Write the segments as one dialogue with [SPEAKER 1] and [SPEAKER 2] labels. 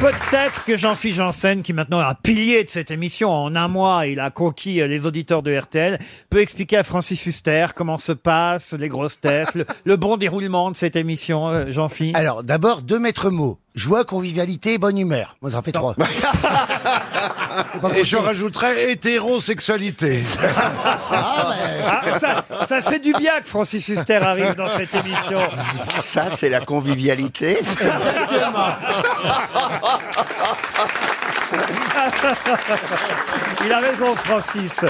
[SPEAKER 1] Peut-être que Jean-Philippe Janssen, qui maintenant est un pilier de cette émission, en un mois, il a conquis euh, les auditeurs de RTL, peut expliquer à Francis Huster comment se passent les grosses têtes, le, le bon déroulement de cette émission, euh, Jean-Philippe.
[SPEAKER 2] Alors, d'abord, deux maîtres mots. Joie, convivialité, bonne humeur. Moi, ça en fait trois.
[SPEAKER 3] Et je rajouterais hétérosexualité.
[SPEAKER 1] Ah, ça, ça fait du bien que Francis Huster arrive dans cette émission.
[SPEAKER 4] Ça, c'est la convivialité.
[SPEAKER 1] Il a raison, Francis.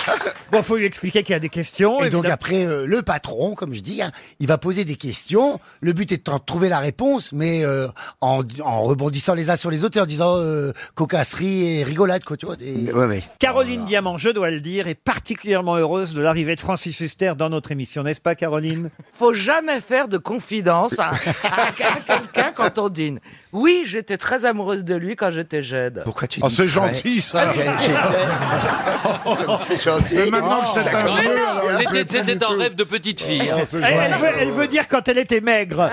[SPEAKER 1] Bon, faut lui expliquer qu'il y a des questions.
[SPEAKER 2] Et donc
[SPEAKER 1] évidemment.
[SPEAKER 2] après, euh, le patron, comme je dis, hein, il va poser des questions. Le but est de trouver la réponse, mais euh, en, en rebondissant les uns sur les autres et en disant euh, cocasserie et rigolade, quoi, tu vois. des-
[SPEAKER 4] Ouais, ouais.
[SPEAKER 1] Caroline Diamant, je dois le dire, est particulièrement heureuse de l'arrivée de Francis Huster dans notre émission, n'est-ce pas, Caroline
[SPEAKER 5] faut jamais faire de hein. confidence à, à quelqu'un quand on dîne. Oui, j'étais très amoureuse de lui quand j'étais jeune.
[SPEAKER 4] Pourquoi tu dis
[SPEAKER 3] Oh, c'est
[SPEAKER 4] très
[SPEAKER 3] gentil, ça.
[SPEAKER 4] J'ai-
[SPEAKER 5] hein.
[SPEAKER 4] j'ai fait- C'est gentil.
[SPEAKER 3] Mais maintenant que c'est
[SPEAKER 4] Ça
[SPEAKER 3] un
[SPEAKER 4] commence.
[SPEAKER 3] vieux, alors, il
[SPEAKER 6] C'était-
[SPEAKER 3] plaît plus du
[SPEAKER 6] C'était un
[SPEAKER 3] tout.
[SPEAKER 6] rêve de petite fille. hein.
[SPEAKER 3] Oh, c'est
[SPEAKER 1] elle, elle
[SPEAKER 3] gentil.
[SPEAKER 1] veut, elle veut dire quand elle était maigre.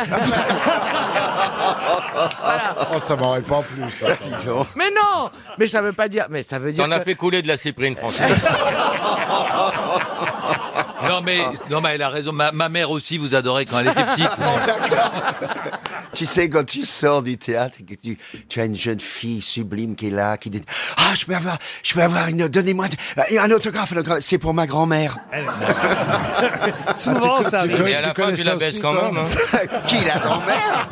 [SPEAKER 3] Oh, ça m'aurait pas plu, ça.
[SPEAKER 4] Dis donc.
[SPEAKER 5] Mais non Mais ça veut pas dire. Mais ça veut dire.
[SPEAKER 6] T'en as
[SPEAKER 5] que-
[SPEAKER 6] fait couler de la cyprine, François. non, mais, non, mais elle a raison. Ma, ma mère aussi vous adorait quand elle était petite.
[SPEAKER 4] Tu sais, quand tu sors du théâtre, et que tu, tu as une jeune fille sublime qui est là, qui dit Ah, je peux avoir, je peux avoir une, donnez-moi de- un autographe, un autographe. c'est pour ma grand-mère.
[SPEAKER 1] Souvent, ça
[SPEAKER 3] tu-
[SPEAKER 1] arrive.
[SPEAKER 6] Mais à la
[SPEAKER 3] Tu
[SPEAKER 6] fin,
[SPEAKER 3] connais
[SPEAKER 6] tu
[SPEAKER 3] ça
[SPEAKER 6] la baisses
[SPEAKER 3] aussi,
[SPEAKER 6] quand
[SPEAKER 3] toi
[SPEAKER 6] même. hein.
[SPEAKER 4] qui la grand-mère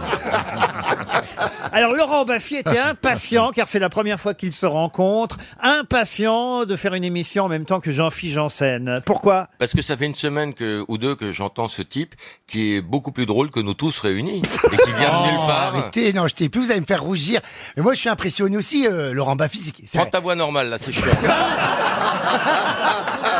[SPEAKER 1] Alors, Laurent Baffy était impatient, car c'est la première fois qu'ils se rencontrent, impatient de faire une émission en même temps que Jean-Philippe Janssen. Pourquoi
[SPEAKER 6] Parce que ça fait une semaine que, ou deux que j'entends ce type qui est beaucoup plus drôle que nous tous réunis et qui vient de nulle part.
[SPEAKER 2] Arrêtez, non, je t'ai plus, vous allez me faire rougir. Mais moi, je suis impressionné aussi, euh, Laurent Baffy. c'est que- c'est-
[SPEAKER 6] Prends ta voix normale, là, c'est chiant.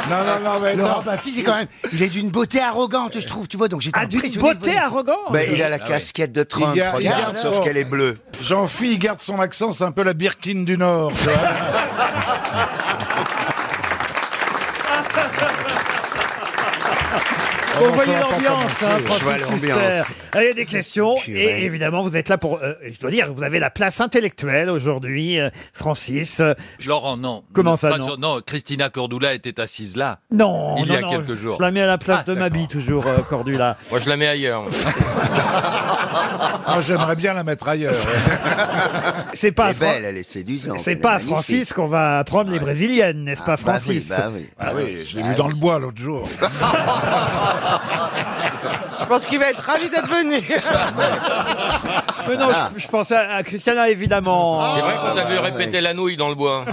[SPEAKER 3] Non, non, non, mais
[SPEAKER 2] Laurent
[SPEAKER 3] non.
[SPEAKER 2] Baffy, c'est quand même, il est d'une beauté arrogante, je trouve, tu vois, donc j'étais
[SPEAKER 1] Ah, d'une
[SPEAKER 2] impressionné de
[SPEAKER 1] beauté
[SPEAKER 2] voir-
[SPEAKER 1] arrogante
[SPEAKER 4] ben, Il a la casquette de Trump,
[SPEAKER 3] Ah Il y a- il y a
[SPEAKER 4] regarde,
[SPEAKER 3] un
[SPEAKER 4] sauf
[SPEAKER 3] sort.
[SPEAKER 4] qu'elle est bleue.
[SPEAKER 3] Jean-Philippe garde son accent, c'est un peu la Birkin du Nord. tu vois.
[SPEAKER 1] Vous
[SPEAKER 4] Ah,
[SPEAKER 3] Oh, non,
[SPEAKER 1] voyez
[SPEAKER 3] ça va pas
[SPEAKER 1] l'ambiance,
[SPEAKER 3] commencer.
[SPEAKER 1] hein,
[SPEAKER 4] Je vois
[SPEAKER 1] Francis
[SPEAKER 4] l'ambiance.
[SPEAKER 1] Huster. Il y a des questions,
[SPEAKER 4] Purée.
[SPEAKER 1] et évidemment, vous êtes là pour, euh, je dois dire, vous avez la place intellectuelle aujourd'hui, euh, Francis. Euh,
[SPEAKER 6] Laurent, non.
[SPEAKER 1] Comment ça,
[SPEAKER 6] Pas
[SPEAKER 1] non
[SPEAKER 6] sûr- Non, Christina Cordula était assise là.
[SPEAKER 1] Non,
[SPEAKER 6] Il y
[SPEAKER 1] non,
[SPEAKER 6] a
[SPEAKER 1] non,
[SPEAKER 6] quelques
[SPEAKER 1] je-
[SPEAKER 6] jours.
[SPEAKER 1] Je la mets à la place
[SPEAKER 6] Ah,
[SPEAKER 1] de ma bille, toujours, euh, Cordula.
[SPEAKER 6] Moi, je la mets ailleurs.
[SPEAKER 3] Ah, J'aimerais bien la mettre ailleurs.
[SPEAKER 1] C'est pas,
[SPEAKER 4] Elle est
[SPEAKER 1] Fran-
[SPEAKER 4] belle, elle est séduisante.
[SPEAKER 1] c'est
[SPEAKER 4] elle est
[SPEAKER 1] pas à
[SPEAKER 4] magnifique.
[SPEAKER 1] Francis qu'on va apprendre les brésiliennes, n'est-ce pas,
[SPEAKER 4] Ah, bah oui,
[SPEAKER 1] Francis
[SPEAKER 4] bah oui. bah
[SPEAKER 3] Ah oui, je l'ai vu dans le bois l'autre jour.
[SPEAKER 5] Je pense qu'il va être ravi d'être venu.
[SPEAKER 1] Mais non, je, je pensais à, à Christiana, évidemment.
[SPEAKER 6] C'est vrai qu'on avait répété la nouille dans le bois.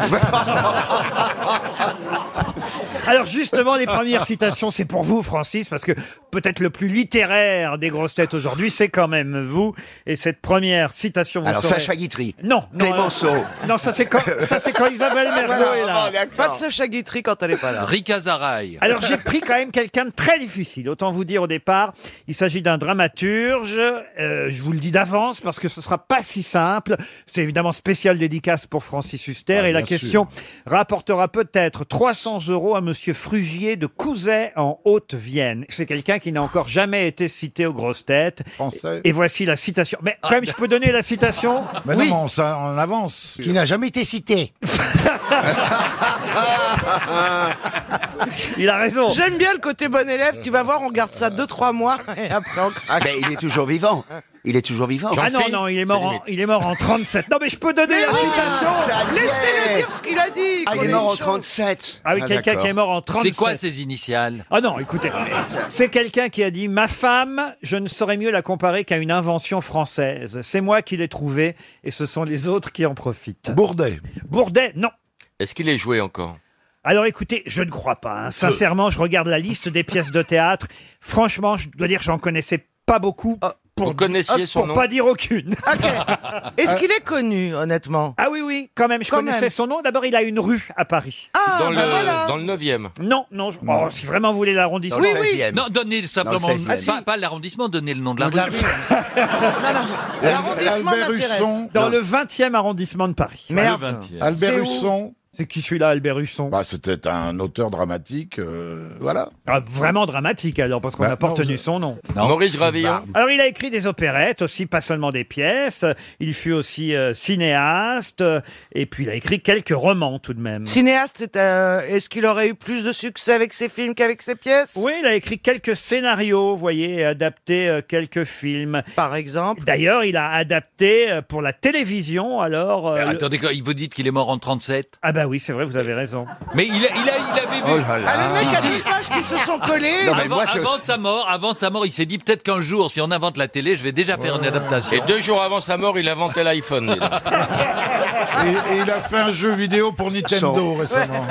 [SPEAKER 1] Alors justement, les premières citations, c'est pour vous, Francis, parce que peut-être le plus littéraire des grosses têtes aujourd'hui, c'est quand même vous. Et cette première citation, vous
[SPEAKER 4] Alors,
[SPEAKER 1] saurez-
[SPEAKER 4] Sacha Guitry.
[SPEAKER 1] Non, non.
[SPEAKER 4] Clémenceau. Ah,
[SPEAKER 1] euh, non, ça c'est quand, ça c'est quand Isabelle Mergo est là.
[SPEAKER 5] Pas de Sacha Guitry quand elle est pas là.
[SPEAKER 6] Ricazaray.
[SPEAKER 1] Alors j'ai pris quand même quelqu'un de très difficile. Autant vous dire au départ, il s'agit d'un dramaturge. Euh, je vous le dis d'avance parce que ce sera pas si simple. C'est évidemment spécial dédicace pour Francis Huster
[SPEAKER 3] Ah,
[SPEAKER 1] et la
[SPEAKER 3] bien
[SPEAKER 1] question rapportera peut-être 300 euros à Monsieur Frugier de Couzet en Haute-Vienne. C'est quelqu'un qui n'a encore jamais été cité aux grosses têtes.
[SPEAKER 3] Français.
[SPEAKER 1] Et voici la citation. Mais quand même, je peux donner la citation.
[SPEAKER 3] Mais non, mais on, s'a- on avance.
[SPEAKER 2] Qui n'a jamais été cité.
[SPEAKER 1] Il a raison.
[SPEAKER 5] J'aime bien le côté bon élève. Tu vas voir, on garde ça 2-3 mois et après on craque.
[SPEAKER 4] Mais il est toujours vivant. Il est toujours vivant.
[SPEAKER 1] Ah non
[SPEAKER 6] Jean-Philippe,
[SPEAKER 1] non, il est mort
[SPEAKER 6] c'est
[SPEAKER 1] en,
[SPEAKER 6] limite.
[SPEAKER 1] il est mort en 37. Non mais je peux donner la citation.
[SPEAKER 5] Laissez-le dire ce qu'il a dit.
[SPEAKER 4] Ah,
[SPEAKER 5] qu'on
[SPEAKER 4] il est
[SPEAKER 5] ait
[SPEAKER 4] mort
[SPEAKER 5] une
[SPEAKER 4] en
[SPEAKER 5] chance.
[SPEAKER 4] 37.
[SPEAKER 1] Ah oui, quelqu'un
[SPEAKER 4] d'accord.
[SPEAKER 1] qui est mort en 37.
[SPEAKER 6] C'est quoi ces initiales
[SPEAKER 1] Ah non, écoutez, c'est quelqu'un qui a dit Ma femme, je ne saurais mieux la comparer qu'à une invention française. C'est moi qui l'ai trouvée et ce sont les autres qui en profitent.
[SPEAKER 3] Bourdet.
[SPEAKER 1] Bourdet, non.
[SPEAKER 6] Est-ce qu'il est joué encore
[SPEAKER 1] Alors écoutez, je ne crois pas. hein. Sincèrement, je regarde la liste des pièces de théâtre. Franchement, je dois dire, j'en connaissais pas beaucoup.
[SPEAKER 5] Ah,
[SPEAKER 6] Vous connaissiez son
[SPEAKER 1] pour
[SPEAKER 6] nom
[SPEAKER 1] pas dire aucune. Euh,
[SPEAKER 5] Ok. Est-ce qu'il est connu, honnêtement
[SPEAKER 1] Ah oui, oui, quand même, je
[SPEAKER 5] Quand
[SPEAKER 1] connaissais
[SPEAKER 5] même.
[SPEAKER 1] son nom. D'abord, il a une rue à Paris.
[SPEAKER 5] Ah,
[SPEAKER 6] dans,
[SPEAKER 5] bah
[SPEAKER 6] le,
[SPEAKER 5] voilà.
[SPEAKER 6] dans le 9e.
[SPEAKER 1] Non, non, je- oh, si vraiment vous voulez
[SPEAKER 4] Dans
[SPEAKER 1] l'arrondissement.
[SPEAKER 4] le
[SPEAKER 5] Oui, oui.
[SPEAKER 4] 16e.
[SPEAKER 6] Non, donnez simplement. Ah,
[SPEAKER 4] Dans le 16e.
[SPEAKER 6] pas pas l'arrondissement, donnez le nom de la rue.
[SPEAKER 5] L'arrondissement
[SPEAKER 3] Albert
[SPEAKER 5] m'intéresse.
[SPEAKER 3] Husson.
[SPEAKER 1] Dans le 20e arrondissement de Paris.
[SPEAKER 6] Le
[SPEAKER 3] Ah,
[SPEAKER 5] Merde.
[SPEAKER 6] 20e.
[SPEAKER 3] Albert
[SPEAKER 5] C'est où
[SPEAKER 3] Husson.
[SPEAKER 1] C'est qui celui-là, Albert Husson
[SPEAKER 3] Bah, c'était un auteur dramatique, euh, voilà.
[SPEAKER 1] Ah, Vraiment dramatique alors, parce qu'on
[SPEAKER 3] Bah,
[SPEAKER 1] n'a pas
[SPEAKER 3] non,
[SPEAKER 1] retenu
[SPEAKER 3] je-
[SPEAKER 1] son nom.
[SPEAKER 7] Maurice Gravillon.
[SPEAKER 1] Alors, il a écrit des opérettes aussi, pas seulement des pièces. Il fut aussi euh, cinéaste. euh, Et puis, il a écrit quelques romans tout de même.
[SPEAKER 8] Cinéaste, c'est un- est-ce qu'il aurait eu plus de succès avec ses films qu'avec ses pièces
[SPEAKER 1] Oui, il a écrit quelques scénarios, vous voyez, et adapté euh, quelques films.
[SPEAKER 8] Par exemple.
[SPEAKER 1] D'ailleurs, il a adapté euh, pour la télévision, alors... euh, le-
[SPEAKER 6] Attendez, quand il vous dites qu'il est mort en 37.
[SPEAKER 1] Ah bah oui, c'est vrai, vous avez raison.
[SPEAKER 6] Mais il, a- il, a- il avait vu.
[SPEAKER 9] Oh là là.
[SPEAKER 8] Ah, le mec
[SPEAKER 6] Ah.
[SPEAKER 8] a des pages qui se sont collées
[SPEAKER 9] Non, mais
[SPEAKER 6] avant,
[SPEAKER 9] moi, je-
[SPEAKER 6] avant sa mort, avant sa mort, il s'est dit peut-être qu'un jour, si on invente la télé, je vais déjà faire une adaptation.
[SPEAKER 7] Et deux jours avant sa mort, il inventait l'iPhone. il a-
[SPEAKER 3] Et, et il a fait un jeu vidéo pour Nintendo
[SPEAKER 9] Son-
[SPEAKER 3] récemment.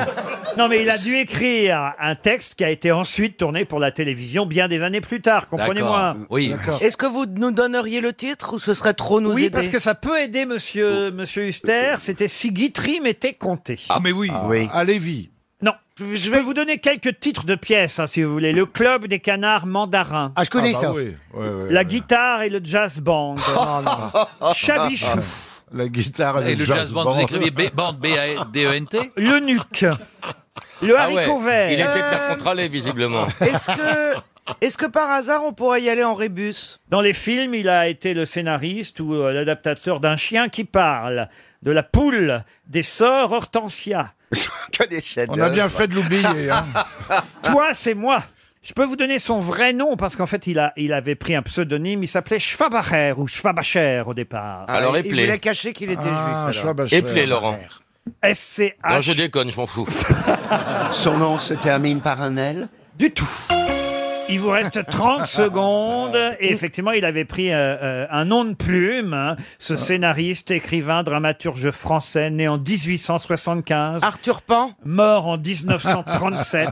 [SPEAKER 1] Non, mais il a dû écrire un texte qui a été ensuite tourné pour la télévision bien des années plus tard, comprenez-moi.
[SPEAKER 6] D'accord. Oui.
[SPEAKER 8] Est-ce que vous nous donneriez le titre ou ce serait trop nous
[SPEAKER 1] Oui,
[SPEAKER 8] aider
[SPEAKER 1] parce que ça peut aider
[SPEAKER 3] Oh.
[SPEAKER 1] monsieur, monsieur Huster. C'était Si Guitry m'était compté.
[SPEAKER 6] Ah mais oui.
[SPEAKER 9] Oui.
[SPEAKER 3] À Lévis.
[SPEAKER 1] Non.
[SPEAKER 8] Je
[SPEAKER 1] Je vais
[SPEAKER 8] vais...
[SPEAKER 1] vous donner quelques titres de pièces, hein, si vous voulez. Le Club des Canards Mandarins.
[SPEAKER 10] Ah, je connais
[SPEAKER 3] Ah bah
[SPEAKER 10] ça.
[SPEAKER 3] oui, ouais, ouais,
[SPEAKER 1] La
[SPEAKER 3] ouais.
[SPEAKER 1] guitare et le jazz band. Oh Chabichou.
[SPEAKER 3] La guitare
[SPEAKER 6] Et le jazz band, vous écriviez B- E band B-A-D-E-N-T
[SPEAKER 1] Le nuque. Le
[SPEAKER 7] Ah ouais,
[SPEAKER 1] haricot vert.
[SPEAKER 7] Il était bien contrôlé, visiblement.
[SPEAKER 8] Est-ce que... Est-ce que par hasard on pourrait y aller en rébus
[SPEAKER 1] Dans les films, il a été le scénariste ou euh, l'adaptateur d'un chien qui parle, de la poule, des sœurs Hortensia.
[SPEAKER 9] Que des chefs-d'œuvre.
[SPEAKER 3] On a bien fait de l'oublier. Hein.
[SPEAKER 1] Toi, c'est moi. Je peux vous donner son vrai nom parce qu'en fait, il, a, il avait pris un pseudonyme. Il s'appelait Schwabacher ou Schwabacher au départ.
[SPEAKER 7] Alors,
[SPEAKER 8] il, il
[SPEAKER 7] éplé.
[SPEAKER 8] voulait cacher qu'il était
[SPEAKER 3] Ah,
[SPEAKER 8] juif. alors.
[SPEAKER 1] bah,
[SPEAKER 3] Schwab,
[SPEAKER 7] Et
[SPEAKER 3] Schwab.
[SPEAKER 7] plaît, Laurent. Non, je
[SPEAKER 1] SCH.
[SPEAKER 7] déconne, je m'en fous.
[SPEAKER 9] Son nom se termine par un L.
[SPEAKER 1] Du tout. Il vous reste 30 secondes. Et effectivement, il avait pris euh, euh, un nom de plume. hein.
[SPEAKER 8] Ah.
[SPEAKER 1] ce scénariste, écrivain, dramaturge français, né en 1875.
[SPEAKER 8] Arthur Pan
[SPEAKER 1] mort en 1937.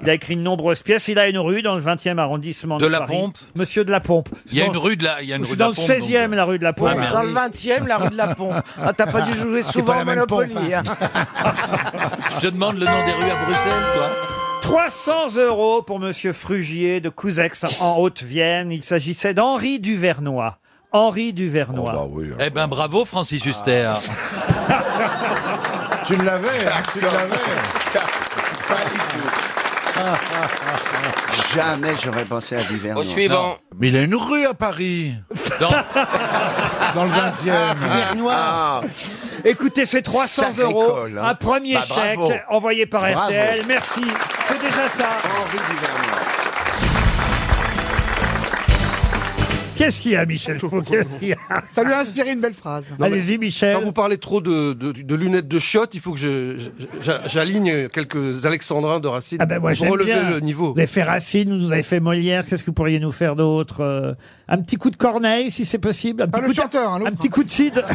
[SPEAKER 1] Il a écrit de nombreuses pièces. Il a une rue dans le 20e arrondissement de,
[SPEAKER 6] De la
[SPEAKER 1] Paris.
[SPEAKER 6] Pompe
[SPEAKER 1] Monsieur de la Pompe.
[SPEAKER 6] Il y a
[SPEAKER 1] C'est
[SPEAKER 6] une
[SPEAKER 1] dans-
[SPEAKER 6] rue de la, il y a une
[SPEAKER 1] c'est
[SPEAKER 6] rue de
[SPEAKER 1] dans
[SPEAKER 6] la
[SPEAKER 1] le
[SPEAKER 6] Pompe,
[SPEAKER 1] 16e,
[SPEAKER 6] donc-
[SPEAKER 1] la rue de la Pompe.
[SPEAKER 6] Ah, merde.
[SPEAKER 8] Dans le 20e, la rue de la Pompe. Ah, t'as pas dû jouer souvent
[SPEAKER 10] la
[SPEAKER 8] au
[SPEAKER 10] même pompe,
[SPEAKER 8] Monopoly.
[SPEAKER 10] hein.
[SPEAKER 8] hein.
[SPEAKER 6] Je te demande le nom des rues à Bruxelles, toi.
[SPEAKER 1] 300 euros pour Monsieur Frugier de Couzex en Haute-Vienne. Il s'agissait d'Henri Duvernois. Henri
[SPEAKER 3] Oh,
[SPEAKER 1] Duvernois.
[SPEAKER 3] bah oui, hein.
[SPEAKER 6] Eh ben bravo Francis Huster.
[SPEAKER 3] Tu me l'avais, hein, tu me l'avais.
[SPEAKER 9] Jamais j'aurais pensé à Duvernois.
[SPEAKER 7] Au suivant.
[SPEAKER 3] Mais il a une rue à Paris.
[SPEAKER 6] Dans-
[SPEAKER 2] Ah,
[SPEAKER 3] Dans le 20e.
[SPEAKER 1] Ah. Écoutez, c'est 300
[SPEAKER 9] Sacré
[SPEAKER 1] euros.
[SPEAKER 9] col, hein.
[SPEAKER 1] Un premier
[SPEAKER 6] Bah,
[SPEAKER 1] chèque
[SPEAKER 6] bravo.
[SPEAKER 1] envoyé par
[SPEAKER 9] Bravo.
[SPEAKER 1] RTL. Merci. C'est déjà ça.
[SPEAKER 9] Henri Duvernois.
[SPEAKER 1] Qu'est-ce qu'il y a, Michel Faux Qu'est-ce qu'il y a
[SPEAKER 2] Ça lui a inspiré une belle phrase.
[SPEAKER 1] Allez-y, Michel.
[SPEAKER 5] Quand vous parlez trop de, de- de lunettes de chiottes, il faut que je- je- j'a- j'aligne quelques alexandrins de Racine
[SPEAKER 1] Ah ben moi
[SPEAKER 5] pour
[SPEAKER 1] j'aime
[SPEAKER 5] relever
[SPEAKER 1] bien.
[SPEAKER 5] le niveau.
[SPEAKER 1] Vous avez fait Racine, vous avez fait Molière. Qu'est-ce que vous pourriez nous faire d'autre Euh, Un petit coup de Corneille, si c'est possible. Un petit,
[SPEAKER 2] le
[SPEAKER 1] coup,
[SPEAKER 2] chanteur, hein,
[SPEAKER 1] de... un
[SPEAKER 2] l'autre.
[SPEAKER 1] petit coup de Cid.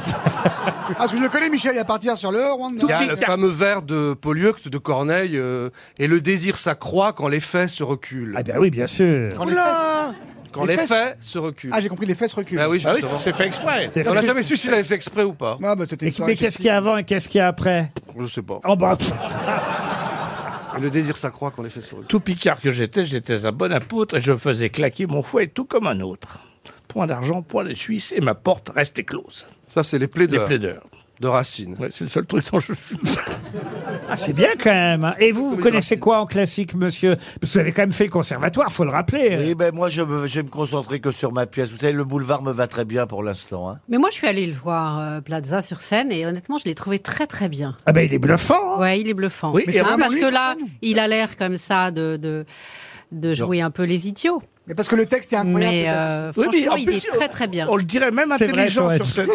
[SPEAKER 2] Ah, Parce que je le connais, Michel, il va partir sur le Rwanda.
[SPEAKER 5] Il y a le fameux vers de Polyeucte de Corneille euh, et le désir s'accroît quand les faits se reculent.
[SPEAKER 1] ah ben oui, bien sûr.
[SPEAKER 2] Quand les fesses-
[SPEAKER 5] Quand
[SPEAKER 2] les
[SPEAKER 5] les
[SPEAKER 2] fesses-
[SPEAKER 5] faits se reculent.
[SPEAKER 2] Ah, j'ai compris, les fesses reculent.
[SPEAKER 5] Ah oui,
[SPEAKER 2] ah,
[SPEAKER 5] justement.
[SPEAKER 3] fait exprès.
[SPEAKER 1] C'est
[SPEAKER 5] On n'a
[SPEAKER 1] vrai.
[SPEAKER 5] jamais su s'il avait fait exprès ou pas.
[SPEAKER 2] bah, c'était une
[SPEAKER 1] Et-
[SPEAKER 2] soirée
[SPEAKER 1] mais qu'est-ce
[SPEAKER 2] sexy.
[SPEAKER 1] qu'il y a avant et qu'est-ce qu'il y a après
[SPEAKER 5] Je sais pas.
[SPEAKER 1] En bas. Ah, bah, pff,
[SPEAKER 5] Le désir s'accroît quand les faits se reculent.
[SPEAKER 11] Tout picard que j'étais, j'étais un bon apôtre et je faisais claquer mon fouet tout comme un autre. Point d'argent, point de Suisse et ma porte restait close.
[SPEAKER 5] Ça, c'est les
[SPEAKER 11] Les
[SPEAKER 5] plaideurs
[SPEAKER 11] plaideurs.
[SPEAKER 5] de Racine.
[SPEAKER 11] Ouais, c'est le seul truc dont je suis.
[SPEAKER 1] Ah, c'est bien quand même. hein. Et vous, vous connaissez quoi en classique, monsieur Parce que Vous avez quand même fait le conservatoire, faut le rappeler.
[SPEAKER 12] Oui, ben moi je, me- je vais me concentrer que sur ma pièce. Vous savez, le boulevard me va très bien pour l'instant. Hein.
[SPEAKER 13] Mais moi, je suis allée le voir, euh, Plaza, sur scène, et honnêtement, je l'ai trouvé très, très bien.
[SPEAKER 1] Ah ben il est bluffant. hein.
[SPEAKER 13] Ouais, il est bluffant.
[SPEAKER 11] Oui,
[SPEAKER 2] Mais c'est
[SPEAKER 13] Hein,
[SPEAKER 2] vraiment
[SPEAKER 13] parce
[SPEAKER 2] lui,
[SPEAKER 13] que là,
[SPEAKER 2] Antoine
[SPEAKER 13] il a l'air comme ça de, de, de jouer un peu les idiots.
[SPEAKER 2] Mais parce que le texte est incroyable.
[SPEAKER 13] Mais
[SPEAKER 2] peut-être.
[SPEAKER 13] euh,
[SPEAKER 11] Oui, mais
[SPEAKER 13] franchement,
[SPEAKER 11] en
[SPEAKER 13] il
[SPEAKER 11] plus,
[SPEAKER 13] est très, très bien.
[SPEAKER 11] On le dirait même
[SPEAKER 1] C'est vrai,
[SPEAKER 11] intelligent
[SPEAKER 1] poète.
[SPEAKER 11] sur scène.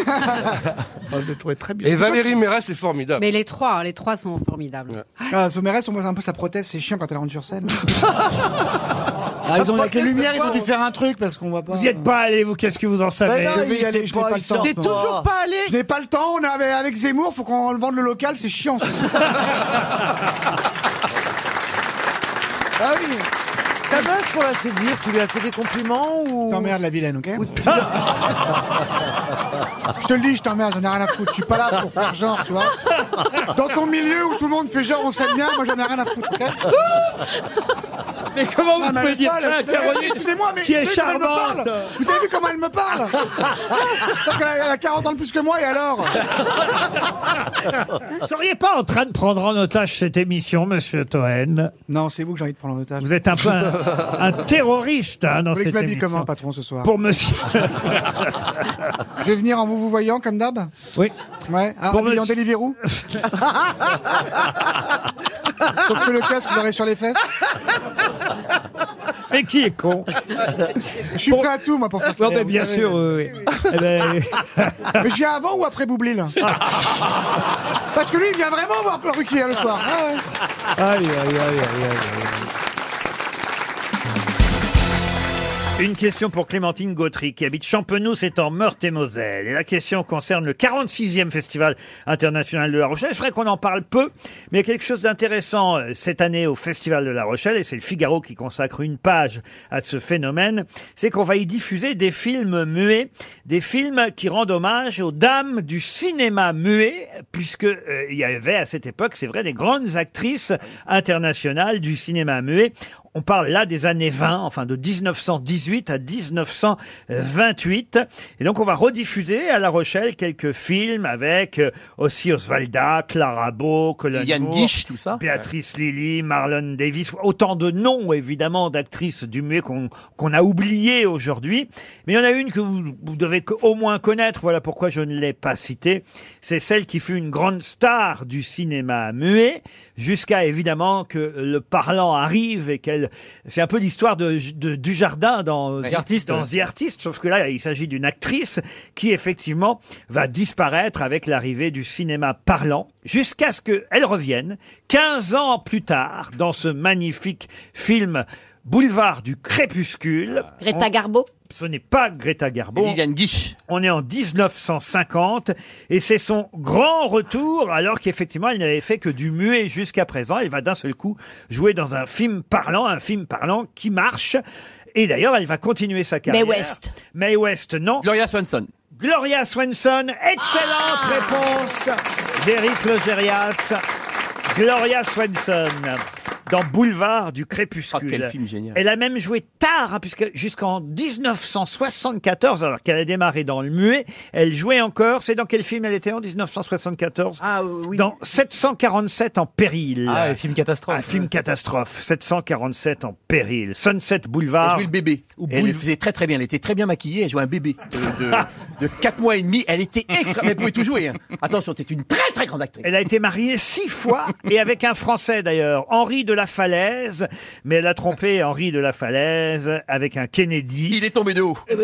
[SPEAKER 11] Moi, je le trouvais très bien.
[SPEAKER 5] Et Valérie Mérès est formidable.
[SPEAKER 13] Mais les trois, les trois sont formidables.
[SPEAKER 2] Ah, Sommeres, on voit un peu sa prothèse, c'est chiant quand elle rentre sur scène. ah, ils ont, avec les lumières, ils ont dû faire un truc parce qu'on voit pas.
[SPEAKER 1] Vous n'y êtes pas allé, vous Qu'est-ce que vous en savez
[SPEAKER 2] non,
[SPEAKER 12] Ben
[SPEAKER 2] je vais y
[SPEAKER 12] il
[SPEAKER 2] aller,
[SPEAKER 12] sait
[SPEAKER 2] je n'ai pas le
[SPEAKER 12] il
[SPEAKER 2] temps.
[SPEAKER 12] sort
[SPEAKER 2] T'es toujours
[SPEAKER 8] Pas aller
[SPEAKER 2] Je n'ai pas le temps, on est avec, avec Zemmour, faut qu'on vende le local, c'est chiant. ça. ah oui,
[SPEAKER 8] Ta meuf pour la séduire, tu lui as fait des compliments ou
[SPEAKER 2] t'emmerdes la vilaine, ok
[SPEAKER 12] Ah.
[SPEAKER 2] Je te le dis, je t'emmerde, j'en ai rien à foutre, je suis pas là pour faire genre, tu vois. Dans ton milieu où tout le monde fait genre, on s'aime bien, moi j'en ai rien à foutre, ok
[SPEAKER 4] Mais comment vous
[SPEAKER 2] Ah, mais
[SPEAKER 4] pouvez
[SPEAKER 2] elle
[SPEAKER 4] dire
[SPEAKER 2] parle,
[SPEAKER 4] ça à
[SPEAKER 2] putain,
[SPEAKER 4] Caroline
[SPEAKER 2] Excusez-moi, mais
[SPEAKER 4] qui est
[SPEAKER 2] vous savez comment elle me
[SPEAKER 4] charmante
[SPEAKER 2] parle Vous avez vu comment elle me parle Donc, Elle a 40 ans de plus que moi, et alors
[SPEAKER 1] Vous seriez pas en train de prendre en otage cette émission, monsieur Toen
[SPEAKER 2] Non, c'est vous que j'ai envie de prendre en otage.
[SPEAKER 1] Vous êtes un peu un, un terroriste hein, dans
[SPEAKER 2] Vous voulez que je
[SPEAKER 1] cette
[SPEAKER 2] m'habille
[SPEAKER 1] émission.
[SPEAKER 2] comment, patron, ce soir
[SPEAKER 1] Pour monsieur.
[SPEAKER 2] Je vais venir en vous vous voyant, comme d'hab
[SPEAKER 1] Oui.
[SPEAKER 2] Ouais, ah,
[SPEAKER 1] Bon, bah,
[SPEAKER 2] habillé en
[SPEAKER 1] monsieur-
[SPEAKER 2] Deliveroo Sauf que le casque, vous l'aurez sur les fesses.
[SPEAKER 1] Mais qui est con
[SPEAKER 2] Je suis prêt à tout, moi, pour faire
[SPEAKER 1] Non,
[SPEAKER 2] plaisir,
[SPEAKER 1] mais
[SPEAKER 2] vous
[SPEAKER 1] bien
[SPEAKER 2] savez.
[SPEAKER 1] sûr, oui, oui. Eh ben,
[SPEAKER 2] Mais je viens avant ou après Boublil Parce que lui, il vient vraiment voir Ruquier hein, le soir. Ah ouais.
[SPEAKER 1] Aïe, aïe, aïe, aïe, aïe, aïe. Une question pour Clémentine Gautry qui habite Champenoux, c'est en Meurthe-et-Moselle. Et la question concerne le 46e Festival international de La Rochelle. C'est vrai qu'on en parle peu, mais il y a quelque chose d'intéressant euh, cette année au Festival de La Rochelle, et c'est le Figaro qui consacre une page à ce phénomène, c'est qu'on va y diffuser des films muets, des films qui rendent hommage aux dames du cinéma muet, puisque euh, il y avait à cette époque, c'est vrai, des grandes actrices internationales du cinéma muet. On parle là des années 20, enfin de 1918 à 1928. Et donc on va rediffuser à La Rochelle quelques films avec euh, aussi Osvalda, Clara Bow, Colin
[SPEAKER 14] Yann
[SPEAKER 1] Moore,
[SPEAKER 14] Guiche, tout ça.
[SPEAKER 1] Béatrice Lilly, Marlon Davis, autant de noms évidemment d'actrices du muet qu'on qu'on a oubliés aujourd'hui. Mais il y en a une que vous, vous devez co- au moins connaître, voilà pourquoi je ne l'ai pas citée. C'est celle qui fut une grande star du cinéma muet, jusqu'à évidemment que le parlant arrive et qu'elle... C'est un peu l'histoire de, de- du jardin dans,
[SPEAKER 14] Les artistes,
[SPEAKER 1] dans
[SPEAKER 14] ouais.
[SPEAKER 1] The artiste, sauf que là, il s'agit d'une actrice qui, effectivement, va disparaître avec l'arrivée du cinéma parlant, jusqu'à ce qu'elle revienne, 15 ans plus tard, dans ce magnifique film Boulevard du Crépuscule.
[SPEAKER 15] Greta Garbo
[SPEAKER 1] Ce n'est pas Greta Garbo. On est en 1950 et c'est son grand retour alors qu'effectivement elle n'avait fait que du muet jusqu'à présent. Elle va d'un seul coup jouer dans un film parlant, un film parlant qui marche. Et d'ailleurs, elle va continuer sa carrière.
[SPEAKER 15] West.
[SPEAKER 1] Mae West, non. Gloria Swanson. Gloria Swanson,
[SPEAKER 16] Ah.
[SPEAKER 1] excellente réponse d'Éric Logérias. Gloria Swanson dans Boulevard du Crépuscule.
[SPEAKER 14] quel film génial.
[SPEAKER 1] Elle a même joué tard, hein, puisque jusqu'en 1974, alors qu'elle a démarré dans le muet, elle jouait encore. C'est dans quel film elle était en 1974 Ah oui. Dans 747 en péril.
[SPEAKER 14] Ah, le
[SPEAKER 1] film catastrophe. Un film catastrophe. 747 en péril. Sunset
[SPEAKER 14] Elle
[SPEAKER 1] Boulevard.
[SPEAKER 14] jouait le bébé.
[SPEAKER 1] Ou
[SPEAKER 14] Elle
[SPEAKER 1] boule-
[SPEAKER 14] le faisait très très bien. Elle était très bien maquillée. Elle jouait un bébé de, de, 4 mois et demi. Elle était extra. Mais elle pouvait tout jouer. hein. Attention, c'était une très très grande actrice.
[SPEAKER 1] Elle a été mariée six fois, et avec un Français d'ailleurs, Henri de la Falaise. Mais elle a trompé Henri de la Falaise avec un Kennedy. Il est tombé de haut.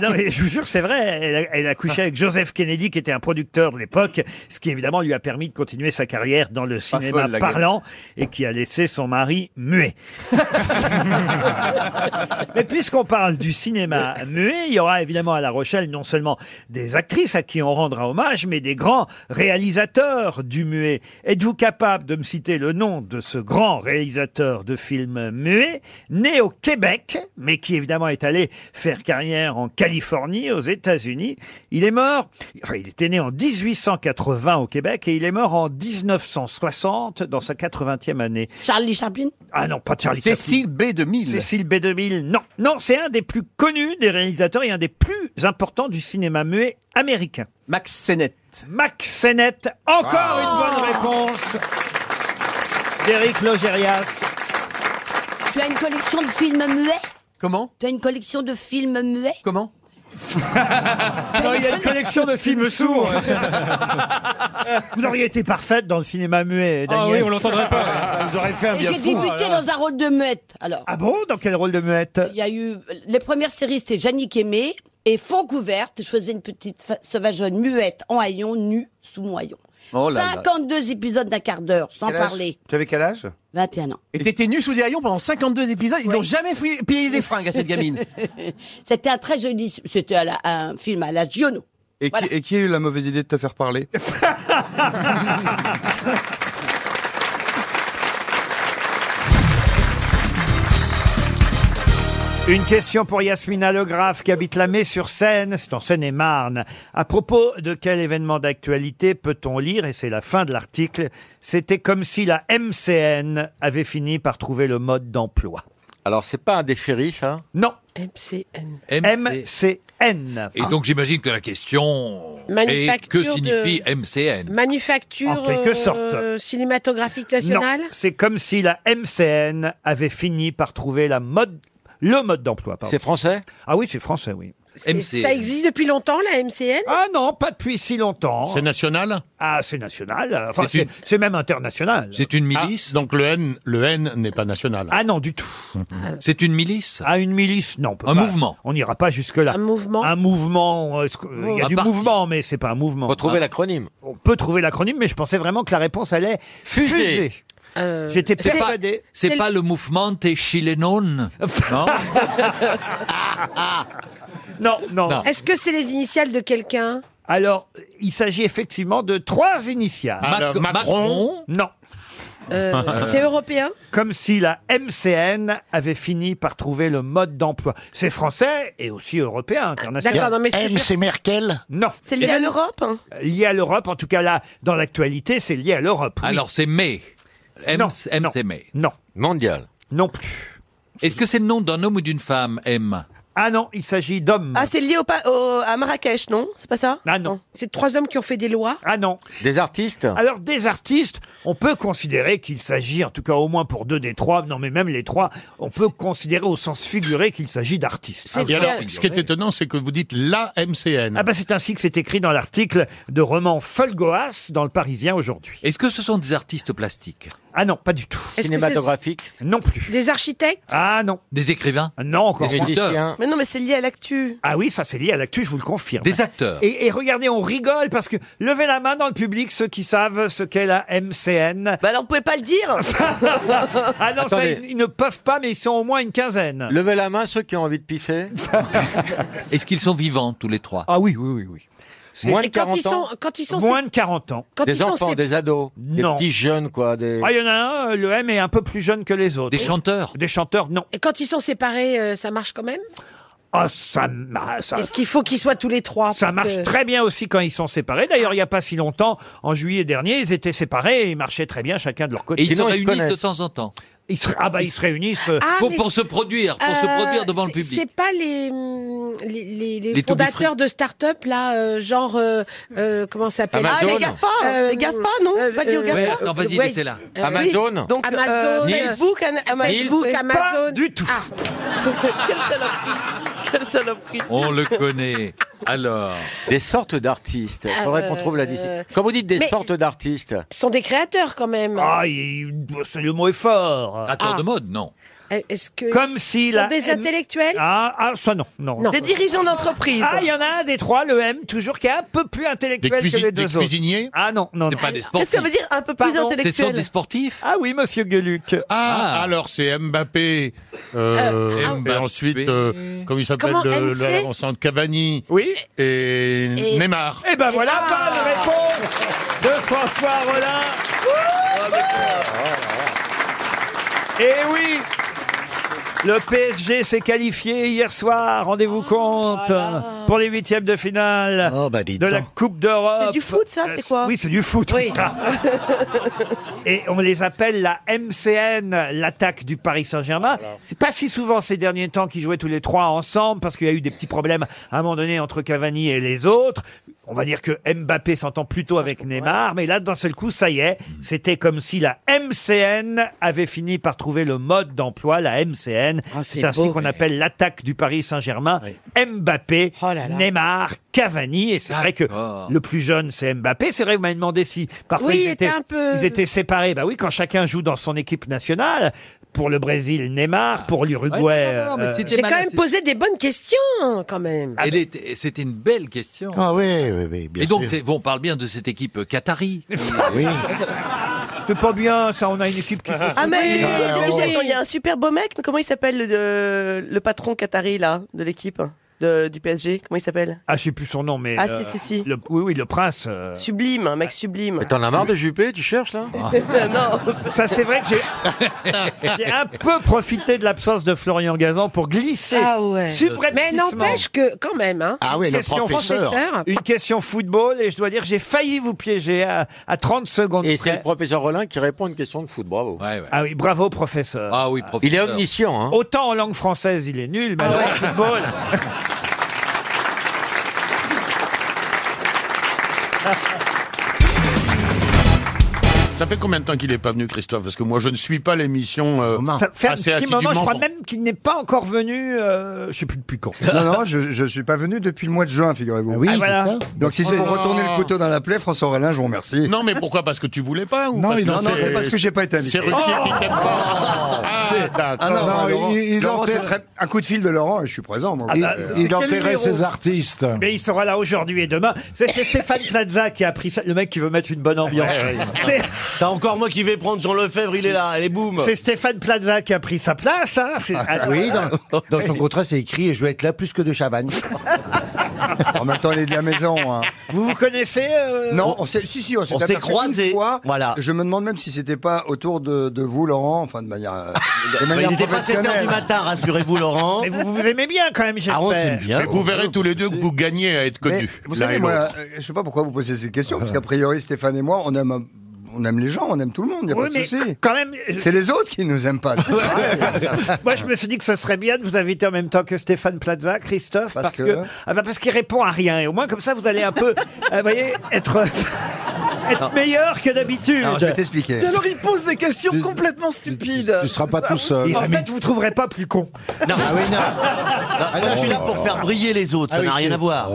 [SPEAKER 1] non, mais je vous jure, c'est vrai. Elle a, elle a couché avec Joseph Kennedy, qui était un producteur de l'époque, ce qui évidemment lui a permis de continuer sa carrière dans le cinéma
[SPEAKER 14] folle, la gueule.
[SPEAKER 1] parlant et qui a laissé son mari muet. Mais puisqu'on parle du cinéma muet, il y aura évidemment à La Rochelle non seulement des actrices à qui on rendra hommage, mais des grands réalisateurs du muet. Êtes-vous capable de me citer le nom de ce grand réalisateur de films muets, né au Québec, mais qui évidemment est allé faire carrière en Californie, aux États-Unis Il est mort, enfin il était né en 1880 au Québec et il est mort en 1960 dans sa 80e année.
[SPEAKER 15] Charlie Chaplin
[SPEAKER 1] Ah non, pas Charlie
[SPEAKER 14] Cécile
[SPEAKER 1] B. 2000. Cécile B. 2000, non. Non, c'est un des plus connus des réalisateurs et un des plus importants du cinéma muet américain. Max Sennett. Max Sennett, encore une bonne réponse d'Éric Logérias.
[SPEAKER 15] Tu as une collection de films muets
[SPEAKER 14] Comment
[SPEAKER 15] Tu as une collection de films muets
[SPEAKER 14] Comment
[SPEAKER 1] Non, il y a une collection de films sourds. Vous auriez été parfaite dans le cinéma muet,
[SPEAKER 4] Ah
[SPEAKER 1] Daniel.
[SPEAKER 4] oui, on l'entendrait pas. Ça nous aurait fait
[SPEAKER 15] Et j'ai
[SPEAKER 1] Oh
[SPEAKER 15] débuté dans un rôle de muette. Alors,
[SPEAKER 1] Ah bon Dans quel rôle de muette
[SPEAKER 15] il y a eu les premières séries, c'était Jannick Aimé et Fond couverte. Je faisais une petite fa- sauvageonne muette en haillon, nue sous mon haillon.
[SPEAKER 14] Oh là là.
[SPEAKER 15] 52 épisodes d'un quart d'heure, sans
[SPEAKER 14] Quel âge
[SPEAKER 15] parler.
[SPEAKER 14] Tu avais quel âge
[SPEAKER 15] 21 ans.
[SPEAKER 14] Et t'étais nu sous des haillons pendant 52 épisodes. Ils n'ont jamais fri- pillé des fringues à cette gamine.
[SPEAKER 15] C'était un très joli, c'était à la- un film à la Giono.
[SPEAKER 17] Et, qui, et qui a eu la mauvaise idée de te faire parler
[SPEAKER 1] Une question pour Yasmina Legraf qui habite la Mai-sur-Seine, c'est en Seine-et-Marne. À propos de quel événement d'actualité peut-on lire, et c'est la fin de l'article, c'était comme si la MCN avait fini par trouver le mode d'emploi.
[SPEAKER 7] Alors, c'est pas un déchéri, ça
[SPEAKER 1] Non.
[SPEAKER 15] MCN.
[SPEAKER 1] MCN.
[SPEAKER 6] Et donc j'imagine que la question est
[SPEAKER 16] Manufacture
[SPEAKER 6] que signifie MCN
[SPEAKER 16] Manufacture
[SPEAKER 1] En quelque
[SPEAKER 16] euh,
[SPEAKER 1] sorte.
[SPEAKER 16] cinématographique
[SPEAKER 1] Non,
[SPEAKER 16] nationale
[SPEAKER 1] c'est comme si la MCN avait fini par trouver la mode, le mode d'emploi.
[SPEAKER 7] C'est français
[SPEAKER 1] Ah oui, c'est français, oui.
[SPEAKER 16] C'est- Ça existe depuis longtemps, la MCN
[SPEAKER 1] Ah non, pas depuis si longtemps.
[SPEAKER 18] C'est national
[SPEAKER 1] Oh. Ah, c'est national. Enfin,
[SPEAKER 18] C'est
[SPEAKER 1] c'est
[SPEAKER 18] une-
[SPEAKER 1] c'est même international.
[SPEAKER 18] C'est une milice Donc le N, le N n'est pas national.
[SPEAKER 1] Ah non, du tout.
[SPEAKER 6] C'est une milice
[SPEAKER 1] Ah, une milice, non. on peut
[SPEAKER 18] Un
[SPEAKER 1] pas.
[SPEAKER 18] mouvement.
[SPEAKER 1] On n'ira pas jusque-là. Un mouvement Un mouvement. euh, ce que- Il y a
[SPEAKER 7] Un
[SPEAKER 1] du
[SPEAKER 7] parti.
[SPEAKER 1] mouvement, mais c'est pas un mouvement. Hein
[SPEAKER 7] On peut trouver l'acronyme.
[SPEAKER 1] On peut trouver l'acronyme, mais je pensais vraiment que la réponse allait
[SPEAKER 6] Fusée.
[SPEAKER 1] fuser.
[SPEAKER 12] Euh,
[SPEAKER 1] J'étais
[SPEAKER 6] Euh, C'est pas,
[SPEAKER 1] persuadé.
[SPEAKER 6] c'est pas le mouvement Te Chilenon Non
[SPEAKER 1] Non, non.
[SPEAKER 16] Est-ce que c'est les initiales de quelqu'un
[SPEAKER 1] Alors, il s'agit effectivement de trois initiales.
[SPEAKER 18] Alors, Mac- Macron
[SPEAKER 1] Non.
[SPEAKER 16] Euh, C'est européen
[SPEAKER 1] Comme si la MCN avait fini par trouver le mode d'emploi. C'est français et aussi européen, international.
[SPEAKER 16] D'accord, non, mais ce que je veux dire- M, c'est
[SPEAKER 1] Merkel Non.
[SPEAKER 16] C'est lié à l'Europe hein.
[SPEAKER 1] Lié à l'Europe, en tout cas là, dans l'actualité, c'est lié à l'Europe. oui.
[SPEAKER 6] Alors c'est mai. M, M, c'est mai.
[SPEAKER 1] Non.
[SPEAKER 7] Mondial.
[SPEAKER 1] Non plus.
[SPEAKER 6] Est-ce que c'est le nom d'un homme ou d'une femme, M
[SPEAKER 1] Ah non, il s'agit d'hommes.
[SPEAKER 16] Ah, c'est lié au pa- au- à Marrakech, non C'est pas ça
[SPEAKER 1] Ah non.
[SPEAKER 16] C'est trois hommes qui ont fait des lois
[SPEAKER 1] Ah non.
[SPEAKER 7] Des artistes
[SPEAKER 1] Alors, des artistes, on peut considérer qu'il s'agit, en tout cas au moins pour deux des trois, non mais même les trois, on peut considérer au sens figuré qu'il s'agit d'artistes.
[SPEAKER 6] Ah
[SPEAKER 18] Et alors, ce qui est étonnant, c'est que vous dites la MCN.
[SPEAKER 1] Ah bah c'est ainsi que c'est écrit dans l'article de roman Folgoas dans le Parisien aujourd'hui.
[SPEAKER 6] Est-ce que ce sont des artistes plastiques
[SPEAKER 1] Ah non, pas du tout.
[SPEAKER 16] Est-ce que Cinématographique
[SPEAKER 1] Non plus.
[SPEAKER 16] Des architectes
[SPEAKER 1] Ah non.
[SPEAKER 6] Des écrivains
[SPEAKER 1] Non, encore
[SPEAKER 6] Des
[SPEAKER 1] moins.
[SPEAKER 6] musiciens
[SPEAKER 16] Mais non, mais c'est lié à l'actu.
[SPEAKER 1] Ah oui, ça c'est lié à l'actu, je vous le confirme.
[SPEAKER 6] Des acteurs
[SPEAKER 1] Et, et regardez, on rigole parce que levez la main dans le public ceux qui savent ce qu'est la MCN.
[SPEAKER 15] Bah alors, vous pouvez pas le dire
[SPEAKER 1] ah non, ça,
[SPEAKER 7] Attendez.
[SPEAKER 1] ils, ils ne peuvent pas, mais ils sont au moins une quinzaine.
[SPEAKER 7] Levez la main ceux qui ont envie de pisser.
[SPEAKER 6] Est-ce qu'ils sont vivants, tous les trois
[SPEAKER 1] Ah oui, oui, oui. oui. C'est-
[SPEAKER 7] Moins de 40 ans
[SPEAKER 16] quand ils sont,
[SPEAKER 1] Moins
[SPEAKER 16] c'est-
[SPEAKER 1] de 40 ans.
[SPEAKER 16] Quand
[SPEAKER 7] Des
[SPEAKER 16] ils sont,
[SPEAKER 7] enfants,
[SPEAKER 16] c'est-
[SPEAKER 7] des ados,
[SPEAKER 1] Non.
[SPEAKER 7] des petits jeunes, quoi. Des...
[SPEAKER 1] Ah, il y en a un, euh, le M est un peu plus jeune que les autres.
[SPEAKER 6] Des chanteurs
[SPEAKER 1] Des chanteurs, non.
[SPEAKER 16] Et quand ils sont séparés, euh, ça marche quand même
[SPEAKER 1] Ah, ça, ma- ça,
[SPEAKER 16] Est-ce qu'il faut qu'ils soient tous les trois
[SPEAKER 1] ça
[SPEAKER 16] pour
[SPEAKER 1] marche
[SPEAKER 16] que-
[SPEAKER 1] très bien aussi quand ils sont séparés. D'ailleurs, il n'y a pas si longtemps, en juillet dernier, ils étaient séparés et ils marchaient très bien chacun de leur côté.
[SPEAKER 6] Et ils se réunissent de temps en temps
[SPEAKER 1] Ils se, ah bah, ils se réunissent. euh,
[SPEAKER 16] Ah,
[SPEAKER 6] pour,
[SPEAKER 16] mais
[SPEAKER 6] pour se
[SPEAKER 16] c'est-
[SPEAKER 6] produire, pour se
[SPEAKER 16] Euh,
[SPEAKER 6] produire devant le
[SPEAKER 16] c'est- C'est
[SPEAKER 6] public.
[SPEAKER 16] pas les, hum, les, les- les
[SPEAKER 6] Les tout
[SPEAKER 16] fondateurs de start-up, là, euh, genre, euh, euh, comment ça s'appelle Euh, mm,
[SPEAKER 7] Amazon. Ah, les
[SPEAKER 16] GAFA GAFA, non Pas lié aux
[SPEAKER 7] euh, ouais, non, vas-y, laissez-la. Amazon.
[SPEAKER 16] Donc,
[SPEAKER 7] Donc,
[SPEAKER 16] Amazon,
[SPEAKER 7] euh,
[SPEAKER 16] Facebook, An- Amazon. Facebook,
[SPEAKER 7] Pas
[SPEAKER 16] Amazon. Ah.
[SPEAKER 1] du tout.
[SPEAKER 15] Quelle saloperie
[SPEAKER 6] On le connaît. Alors,
[SPEAKER 7] Des sortes d'artistes. Il
[SPEAKER 6] Ah.
[SPEAKER 7] faudrait qu'on trouve la
[SPEAKER 16] Euh,
[SPEAKER 7] définition. Quand vous dites des
[SPEAKER 16] mais-
[SPEAKER 7] sortes d'artistes,
[SPEAKER 16] Ils sont des créateurs, quand même.
[SPEAKER 1] Ah, il- c'est le mot est fort.
[SPEAKER 6] acteur de mode, non
[SPEAKER 16] Euh, Est-ce que
[SPEAKER 1] Comme
[SPEAKER 16] ils
[SPEAKER 1] si
[SPEAKER 16] Ah. sont
[SPEAKER 1] la
[SPEAKER 16] des
[SPEAKER 1] M-
[SPEAKER 16] intellectuels
[SPEAKER 1] Ah, ah, ça non, non.
[SPEAKER 16] Non.
[SPEAKER 15] Des dirigeants d'entreprise
[SPEAKER 1] Ah, il y en a un des trois, le M, toujours qui est un peu plus
[SPEAKER 18] Des,
[SPEAKER 1] intellectuel que
[SPEAKER 18] cuisi-
[SPEAKER 1] les
[SPEAKER 18] des
[SPEAKER 1] deux autres.
[SPEAKER 18] cuisiniers
[SPEAKER 1] Ah non, non, non.
[SPEAKER 6] C'est pas des
[SPEAKER 15] Qu'est-ce que
[SPEAKER 6] sportifs.
[SPEAKER 15] ça veut dire un peu plus
[SPEAKER 1] Pardon
[SPEAKER 6] Ce sont des
[SPEAKER 15] intellectuel
[SPEAKER 6] sportifs
[SPEAKER 1] Ah oui, monsieur Gueluc.
[SPEAKER 18] ah, alors c'est Mbappé, euh,
[SPEAKER 6] ah,
[SPEAKER 18] et
[SPEAKER 6] Mbappé.
[SPEAKER 18] ensuite, euh, comment il s'appelle,
[SPEAKER 16] Comment,
[SPEAKER 18] le,
[SPEAKER 16] MC?
[SPEAKER 18] le- l'avancement de Cavani
[SPEAKER 1] Oui.
[SPEAKER 18] et,
[SPEAKER 16] Et-
[SPEAKER 18] Neymar.
[SPEAKER 1] Eh ben voilà, bonne réponse de François Rollin. Et Eh oui le PSG s'est qualifié hier soir, rendez-vous
[SPEAKER 15] Oh,
[SPEAKER 1] compte, pour les huitièmes de finale de la Coupe d'Europe.
[SPEAKER 15] C'est du foot, ça, c'est
[SPEAKER 1] Euh,
[SPEAKER 15] quoi
[SPEAKER 1] Oui, c'est du foot.
[SPEAKER 15] Oui.
[SPEAKER 1] Et on les appelle la MCN, l'attaque du Paris Saint-Germain. C'est pas si souvent ces derniers temps qu'ils jouaient tous les trois ensemble parce qu'il y a eu des petits problèmes à un moment donné entre Cavani et les autres. On va dire que Mbappé s'entend plutôt avec Neymar, mais là, d'un seul coup, ça y est, c'était comme si la MCN avait fini par trouver le mode d'emploi, la MCN. c'est ainsi qu'on appelle l'attaque du Paris Saint-Germain. Mbappé, Neymar, Cavani, et c'est vrai que
[SPEAKER 6] D'accord.
[SPEAKER 1] le plus jeune, c'est Mbappé. C'est vrai, vous m'avez demandé si parfois
[SPEAKER 16] Oui,
[SPEAKER 1] ils,
[SPEAKER 16] il était
[SPEAKER 1] étaient,
[SPEAKER 16] un peu-
[SPEAKER 1] ils étaient séparés. Bah oui, quand chacun joue dans son équipe nationale, pour le Brésil, Neymar, pour l'Uruguay.
[SPEAKER 6] Ah. Ouais, non, non, non, mais
[SPEAKER 1] euh,
[SPEAKER 6] c'était
[SPEAKER 16] J'ai quand
[SPEAKER 6] malade,
[SPEAKER 16] même
[SPEAKER 6] c'est-
[SPEAKER 16] posé des bonnes questions, quand même.
[SPEAKER 6] Elle était- C'était une belle question.
[SPEAKER 12] Ah oui, oui, oui, bien
[SPEAKER 6] Et donc,
[SPEAKER 12] sûr.
[SPEAKER 6] c'est- bon, on parle bien de cette
[SPEAKER 14] euh,
[SPEAKER 6] équipe qatari.
[SPEAKER 12] Oui.
[SPEAKER 1] C'est pas bien, ça, on a une équipe qui fait
[SPEAKER 15] Ah mais
[SPEAKER 1] sourire. ah,
[SPEAKER 15] il y a un super beau mec, comment il s'appelle le, le patron qatari là de l'équipe
[SPEAKER 19] de- du PSG. Comment il s'appelle
[SPEAKER 1] Ah, je sais plus son nom, mais.
[SPEAKER 19] Ah, si, si, si.
[SPEAKER 1] le- oui, oui, le prince. euh, Ah.
[SPEAKER 19] Sublime, un mec sublime.
[SPEAKER 7] T'en as marre de Juppé Tu cherches là
[SPEAKER 19] Non.
[SPEAKER 1] Ça, c'est vrai que j'ai j'ai un peu profité de l'absence de Florian Gazan pour glisser.
[SPEAKER 16] Ah ouais. Mais
[SPEAKER 1] subrepticement.
[SPEAKER 16] n'empêche que, quand même, hein.
[SPEAKER 12] Ah
[SPEAKER 7] Ah
[SPEAKER 1] Une question Une question football, et je dois dire, j'ai failli vous piéger à, à 30 secondes.
[SPEAKER 7] Et
[SPEAKER 1] près.
[SPEAKER 7] c'est le professeur Rollin qui répond à une question de foot. Bravo.
[SPEAKER 1] Ah oui, bravo, professeur.
[SPEAKER 20] Ah oui,
[SPEAKER 7] Il est omniscient. Hein.
[SPEAKER 1] Autant en langue française, il est nul, mais alors en football.
[SPEAKER 3] Ça fait combien de temps qu'il n'est pas venu, Christophe Parce que moi, je ne suis pas l'émission. euh,
[SPEAKER 1] Ça fait un
[SPEAKER 3] assez
[SPEAKER 1] petit moment, je
[SPEAKER 3] assidûment.
[SPEAKER 1] crois même qu'il n'est pas encore venu, euh, je sais plus depuis quand.
[SPEAKER 4] Non, non, je ne suis pas venu depuis le mois de juin, figurez-vous.
[SPEAKER 1] Ah, voilà.
[SPEAKER 4] Donc si c'est
[SPEAKER 3] Oh.
[SPEAKER 4] pour retourner le couteau dans la plaie, François Aurélien, je vous remercie.
[SPEAKER 3] Non, mais pourquoi Parce que tu voulais pas ou
[SPEAKER 4] Non,
[SPEAKER 3] parce
[SPEAKER 4] il-
[SPEAKER 3] que
[SPEAKER 4] non, non,
[SPEAKER 3] c'est-
[SPEAKER 4] c'est parce que j'ai pas été invité. Oh
[SPEAKER 3] C'est Ruquier
[SPEAKER 1] Oh,
[SPEAKER 3] qui t'aime pas. C'est-
[SPEAKER 4] Ah non, non,
[SPEAKER 3] Laurent-
[SPEAKER 4] il- il
[SPEAKER 3] Laurent,
[SPEAKER 4] enterre-
[SPEAKER 3] c'est très-
[SPEAKER 4] un coup de fil de Laurent et je suis présent. moi.
[SPEAKER 1] Ah bah,
[SPEAKER 4] Euh,
[SPEAKER 1] c'est quel numéro
[SPEAKER 3] artistes.
[SPEAKER 1] Mais il sera là aujourd'hui et demain. C'est c'est Stéphane Plaza qui a pris ça. Le mec qui veut mettre une bonne ambiance. C'est-
[SPEAKER 12] T'as encore moi qui vais prendre Jean Lefebvre, il est là, allez boum
[SPEAKER 1] C'est Stéphane Plaza qui a pris sa place. hein. C'est-
[SPEAKER 2] Ah Oui, dans, dans son contrat, c'est écrit je vais être là plus que de Chavannes.
[SPEAKER 4] En même temps, il est de la maison. hein.
[SPEAKER 1] Vous vous connaissez euh,
[SPEAKER 4] Non, on s'est, si, si, on s'est,
[SPEAKER 12] On s'est
[SPEAKER 4] aperçu une
[SPEAKER 12] croisés,
[SPEAKER 4] fois.
[SPEAKER 12] voilà.
[SPEAKER 4] Je me demande même si c'était pas autour de, de vous, Laurent, enfin de manière, euh, de
[SPEAKER 12] Bah,
[SPEAKER 4] manière
[SPEAKER 12] il était pas 7 heures
[SPEAKER 4] professionnelle.
[SPEAKER 12] du matin, rassurez-vous Laurent.
[SPEAKER 1] Mais vous vous aimez bien quand même, j'espère.
[SPEAKER 12] Ah, on s'aime
[SPEAKER 3] Mais vous verrez tous les deux que vous gagnez à être
[SPEAKER 4] Mais
[SPEAKER 3] connus.
[SPEAKER 4] vous
[SPEAKER 3] l'un
[SPEAKER 4] savez,
[SPEAKER 3] et
[SPEAKER 4] moi,
[SPEAKER 3] l'autre.
[SPEAKER 4] euh, je sais pas pourquoi vous posez ces questions, parce qu'a priori, Stéphane et moi, on aime, un- on aime les gens, on aime tout le monde, il n'y a
[SPEAKER 1] Oui,
[SPEAKER 4] pas de
[SPEAKER 1] mais
[SPEAKER 4] souci.
[SPEAKER 1] quand même. euh,
[SPEAKER 4] C'est les autres qui nous aiment pas. c'est pareil.
[SPEAKER 1] Moi, je me suis dit que ce serait bien de vous inviter en même temps que Stéphane Plaza, Christophe, parce, que,
[SPEAKER 4] que-
[SPEAKER 1] ah bah, parce qu'il répond à rien. Et au moins, comme ça, vous allez un peu, euh, vous voyez, être, être meilleur que d'habitude.
[SPEAKER 4] Alors, je vais t'expliquer.
[SPEAKER 1] Et
[SPEAKER 14] alors, il pose des questions complètement stupides.
[SPEAKER 1] tu
[SPEAKER 3] seras pas tout
[SPEAKER 1] seul. euh,
[SPEAKER 4] Ah,
[SPEAKER 1] En fait, vous trouverez pas plus con.
[SPEAKER 12] Non, ah oui, non. moi, je suis là pour faire briller les autres, ça
[SPEAKER 1] Ah oui,
[SPEAKER 12] n'a rien
[SPEAKER 1] c'est-
[SPEAKER 12] à voir.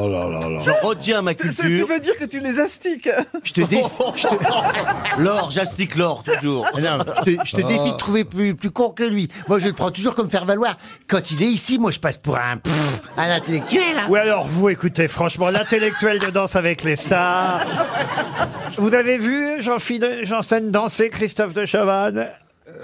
[SPEAKER 12] Je retiens ma
[SPEAKER 14] C'est- c'est- Tu
[SPEAKER 12] culture.
[SPEAKER 14] veux dire que tu les astiques
[SPEAKER 12] Je te défie. je te- L'or, j'astique l'or toujours.
[SPEAKER 2] Ah
[SPEAKER 12] Oh.
[SPEAKER 2] Je te, je te
[SPEAKER 1] Ah.
[SPEAKER 2] défie de trouver plus, plus con que lui. Moi, je le prends toujours comme faire valoir. Quand il est ici, moi, je passe pour un, pff, un intellectuel. hein.
[SPEAKER 1] Ou alors, vous, écoutez, franchement, l'intellectuel de danse avec les stars. vous avez vu Jean-Philippe Janssen danser Christophe de Chavannes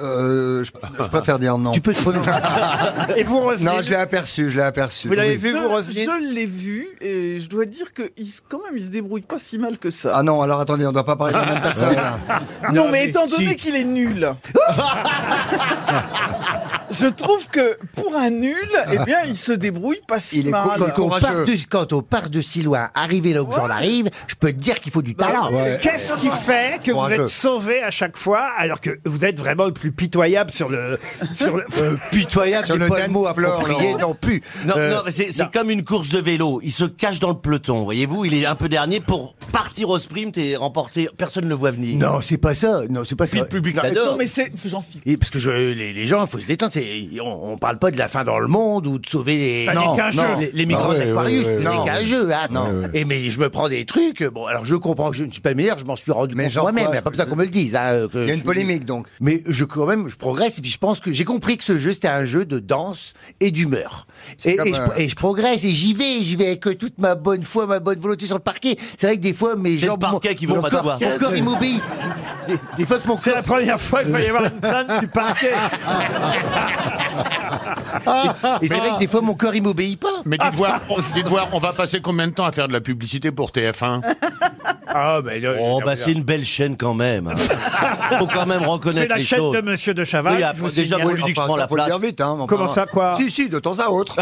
[SPEAKER 4] Euh, je, je préfère dire non. Tu
[SPEAKER 2] peux te
[SPEAKER 1] Et vous, Roselyne
[SPEAKER 4] Non, je l'ai aperçu, je l'ai aperçu.
[SPEAKER 1] Vous l'avez vu,
[SPEAKER 14] Je-
[SPEAKER 1] vous, Roselyne
[SPEAKER 14] Je l'ai vu et je dois dire que il se- quand même il se débrouille pas si mal que ça.
[SPEAKER 4] Ah non, alors attendez, on ne doit pas parler de la même personne. là.
[SPEAKER 14] non, mais, étant donné qu'il est nul, je trouve que pour un nul, eh bien, il se débrouille pas si mal.
[SPEAKER 2] quand, on part de, quand on part de si loin, arriver là où j'en arrive, je peux te dire qu'il faut du talent.
[SPEAKER 1] Bah, Qu'est-ce qui fait que vous
[SPEAKER 2] Courageux.
[SPEAKER 1] êtes sauvé à chaque fois alors que vous êtes vraiment le plus pitoyable sur le sur le
[SPEAKER 2] Euh, pitoyable
[SPEAKER 12] Sur
[SPEAKER 2] n'est
[SPEAKER 12] le
[SPEAKER 2] pas le mot
[SPEAKER 12] Danube, Laurent.
[SPEAKER 2] approprié non plus.
[SPEAKER 12] Non,
[SPEAKER 2] Euh,
[SPEAKER 12] non, mais c'est c'est comme une course de vélo. Il se cache dans le peloton, voyez-vous. Il est un peu dernier pour partir au sprint et remporter. Personne ne le voit venir.
[SPEAKER 2] Non, c'est pas ça. Non, c'est pas ça.
[SPEAKER 12] l'adore.
[SPEAKER 14] Non, mais c'est j'en fiche.
[SPEAKER 2] Et parce que je- les, les gens, il faut se détendre. c'est- On, on parle pas de la fin dans le monde ou de sauver les,
[SPEAKER 1] Ça n'est
[SPEAKER 2] non,
[SPEAKER 1] qu'un
[SPEAKER 2] non,
[SPEAKER 1] jeu.
[SPEAKER 2] les, les migrants
[SPEAKER 1] Ah ouais,
[SPEAKER 2] d'Aquarius.
[SPEAKER 1] ouais, ouais,
[SPEAKER 2] c'est
[SPEAKER 1] ouais.
[SPEAKER 2] qu'un jeu. hein.
[SPEAKER 4] Non. Ouais, ouais.
[SPEAKER 2] Et mais je me prends des trucs. Bon, alors je comprends que je ne suis pas le meilleur. Je m'en suis rendu compte
[SPEAKER 4] genre
[SPEAKER 2] moi-même.
[SPEAKER 4] quoi,
[SPEAKER 2] mais pas besoin qu'on me le dise. hein, que
[SPEAKER 4] Il y a une
[SPEAKER 2] je-
[SPEAKER 4] polémique, donc.
[SPEAKER 2] Mais je quand même, je progresse. Et puis je pense que j'ai compris que ce jeu c'était un jeu de danse et d'humeur. Et,
[SPEAKER 4] comme
[SPEAKER 2] et je,
[SPEAKER 4] un-
[SPEAKER 2] et je progresse et j'y vais. J'y vais avec euh, toute ma bonne foi, ma bonne volonté sur le parquet. C'est vrai que des fois mes
[SPEAKER 12] C'est le
[SPEAKER 2] jambes, mon,
[SPEAKER 12] parquet qui vont
[SPEAKER 2] mon
[SPEAKER 12] pas te
[SPEAKER 2] corps,
[SPEAKER 12] voir.
[SPEAKER 2] mon corps, il m'obéit. Des, des fois que mon
[SPEAKER 1] C'est la première fois qu'il va y avoir une plainte du parquet.
[SPEAKER 2] Ah. Et c'est
[SPEAKER 3] Mais-
[SPEAKER 2] vrai que des fois, mon corps, il m'obéit pas.
[SPEAKER 3] Mais
[SPEAKER 1] Ah,
[SPEAKER 3] dites voir, on, dites voir, on va passer combien de temps à faire de la publicité pour TF1
[SPEAKER 2] Ah, mais
[SPEAKER 12] Oh, bah, c'est une belle chaîne quand même. hein. Faut quand même
[SPEAKER 1] C'est
[SPEAKER 12] reconnaître
[SPEAKER 1] la
[SPEAKER 12] les
[SPEAKER 1] chaîne
[SPEAKER 12] choses.
[SPEAKER 1] de Monsieur de Chavannes.
[SPEAKER 12] Oui,
[SPEAKER 1] je vous
[SPEAKER 12] déjà,
[SPEAKER 1] signale.
[SPEAKER 12] vous lui dites que je prends la
[SPEAKER 4] faut le
[SPEAKER 12] place.
[SPEAKER 4] dire vite. Hein, mon
[SPEAKER 1] Comment
[SPEAKER 4] parrain.
[SPEAKER 1] ça, quoi
[SPEAKER 4] Si, si, de temps à autre.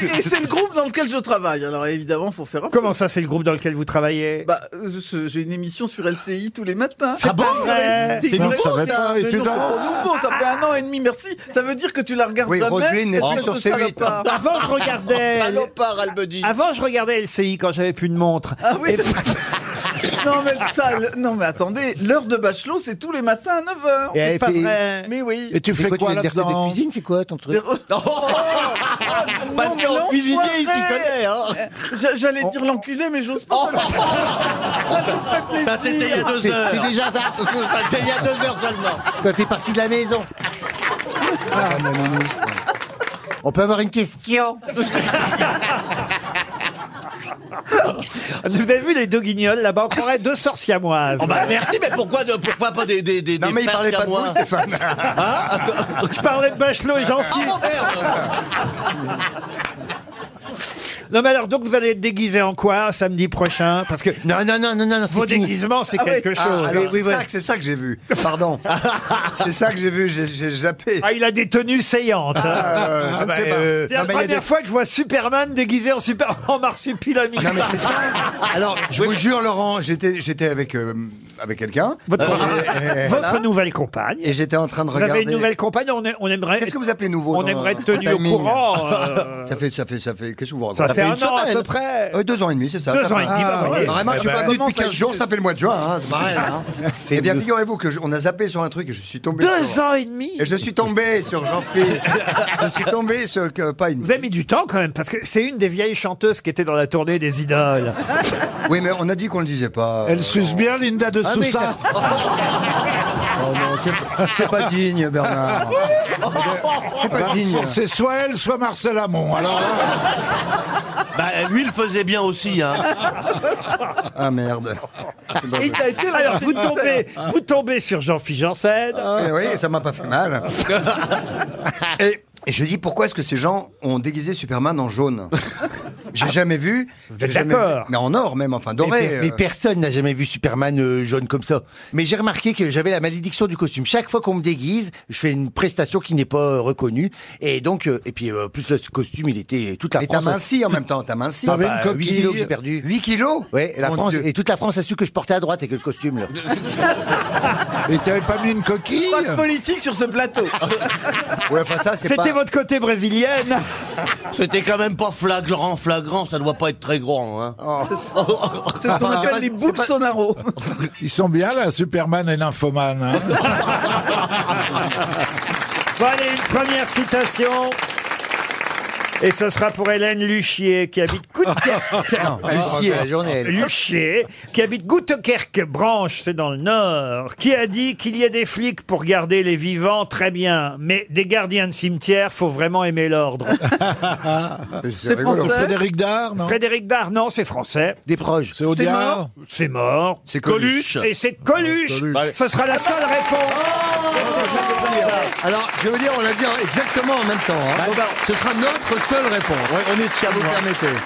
[SPEAKER 14] Et, et c'est le groupe dans lequel je travaille. Alors évidemment, faut faire. un peu.
[SPEAKER 1] Comment ça, c'est le groupe dans lequel vous travaillez
[SPEAKER 14] Bah, je- je- j'ai une émission sur LCI tous les matins.
[SPEAKER 1] C'est Ah bon pas vrai
[SPEAKER 14] C'est
[SPEAKER 1] Mais
[SPEAKER 14] nouveau,
[SPEAKER 1] vous savez
[SPEAKER 14] c'est
[SPEAKER 1] pas,
[SPEAKER 14] un-
[SPEAKER 1] et
[SPEAKER 14] c'est
[SPEAKER 1] tu
[SPEAKER 14] nouveau,
[SPEAKER 1] danses
[SPEAKER 14] nouveau, ça fait un an et demi, merci. Ça veut dire que tu la regardes
[SPEAKER 4] Oui,
[SPEAKER 14] jamais.
[SPEAKER 4] Roselyne n'est
[SPEAKER 14] parce
[SPEAKER 4] plus
[SPEAKER 14] que
[SPEAKER 4] sur hein.
[SPEAKER 14] ça
[SPEAKER 4] C8.
[SPEAKER 14] va pas.
[SPEAKER 1] Avant, je regardais.
[SPEAKER 12] Salopard, Albedi.
[SPEAKER 1] Avant, je regardais LCI quand j'avais plus de montre.
[SPEAKER 14] Ah oui, c'est- non mais ça, le- non mais attendez, l'heure de bachelot c'est tous les matins à 9h.
[SPEAKER 2] Et elle
[SPEAKER 14] pas
[SPEAKER 2] fait-
[SPEAKER 14] vrai. Mais oui.
[SPEAKER 2] Et fais quoi, là de cuisine, c'est quoi ton truc
[SPEAKER 14] Oh,
[SPEAKER 12] Parce qu'en cuisinier, il s'y connaît, hein.
[SPEAKER 14] Euh,
[SPEAKER 12] Oh,
[SPEAKER 14] J'a- J'allais dire l'enculé, mais j'ose pas. Ça nous ferait plaisir.
[SPEAKER 12] Ça, c'était il y a deux
[SPEAKER 2] C'est-
[SPEAKER 12] heures.
[SPEAKER 2] c'est déjà
[SPEAKER 12] ça. C'était il y a deux heures seulement. Ah,
[SPEAKER 2] Quand t'es parti de la maison. On peut avoir une question
[SPEAKER 1] Vous avez vu les deux guignols là-bas On croirait deux sœurs siamoises.
[SPEAKER 12] Oh, bah, merci, mais pourquoi, de- pourquoi pas des, des, des
[SPEAKER 4] Non,
[SPEAKER 12] des
[SPEAKER 4] mais il
[SPEAKER 12] frères
[SPEAKER 4] parlait pas de
[SPEAKER 12] siamois
[SPEAKER 4] vous, Stéphane.
[SPEAKER 1] Hein
[SPEAKER 12] Ah,
[SPEAKER 1] Je parlais de Bachelot et jean
[SPEAKER 12] Oh, merde
[SPEAKER 1] Non, mais alors, donc, vous allez être déguisé en quoi samedi prochain Parce que.
[SPEAKER 12] Non, non, non, non, non.
[SPEAKER 1] Vos
[SPEAKER 4] fini.
[SPEAKER 1] déguisements, c'est
[SPEAKER 4] Ah oui.
[SPEAKER 1] quelque
[SPEAKER 4] Ah,
[SPEAKER 1] chose. hein.
[SPEAKER 4] alors, c'est ça que- c'est ça que j'ai vu. Pardon. c'est ça que j'ai vu, j'ai- j'ai jappé.
[SPEAKER 1] Ah, il a des tenues saillantes. hein.
[SPEAKER 4] Ah, euh, je ne sais
[SPEAKER 1] bah,
[SPEAKER 4] pas.
[SPEAKER 1] euh,
[SPEAKER 4] Non, mais
[SPEAKER 1] C'est la
[SPEAKER 4] il y a
[SPEAKER 1] première
[SPEAKER 4] des-
[SPEAKER 1] fois que je vois Superman déguisé en super en marsupilami.
[SPEAKER 4] Non, mais c'est ça. Alors, je vous jure, Laurent, j'étais j'étais avec, euh, avec quelqu'un. Euh,
[SPEAKER 1] Votre,
[SPEAKER 4] Et- et-
[SPEAKER 1] votre
[SPEAKER 4] voilà.
[SPEAKER 1] nouvelle compagne.
[SPEAKER 4] Et j'étais en train de
[SPEAKER 1] Vous avez
[SPEAKER 4] regarder.
[SPEAKER 1] une nouvelle compagne, on, est- on aimerait.
[SPEAKER 4] Qu'est-ce que vous appelez nouveau
[SPEAKER 1] On
[SPEAKER 4] dans-
[SPEAKER 1] aimerait être
[SPEAKER 4] dans le
[SPEAKER 1] tenu au
[SPEAKER 4] timing
[SPEAKER 1] courant. euh,
[SPEAKER 4] Ça fait, ça fait, ça fait. Qu'est-ce que vous racontez
[SPEAKER 1] Ça fait un
[SPEAKER 4] une
[SPEAKER 1] an à
[SPEAKER 4] semaine.
[SPEAKER 1] peu près.
[SPEAKER 4] Euh, deux ans et demi, c'est ça.
[SPEAKER 1] Deux
[SPEAKER 4] ça
[SPEAKER 1] ans
[SPEAKER 4] va.
[SPEAKER 1] et demi, bah,
[SPEAKER 4] ouais.
[SPEAKER 1] voyez.
[SPEAKER 4] Vraiment,
[SPEAKER 1] Eh
[SPEAKER 4] je suis
[SPEAKER 1] ben,
[SPEAKER 4] pas venu
[SPEAKER 1] comment
[SPEAKER 4] depuis
[SPEAKER 1] ça
[SPEAKER 4] 15 jours, ça fait le mois de juin. Hein, c'est pareil. Hein. Eh bien, figurez-vous que je- on a zappé sur un truc et je suis tombé.
[SPEAKER 1] Deux
[SPEAKER 4] sur-
[SPEAKER 1] ans et demi
[SPEAKER 4] Et je suis tombé sur Jean-Philippe. je suis tombé sur que, pas une.
[SPEAKER 1] Vous avez mis du temps quand même, parce que c'est une des vieilles chanteuses qui était dans la tournée des idoles.
[SPEAKER 4] Oui, mais on a dit qu'on le disait pas.
[SPEAKER 1] Elle suce
[SPEAKER 4] bien
[SPEAKER 12] Ah,
[SPEAKER 4] Linda
[SPEAKER 10] Ah,
[SPEAKER 4] de
[SPEAKER 1] Sousa.
[SPEAKER 4] Oh non, c'est- c'est pas digne, Bernard. C'est pas digne.
[SPEAKER 3] C'est soit elle, soit Marcel Amont. Alors, là,
[SPEAKER 2] Bah, lui, il faisait bien aussi, hein.
[SPEAKER 4] Ah merde.
[SPEAKER 1] Alors, vous tombez, vous tombez sur Jean-Philippe Janssen.
[SPEAKER 4] Eh oui, ça m'a pas fait mal. Et, et je dis pourquoi est-ce que ces gens ont déguisé Superman en jaune
[SPEAKER 1] Ah,
[SPEAKER 4] J'ai jamais vu.
[SPEAKER 2] Vous
[SPEAKER 4] j'ai
[SPEAKER 2] êtes
[SPEAKER 4] jamais
[SPEAKER 2] d'accord.
[SPEAKER 4] vu. Mais en or même, enfin
[SPEAKER 2] Mais,
[SPEAKER 4] doré.
[SPEAKER 2] per-
[SPEAKER 4] euh.
[SPEAKER 2] mais personne n'a jamais vu Superman euh, jaune comme ça. Mais j'ai remarqué que j'avais la malédiction du costume. Chaque fois qu'on me déguise, je fais une prestation qui n'est pas euh, reconnue. Et donc, euh, et puis euh, en plus le costume, il était toute la
[SPEAKER 4] Et t'as
[SPEAKER 2] France.
[SPEAKER 4] minci en même temps, t'as minci.
[SPEAKER 2] Ah bah, 8 kilos que j'ai perdu.
[SPEAKER 4] 8 kilos
[SPEAKER 2] Ouais, et la
[SPEAKER 4] Mon
[SPEAKER 2] France
[SPEAKER 4] Dieu.
[SPEAKER 2] et toute la France a su que je portais à droite et que le costume. Là.
[SPEAKER 3] et t'avais pas mis une coquille
[SPEAKER 16] Pas de politique sur ce plateau.
[SPEAKER 12] Ah,
[SPEAKER 4] Ouais, enfin ça,
[SPEAKER 1] C'était votre côté brésilienne.
[SPEAKER 2] C'était quand même pas flagrant, flagrant. Ça doit pas être très grand. Hein.
[SPEAKER 16] C'est ce qu'on
[SPEAKER 3] Bah,
[SPEAKER 16] appelle les Bolsonaro.
[SPEAKER 3] ils sont bien là, Superman et l'infoman. hein.
[SPEAKER 1] Bon, allez, une première citation. Et ce sera pour Hélène Luchier, qui habite Goutekerque.
[SPEAKER 2] Non, Luchier, la journée, elle.
[SPEAKER 1] Luchier, qui habite Goutekerque, branche, c'est dans le nord, qui a dit qu'il y a des flics pour garder les vivants, très bien, mais des gardiens de cimetière, faut vraiment aimer l'ordre.
[SPEAKER 2] Ah.
[SPEAKER 3] C'est rigolo. français Frédéric Dard, non
[SPEAKER 1] Frédéric Dard, non, c'est français.
[SPEAKER 2] Des proches.
[SPEAKER 3] C'est Audiard
[SPEAKER 1] C'est mort.
[SPEAKER 3] C'est Coluche.
[SPEAKER 1] Et c'est Coluche. Ce sera
[SPEAKER 4] Ah,
[SPEAKER 1] la seule réponse.
[SPEAKER 4] Alors, je veux dire, on l'a dit en- exactement en même temps. hein. Bon, bah, ce sera notre seule réponse. on est vous permettez.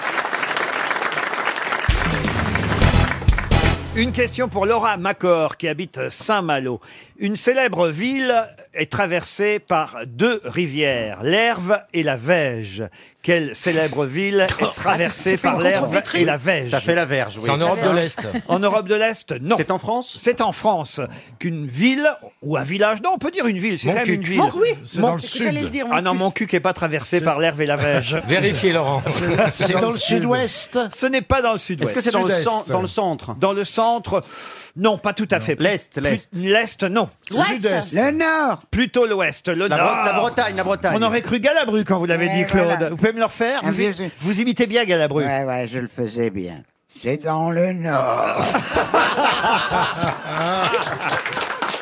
[SPEAKER 1] Une question pour Laura Macor qui habite Saint-Malo. Une célèbre ville est traversée par deux rivières, l'Erve et la Vège. Quelle célèbre ville est traversée par l'Erve et la Vège
[SPEAKER 2] Ça fait la verge. oui.
[SPEAKER 1] C'est en
[SPEAKER 2] Ça
[SPEAKER 1] Europe
[SPEAKER 2] fait
[SPEAKER 1] de
[SPEAKER 2] la-
[SPEAKER 1] l'Est. En Europe de l'Est, non. C'est en France C'est en France qu'une ville ou un village, non, on peut dire une ville, c'est quand même
[SPEAKER 3] Montcuq.
[SPEAKER 1] une ville.
[SPEAKER 3] Mon- oui. C'est dans le C'est ce que sud. j'allais dire,
[SPEAKER 1] Ah non, mon cul qui n'est pas traversé par l'Erve et la Vège.
[SPEAKER 7] Vérifiez, Laurent.
[SPEAKER 2] C'est dans le sud-ouest.
[SPEAKER 1] Ce n'est pas dans le sud-ouest.
[SPEAKER 2] Est-ce que c'est dans le Sud-est. cen- dans le
[SPEAKER 1] centre Dans le centre, non, pas tout à fait. L'est, l'est. L'est, non.
[SPEAKER 2] L'ouest. Sud-est.
[SPEAKER 1] Le nord. Plutôt l'ouest, le
[SPEAKER 2] La Bre-
[SPEAKER 1] nord.
[SPEAKER 2] la Bretagne, la Bretagne.
[SPEAKER 1] On aurait cru Galabru quand vous l'avez
[SPEAKER 9] Ouais,
[SPEAKER 1] dit, Claude.
[SPEAKER 9] voilà.
[SPEAKER 1] Vous pouvez me le refaire
[SPEAKER 9] Ah,
[SPEAKER 1] vous,
[SPEAKER 9] oui,
[SPEAKER 1] im-
[SPEAKER 9] je-
[SPEAKER 1] vous imitez bien Galabru.
[SPEAKER 9] Ouais, ouais, je le faisais bien. C'est dans le Nord.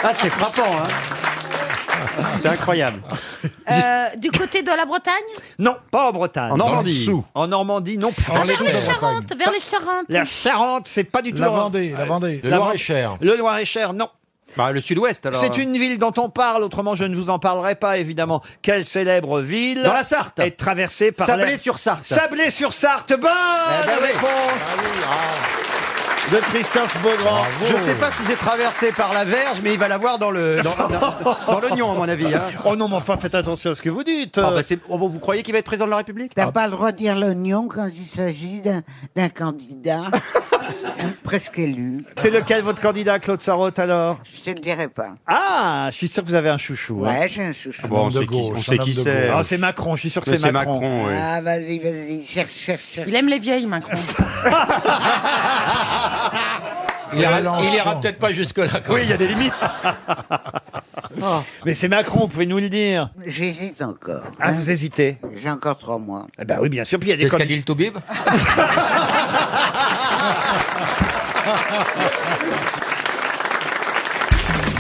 [SPEAKER 2] Ah, c'est frappant. Hein. C'est incroyable.
[SPEAKER 15] Euh, du côté de la Bretagne
[SPEAKER 1] Non, pas en Bretagne.
[SPEAKER 2] En Normandie. Dans le dessous.
[SPEAKER 1] En Normandie, non. plus.
[SPEAKER 15] Ah, Vers les Charentes, vers les Charentes.
[SPEAKER 1] La Charente, c'est pas du tout.
[SPEAKER 3] La
[SPEAKER 1] en-
[SPEAKER 3] Vendée, la Vendée.
[SPEAKER 1] La Vendée. Le Loir-et-Cher, non.
[SPEAKER 2] Bah, le sud-ouest alors.
[SPEAKER 1] C'est une ville dont on parle, autrement je ne vous en parlerai pas, évidemment. Quelle célèbre ville
[SPEAKER 2] Dans la Sarthe.
[SPEAKER 1] est traversée par la-
[SPEAKER 2] Sablé-sur-Sarthe.
[SPEAKER 1] Sablé-sur-Sarthe, bonne
[SPEAKER 2] Eh ben Ah
[SPEAKER 1] réponse de Christophe Beaugrand.
[SPEAKER 2] Je sais pas si j'ai traversé par la verge, mais il va l'avoir dans le dans, dans- dans l'oignon à mon avis. hein.
[SPEAKER 1] Oh non, mais enfin, faites attention à ce que vous dites. euh,
[SPEAKER 2] Ah, bah, c'est- oh, bon, vous croyez qu'il va être président de la République
[SPEAKER 1] Ah.
[SPEAKER 9] T'as pas le droit de dire l'oignon quand il s'agit d'un d'un candidat presque élu.
[SPEAKER 1] C'est lequel votre candidat, Claude Sarraute, alors
[SPEAKER 9] Je te le dirai pas.
[SPEAKER 1] Ah, je suis sûr que vous avez un chouchou. hein.
[SPEAKER 9] Ouais, j'ai un chouchou.
[SPEAKER 12] Bon, on sait qui- on sait qui c'est.
[SPEAKER 1] Ah, c'est Macron, je suis sûr que
[SPEAKER 12] Mais
[SPEAKER 1] c'est Macron.
[SPEAKER 12] oui.
[SPEAKER 9] Ah, vas-y, vas-y, cherche, cherche, cherche.
[SPEAKER 15] Il aime les vieilles, Macron.
[SPEAKER 7] Il ira, il ira peut-être pas jusque-là. quand même.
[SPEAKER 2] y a des limites.
[SPEAKER 1] Mais c'est Macron, pouvez nous le dire.
[SPEAKER 9] Oh. J'hésite encore.
[SPEAKER 1] Ah, vous hésitez
[SPEAKER 9] J'ai encore trois mois.
[SPEAKER 1] Eh ben oui, bien sûr. Puis il y a des
[SPEAKER 7] Qu'est-ce qu'a
[SPEAKER 1] candidats.
[SPEAKER 7] dit le Toubib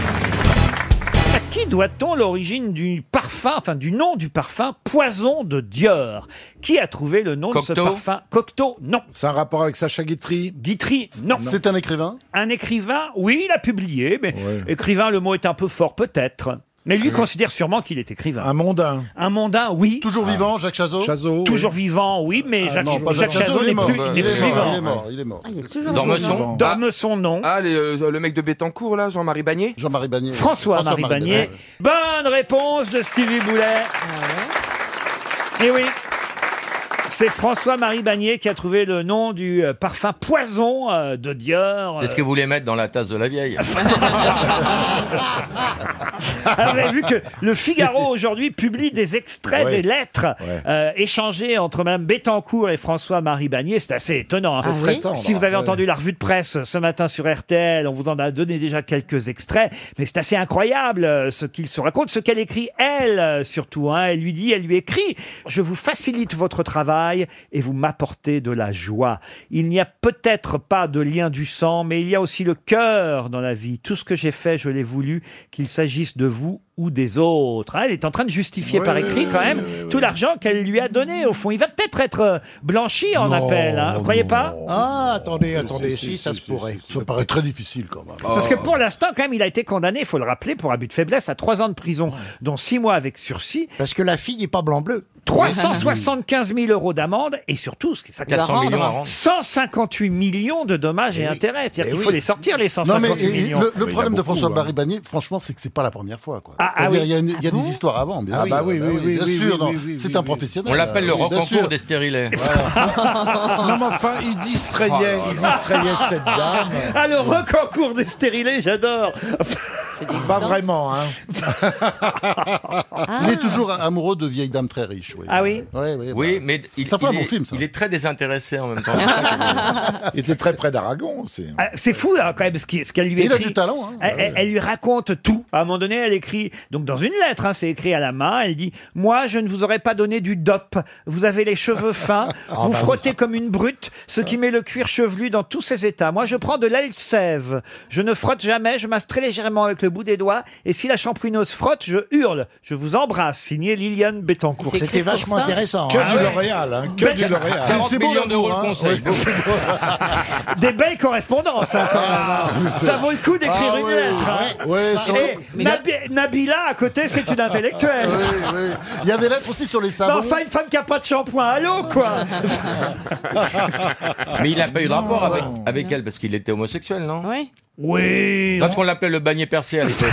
[SPEAKER 1] À qui doit-on l'origine du parfum, enfin du nom du parfum Poison de Dior Qui a trouvé le nom de ce
[SPEAKER 3] Cocteau
[SPEAKER 1] parfum Cocteau, non.
[SPEAKER 3] C'est un rapport avec Sacha Guitry
[SPEAKER 1] Guitry, non.
[SPEAKER 3] C'est un écrivain
[SPEAKER 1] Un écrivain, oui, il a publié, mais écrivain, le mot est un peu fort peut-être. Mais lui considère sûrement qu'il est écrivain. Un mondain. Un mondain, oui.
[SPEAKER 12] Ah.
[SPEAKER 1] Toujours vivant, Jacques Chazot Toujours vivant, oui, mais
[SPEAKER 18] Ah,
[SPEAKER 1] Jacques,
[SPEAKER 18] non, pas
[SPEAKER 1] Jacques
[SPEAKER 18] Jacques Chazot,
[SPEAKER 1] Chazot
[SPEAKER 18] il
[SPEAKER 1] n'est
[SPEAKER 18] est
[SPEAKER 1] plus,
[SPEAKER 18] mort.
[SPEAKER 1] n'est
[SPEAKER 18] Il est
[SPEAKER 1] plus
[SPEAKER 18] mort,
[SPEAKER 1] vivant.
[SPEAKER 18] il est mort, il est mort.
[SPEAKER 1] Ah, il est
[SPEAKER 18] toujours
[SPEAKER 1] Dormeson.
[SPEAKER 18] vivant.
[SPEAKER 1] Dormeson, non.
[SPEAKER 17] Ah, les, euh, le mec de Bétancourt, là, Jean-Marie Bagné Jean-Marie Bagné.
[SPEAKER 1] François-Marie Bagné. Bonne réponse de Stevie Boulet.
[SPEAKER 10] Ah
[SPEAKER 1] Et oui. C'est François-Marie Bagné qui a trouvé le nom du euh, parfum poison euh, de Dior.
[SPEAKER 7] C'est ce que vous voulez mettre dans la tasse de la vieille.
[SPEAKER 1] Ah, vous avez vu que le Figaro aujourd'hui publie des extraits
[SPEAKER 7] Ouais.
[SPEAKER 1] des lettres
[SPEAKER 7] Ouais.
[SPEAKER 1] euh, échangées entre Mme Bettencourt et François-Marie Bagnier. C'est assez étonnant. hein.
[SPEAKER 10] Ah oui Très tendre,
[SPEAKER 1] si vous avez
[SPEAKER 10] ouais.
[SPEAKER 1] entendu la revue de presse ce matin sur RTL, on vous en a donné déjà quelques extraits, mais c'est assez incroyable euh, ce qu'il se raconte, ce qu'elle écrit elle euh, surtout. hein. Elle lui dit, elle lui écrit, je vous facilite votre travail et vous m'apportez de la joie. Il n'y a peut-être pas de lien du sang, mais il y a aussi le cœur dans la vie. Tout ce que j'ai fait, je l'ai voulu, qu'il s'agisse de vous ou des autres. hein. Elle est en train de justifier
[SPEAKER 10] Oui,
[SPEAKER 1] par
[SPEAKER 10] oui,
[SPEAKER 1] écrit
[SPEAKER 10] oui,
[SPEAKER 1] quand
[SPEAKER 10] oui,
[SPEAKER 1] même tout l'argent qu'elle lui a donné au fond. Il va peut-être être euh, blanchi en appel. hein. Vous croyez pas
[SPEAKER 10] Ah, attendez, attendez, si, ça se pourrait. Ça paraît très difficile quand même.
[SPEAKER 1] Parce que pour l'instant, quand même, il a été condamné, il faut le rappeler, pour abus de faiblesse à 3 ans de prison, dont 6 mois avec sursis. Parce que la fille n'est pas blanc-bleu. 375 000 euros d'amende et surtout, ce qui est ça,
[SPEAKER 7] 400
[SPEAKER 1] 400
[SPEAKER 7] millions à rendre.
[SPEAKER 1] 158 millions de dommages et,
[SPEAKER 10] Eh oui.
[SPEAKER 1] intérêts.
[SPEAKER 10] Eh
[SPEAKER 1] C'est-à-dire qu'il
[SPEAKER 10] oui.
[SPEAKER 1] faut les sortir, les 158
[SPEAKER 10] non, mais, et- et
[SPEAKER 1] millions.
[SPEAKER 10] Le, le problème de François Barry Bagné, franchement, c'est que c'est pas la première fois. Quoi.
[SPEAKER 1] Ah, ah
[SPEAKER 10] C'est-à-dire,
[SPEAKER 1] oui.
[SPEAKER 10] il y a, une- il y a
[SPEAKER 1] Ah bon
[SPEAKER 10] des histoires avant, bien
[SPEAKER 7] Ah
[SPEAKER 10] sûr.
[SPEAKER 7] bah oui,
[SPEAKER 10] Bah
[SPEAKER 7] oui, oui,
[SPEAKER 10] bien
[SPEAKER 7] oui,
[SPEAKER 10] sûr.
[SPEAKER 7] oui,
[SPEAKER 10] non,
[SPEAKER 7] oui, oui,
[SPEAKER 10] c'est
[SPEAKER 7] oui,
[SPEAKER 10] un
[SPEAKER 7] oui.
[SPEAKER 10] professionnel.
[SPEAKER 7] On l'appelle le
[SPEAKER 10] euh, oui, bien
[SPEAKER 7] rencontre
[SPEAKER 10] sûr.
[SPEAKER 7] des stérilets.
[SPEAKER 10] non, mais enfin, il distrayait,
[SPEAKER 1] Oh
[SPEAKER 10] il distrayait cette dame.
[SPEAKER 1] Ah, le reconcours des stérilés, j'adore
[SPEAKER 10] Pas vraiment, hein.
[SPEAKER 7] Ah.
[SPEAKER 10] Il est toujours amoureux de vieilles dames très riches, oui.
[SPEAKER 1] Ah oui
[SPEAKER 10] Oui, oui.
[SPEAKER 7] Oui, mais il,
[SPEAKER 10] Ça fait un
[SPEAKER 7] il
[SPEAKER 10] bon
[SPEAKER 7] est,
[SPEAKER 10] film, ça.
[SPEAKER 7] il est très désintéressé en même temps.
[SPEAKER 10] Il était très près d'Aragon aussi.
[SPEAKER 1] Ah, C'est fou, là, quand même, ce qui- ce qu'elle lui
[SPEAKER 10] hein. Il a
[SPEAKER 1] écrit.
[SPEAKER 10] du talent, hein.
[SPEAKER 1] Elle, elle- elle lui raconte tout. À un moment donné, elle écrit, donc dans une lettre, hein, c'est écrit à la main, elle dit « Moi, je ne vous aurais pas donné du dop. Vous avez les cheveux fins, vous
[SPEAKER 10] bah oui.
[SPEAKER 1] frottez comme une brute, ce qui met le cuir chevelu dans tous ses états. Moi, je prends de l'alsève. Je ne frotte jamais, je masse très légèrement avec le bout des doigts, et si la champouineuse frotte, je hurle. Je vous embrasse. » Signé Liliane Bettencourt.
[SPEAKER 10] C'était vachement intéressant. Que
[SPEAKER 1] Ah
[SPEAKER 10] du
[SPEAKER 1] ouais.
[SPEAKER 10] L'Oréal, hein, que
[SPEAKER 1] Belle-
[SPEAKER 10] du L'Oréal.
[SPEAKER 7] 40 millions d'euros
[SPEAKER 10] hein.
[SPEAKER 7] le conseil.
[SPEAKER 1] Des belles correspondances, hein, quand
[SPEAKER 17] Ah,
[SPEAKER 1] même, hein. Ça vaut le coup d'écrire
[SPEAKER 10] Ah
[SPEAKER 1] une
[SPEAKER 10] oui,
[SPEAKER 1] lettre. hein.
[SPEAKER 10] ouais, ouais,
[SPEAKER 1] Et
[SPEAKER 10] sur le- Mais
[SPEAKER 1] Nabi- Nabila, à côté, c'est une intellectuelle.
[SPEAKER 10] Oui, oui. Il y a des lettres aussi sur les
[SPEAKER 1] Mais
[SPEAKER 10] savons.
[SPEAKER 1] enfin, une femme qui n'a pas de shampoing, allô, quoi
[SPEAKER 7] Mais il n'a pas eu de rapport
[SPEAKER 10] Non.
[SPEAKER 7] avec, avec elle parce qu'il était homosexuel, non
[SPEAKER 1] Oui. Oui. Ah,
[SPEAKER 7] Parce qu'on l'appelait le bagné percé à l'époque.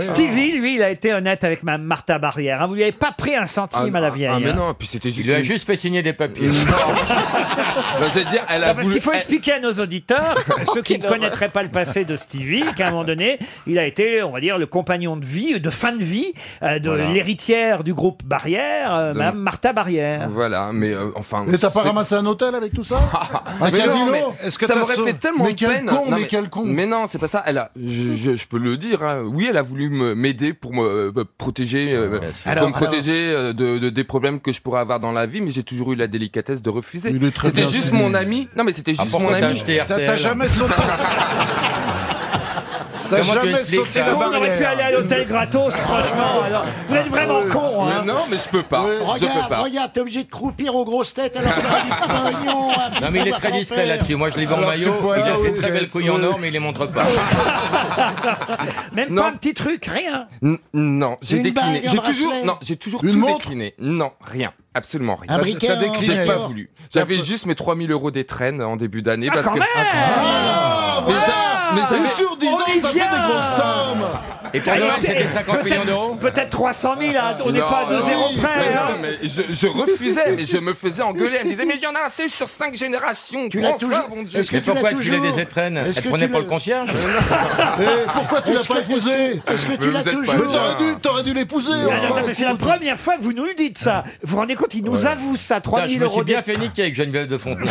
[SPEAKER 1] Stevie, lui, il a été honnête avec Mme Martha Barrière. hein. Vous lui avez pas pris un centime à la vieille.
[SPEAKER 7] ah, mais
[SPEAKER 1] hein.
[SPEAKER 7] non,
[SPEAKER 17] puis c'était
[SPEAKER 7] Il lui a juste fait signer des papiers.
[SPEAKER 17] C'est-à-dire, elle a
[SPEAKER 1] Non, parce
[SPEAKER 17] voulu-
[SPEAKER 1] qu'il faut
[SPEAKER 17] elle- Ah,
[SPEAKER 1] expliquer à nos auditeurs, ceux qui ne
[SPEAKER 17] Quelle horreur.
[SPEAKER 1] connaîtraient pas le passé de Stevie, qu'à un moment donné, il a été, on va dire, le compagnon de vie, de fin de vie, euh, de
[SPEAKER 17] Voilà.
[SPEAKER 1] l'héritière du groupe Barrière, euh,
[SPEAKER 17] De-
[SPEAKER 1] Mme Martha Barrière.
[SPEAKER 17] Voilà, mais euh, enfin.
[SPEAKER 10] Mais t'as pas
[SPEAKER 17] c'est- Ah,
[SPEAKER 10] ramassé un hôtel avec tout ça Un
[SPEAKER 17] Mais
[SPEAKER 10] casino
[SPEAKER 17] non, mais
[SPEAKER 10] Est-ce que
[SPEAKER 17] ça
[SPEAKER 10] t'as
[SPEAKER 17] m'aurait
[SPEAKER 10] sauvé-
[SPEAKER 17] fait tellement
[SPEAKER 10] Mais
[SPEAKER 17] de
[SPEAKER 10] quel
[SPEAKER 17] peine.
[SPEAKER 10] con,
[SPEAKER 17] Non,
[SPEAKER 10] mais quel con.
[SPEAKER 17] Mais non, c'est pas ça. Elle a, je, je- je peux le dire. hein. Oui, elle a voulu me m'aider pour me euh, protéger, euh, pour
[SPEAKER 10] Alors,
[SPEAKER 17] me
[SPEAKER 10] alors.
[SPEAKER 17] protéger euh, de, de- des problèmes que je pourrais avoir dans la vie, mais j'ai toujours eu la délicatesse de refuser.
[SPEAKER 10] très
[SPEAKER 17] C'était
[SPEAKER 10] bien
[SPEAKER 17] juste
[SPEAKER 10] fait.
[SPEAKER 17] mon ami. Non, mais c'était
[SPEAKER 7] Ah,
[SPEAKER 17] juste
[SPEAKER 7] pourquoi
[SPEAKER 17] mon
[SPEAKER 7] t'as
[SPEAKER 17] ami.
[SPEAKER 7] acheté T'as- t'as
[SPEAKER 10] hein.
[SPEAKER 7] RTL? jamais sauté-
[SPEAKER 10] T'as
[SPEAKER 17] Comment tu
[SPEAKER 10] jamais
[SPEAKER 17] expliques
[SPEAKER 10] sauté
[SPEAKER 17] ça
[SPEAKER 10] la
[SPEAKER 1] Bon, on aurait pu
[SPEAKER 10] barrière.
[SPEAKER 1] aller à l'hôtel gratos, franchement. Alors, vous êtes vraiment
[SPEAKER 7] Euh,
[SPEAKER 1] con, hein.
[SPEAKER 17] Mais non, mais je peux pas. je peux
[SPEAKER 21] Regarde,
[SPEAKER 17] pas.
[SPEAKER 21] regarde, t'es obligé de croupir aux grosses têtes alors que t'as du pognon. hein,
[SPEAKER 7] Non,
[SPEAKER 21] putain,
[SPEAKER 7] mais il est
[SPEAKER 21] va
[SPEAKER 7] très
[SPEAKER 21] t'en
[SPEAKER 7] discret
[SPEAKER 21] faire.
[SPEAKER 7] là-dessus. Moi, je l'ai vu en
[SPEAKER 21] Alors que
[SPEAKER 7] maillot.
[SPEAKER 21] toi,
[SPEAKER 7] Il a
[SPEAKER 21] ah
[SPEAKER 7] fait
[SPEAKER 21] oui,
[SPEAKER 7] très belle couille en or, mais il les montre pas.
[SPEAKER 1] Même pas un petit truc, rien.
[SPEAKER 17] N- Non, j'ai
[SPEAKER 1] Une
[SPEAKER 17] décliné.
[SPEAKER 1] bague, un
[SPEAKER 17] J'ai toujours,
[SPEAKER 1] bracelet.
[SPEAKER 17] non, j'ai toujours
[SPEAKER 1] Une
[SPEAKER 17] tout
[SPEAKER 1] montre
[SPEAKER 17] décliné. Non, rien. Absolument rien.
[SPEAKER 10] Un T'as- briquet t'as en décliné.
[SPEAKER 17] J'ai pas
[SPEAKER 10] or.
[SPEAKER 17] voulu. J'avais juste mes 3000 euros d'étrennes en début d'année.
[SPEAKER 10] Ah,
[SPEAKER 17] parce
[SPEAKER 10] quand
[SPEAKER 17] que...
[SPEAKER 10] même
[SPEAKER 17] Ah, mais j'a- mais j'avais-
[SPEAKER 10] sur 10 ans,
[SPEAKER 1] On y
[SPEAKER 10] ça fait des
[SPEAKER 1] vient.
[SPEAKER 10] grosses sommes
[SPEAKER 17] Et pour
[SPEAKER 1] Alors,
[SPEAKER 17] moi, c'était
[SPEAKER 1] peut-être-
[SPEAKER 17] 50 millions d'euros.
[SPEAKER 1] Peut-être 300 000, hein. on n'est
[SPEAKER 17] Non,
[SPEAKER 1] pas à 2
[SPEAKER 17] non,
[SPEAKER 1] zéros près.
[SPEAKER 17] mais
[SPEAKER 1] hein.
[SPEAKER 17] non, mais je, je refusais, mais je me faisais engueuler. Elle me disait, mais il y en a assez sur 5 générations.
[SPEAKER 10] Tu l'as
[SPEAKER 17] Prends ça,
[SPEAKER 10] toujours-
[SPEAKER 17] mon Dieu.
[SPEAKER 10] Est-ce que
[SPEAKER 7] Mais
[SPEAKER 10] tu l'as
[SPEAKER 7] pourquoi tu voulais
[SPEAKER 10] toujours
[SPEAKER 7] des étrennes
[SPEAKER 10] Est-ce
[SPEAKER 7] Elle
[SPEAKER 10] que
[SPEAKER 7] prenait
[SPEAKER 10] tu
[SPEAKER 7] pour
[SPEAKER 10] l'as-
[SPEAKER 7] le concierge
[SPEAKER 10] Eh, Pourquoi tu l'as
[SPEAKER 21] Est-ce que-
[SPEAKER 10] pas épousé
[SPEAKER 21] est-ce que tu
[SPEAKER 10] Mais
[SPEAKER 21] l'as
[SPEAKER 10] vous êtes
[SPEAKER 21] toujours
[SPEAKER 10] pas Mais t'aurais dû, t'aurais dû l'épouser hein.
[SPEAKER 1] Mais
[SPEAKER 10] enfin.
[SPEAKER 1] attends, mais c'est la première fois que vous nous le dites, ça. Vous vous rendez compte, il nous avoue ça,
[SPEAKER 7] Putain, Je
[SPEAKER 1] 3000
[SPEAKER 7] me suis
[SPEAKER 1] euros
[SPEAKER 7] bien fait niquer avec Geneviève de Fontenay.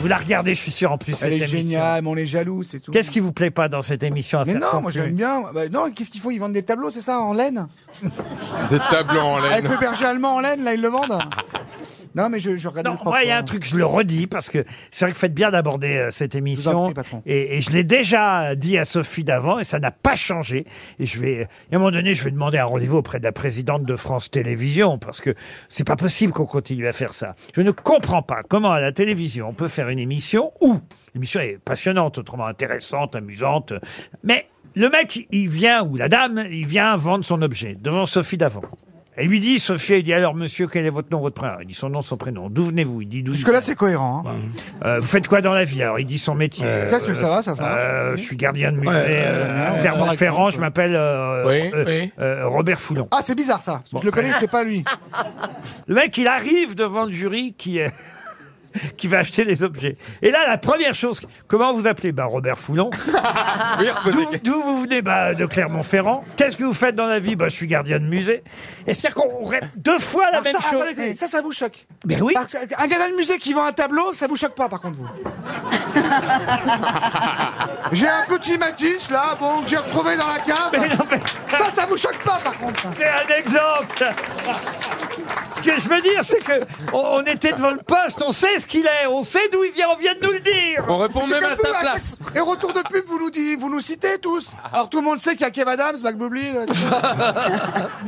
[SPEAKER 1] Vous la regardez, je suis sûr, en plus.
[SPEAKER 2] Elle est
[SPEAKER 1] cette émission.
[SPEAKER 2] géniale, mais on est jaloux, c'est tout.
[SPEAKER 1] Qu'est-ce qui vous plaît pas dans cette émission à
[SPEAKER 2] Mais
[SPEAKER 1] faire
[SPEAKER 2] non, moi
[SPEAKER 1] conclure
[SPEAKER 2] j'aime bien. Bah, non, qu'est-ce qu'ils font Ils vendent des tableaux, c'est ça, en laine
[SPEAKER 17] Des tableaux en
[SPEAKER 1] Ah.
[SPEAKER 2] Avec le berger allemand en laine, là, ils le vendent Non, mais je, je regarde
[SPEAKER 1] Non, moi, il y a un truc, je le redis, parce que c'est vrai que faites bien d'aborder euh, cette émission. et, et je l'ai déjà dit à Sophie d'avant, et ça n'a pas changé. Et je vais, euh, et à un moment donné, je vais demander un rendez-vous auprès de la présidente de France Télévisions, parce que c'est pas possible qu'on continue à faire ça. Je ne comprends pas comment à la télévision, on peut faire une émission où, l'émission est passionnante, autrement intéressante, amusante, mais le mec, il vient, ou la dame, il vient vendre son objet devant Sophie d'avant. Elle lui dit, Sophie, elle dit alors monsieur, quel est votre nom, votre prénom Il dit son nom, son prénom. D'où venez-vous Il dit d'où
[SPEAKER 2] Jusque-là, c'est cohérent. hein.
[SPEAKER 1] euh, vous faites quoi dans la vie Alors, il dit son métier.
[SPEAKER 2] Ça, c'est- ça va, ça marche.
[SPEAKER 1] euh, je suis gardien de musée.
[SPEAKER 2] Ouais, ouais,
[SPEAKER 1] euh,
[SPEAKER 2] ouais, ouais,
[SPEAKER 1] Clermont-Ferrand,
[SPEAKER 2] par exemple,
[SPEAKER 1] je m'appelle euh,
[SPEAKER 2] Oui,
[SPEAKER 1] euh, euh, Robert Foulon.
[SPEAKER 2] Ah, c'est bizarre ça.
[SPEAKER 1] Bon.
[SPEAKER 2] Je le connais, c'est pas lui.
[SPEAKER 1] Le mec, il arrive devant le jury qui est. qui va acheter les objets. Et là, la première chose, comment vous appelez Bah, Robert Foulon. D'où d'où vous venez Bah, de Clermont-Ferrand. Qu'est-ce que vous faites dans la vie Bah, je suis gardien de musée. Et c'est-à-dire qu'on répète deux fois la
[SPEAKER 2] Alors
[SPEAKER 1] même
[SPEAKER 2] Ah, ça,
[SPEAKER 1] chose.
[SPEAKER 2] attendez, ça, ça vous choque.
[SPEAKER 1] Mais oui.
[SPEAKER 2] Parce que un gars de musée qui vend un tableau, ça vous choque pas, par contre, vous. J'ai un petit Matisse, là, bon, que j'ai retrouvé dans la cave. Ça, ça vous choque pas, par contre.
[SPEAKER 1] C'est un exemple. Ce que je veux dire, c'est que on, on était devant le poste, on sait ce qu'il est, on sait d'où il vient, on vient de nous le dire.
[SPEAKER 17] On répond
[SPEAKER 2] C'est comme vous, chaque- Et retour de pub, vous nous, dites- vous nous citez tous. Alors tout le monde sait qu'il y a Kev Adams, McBoobly.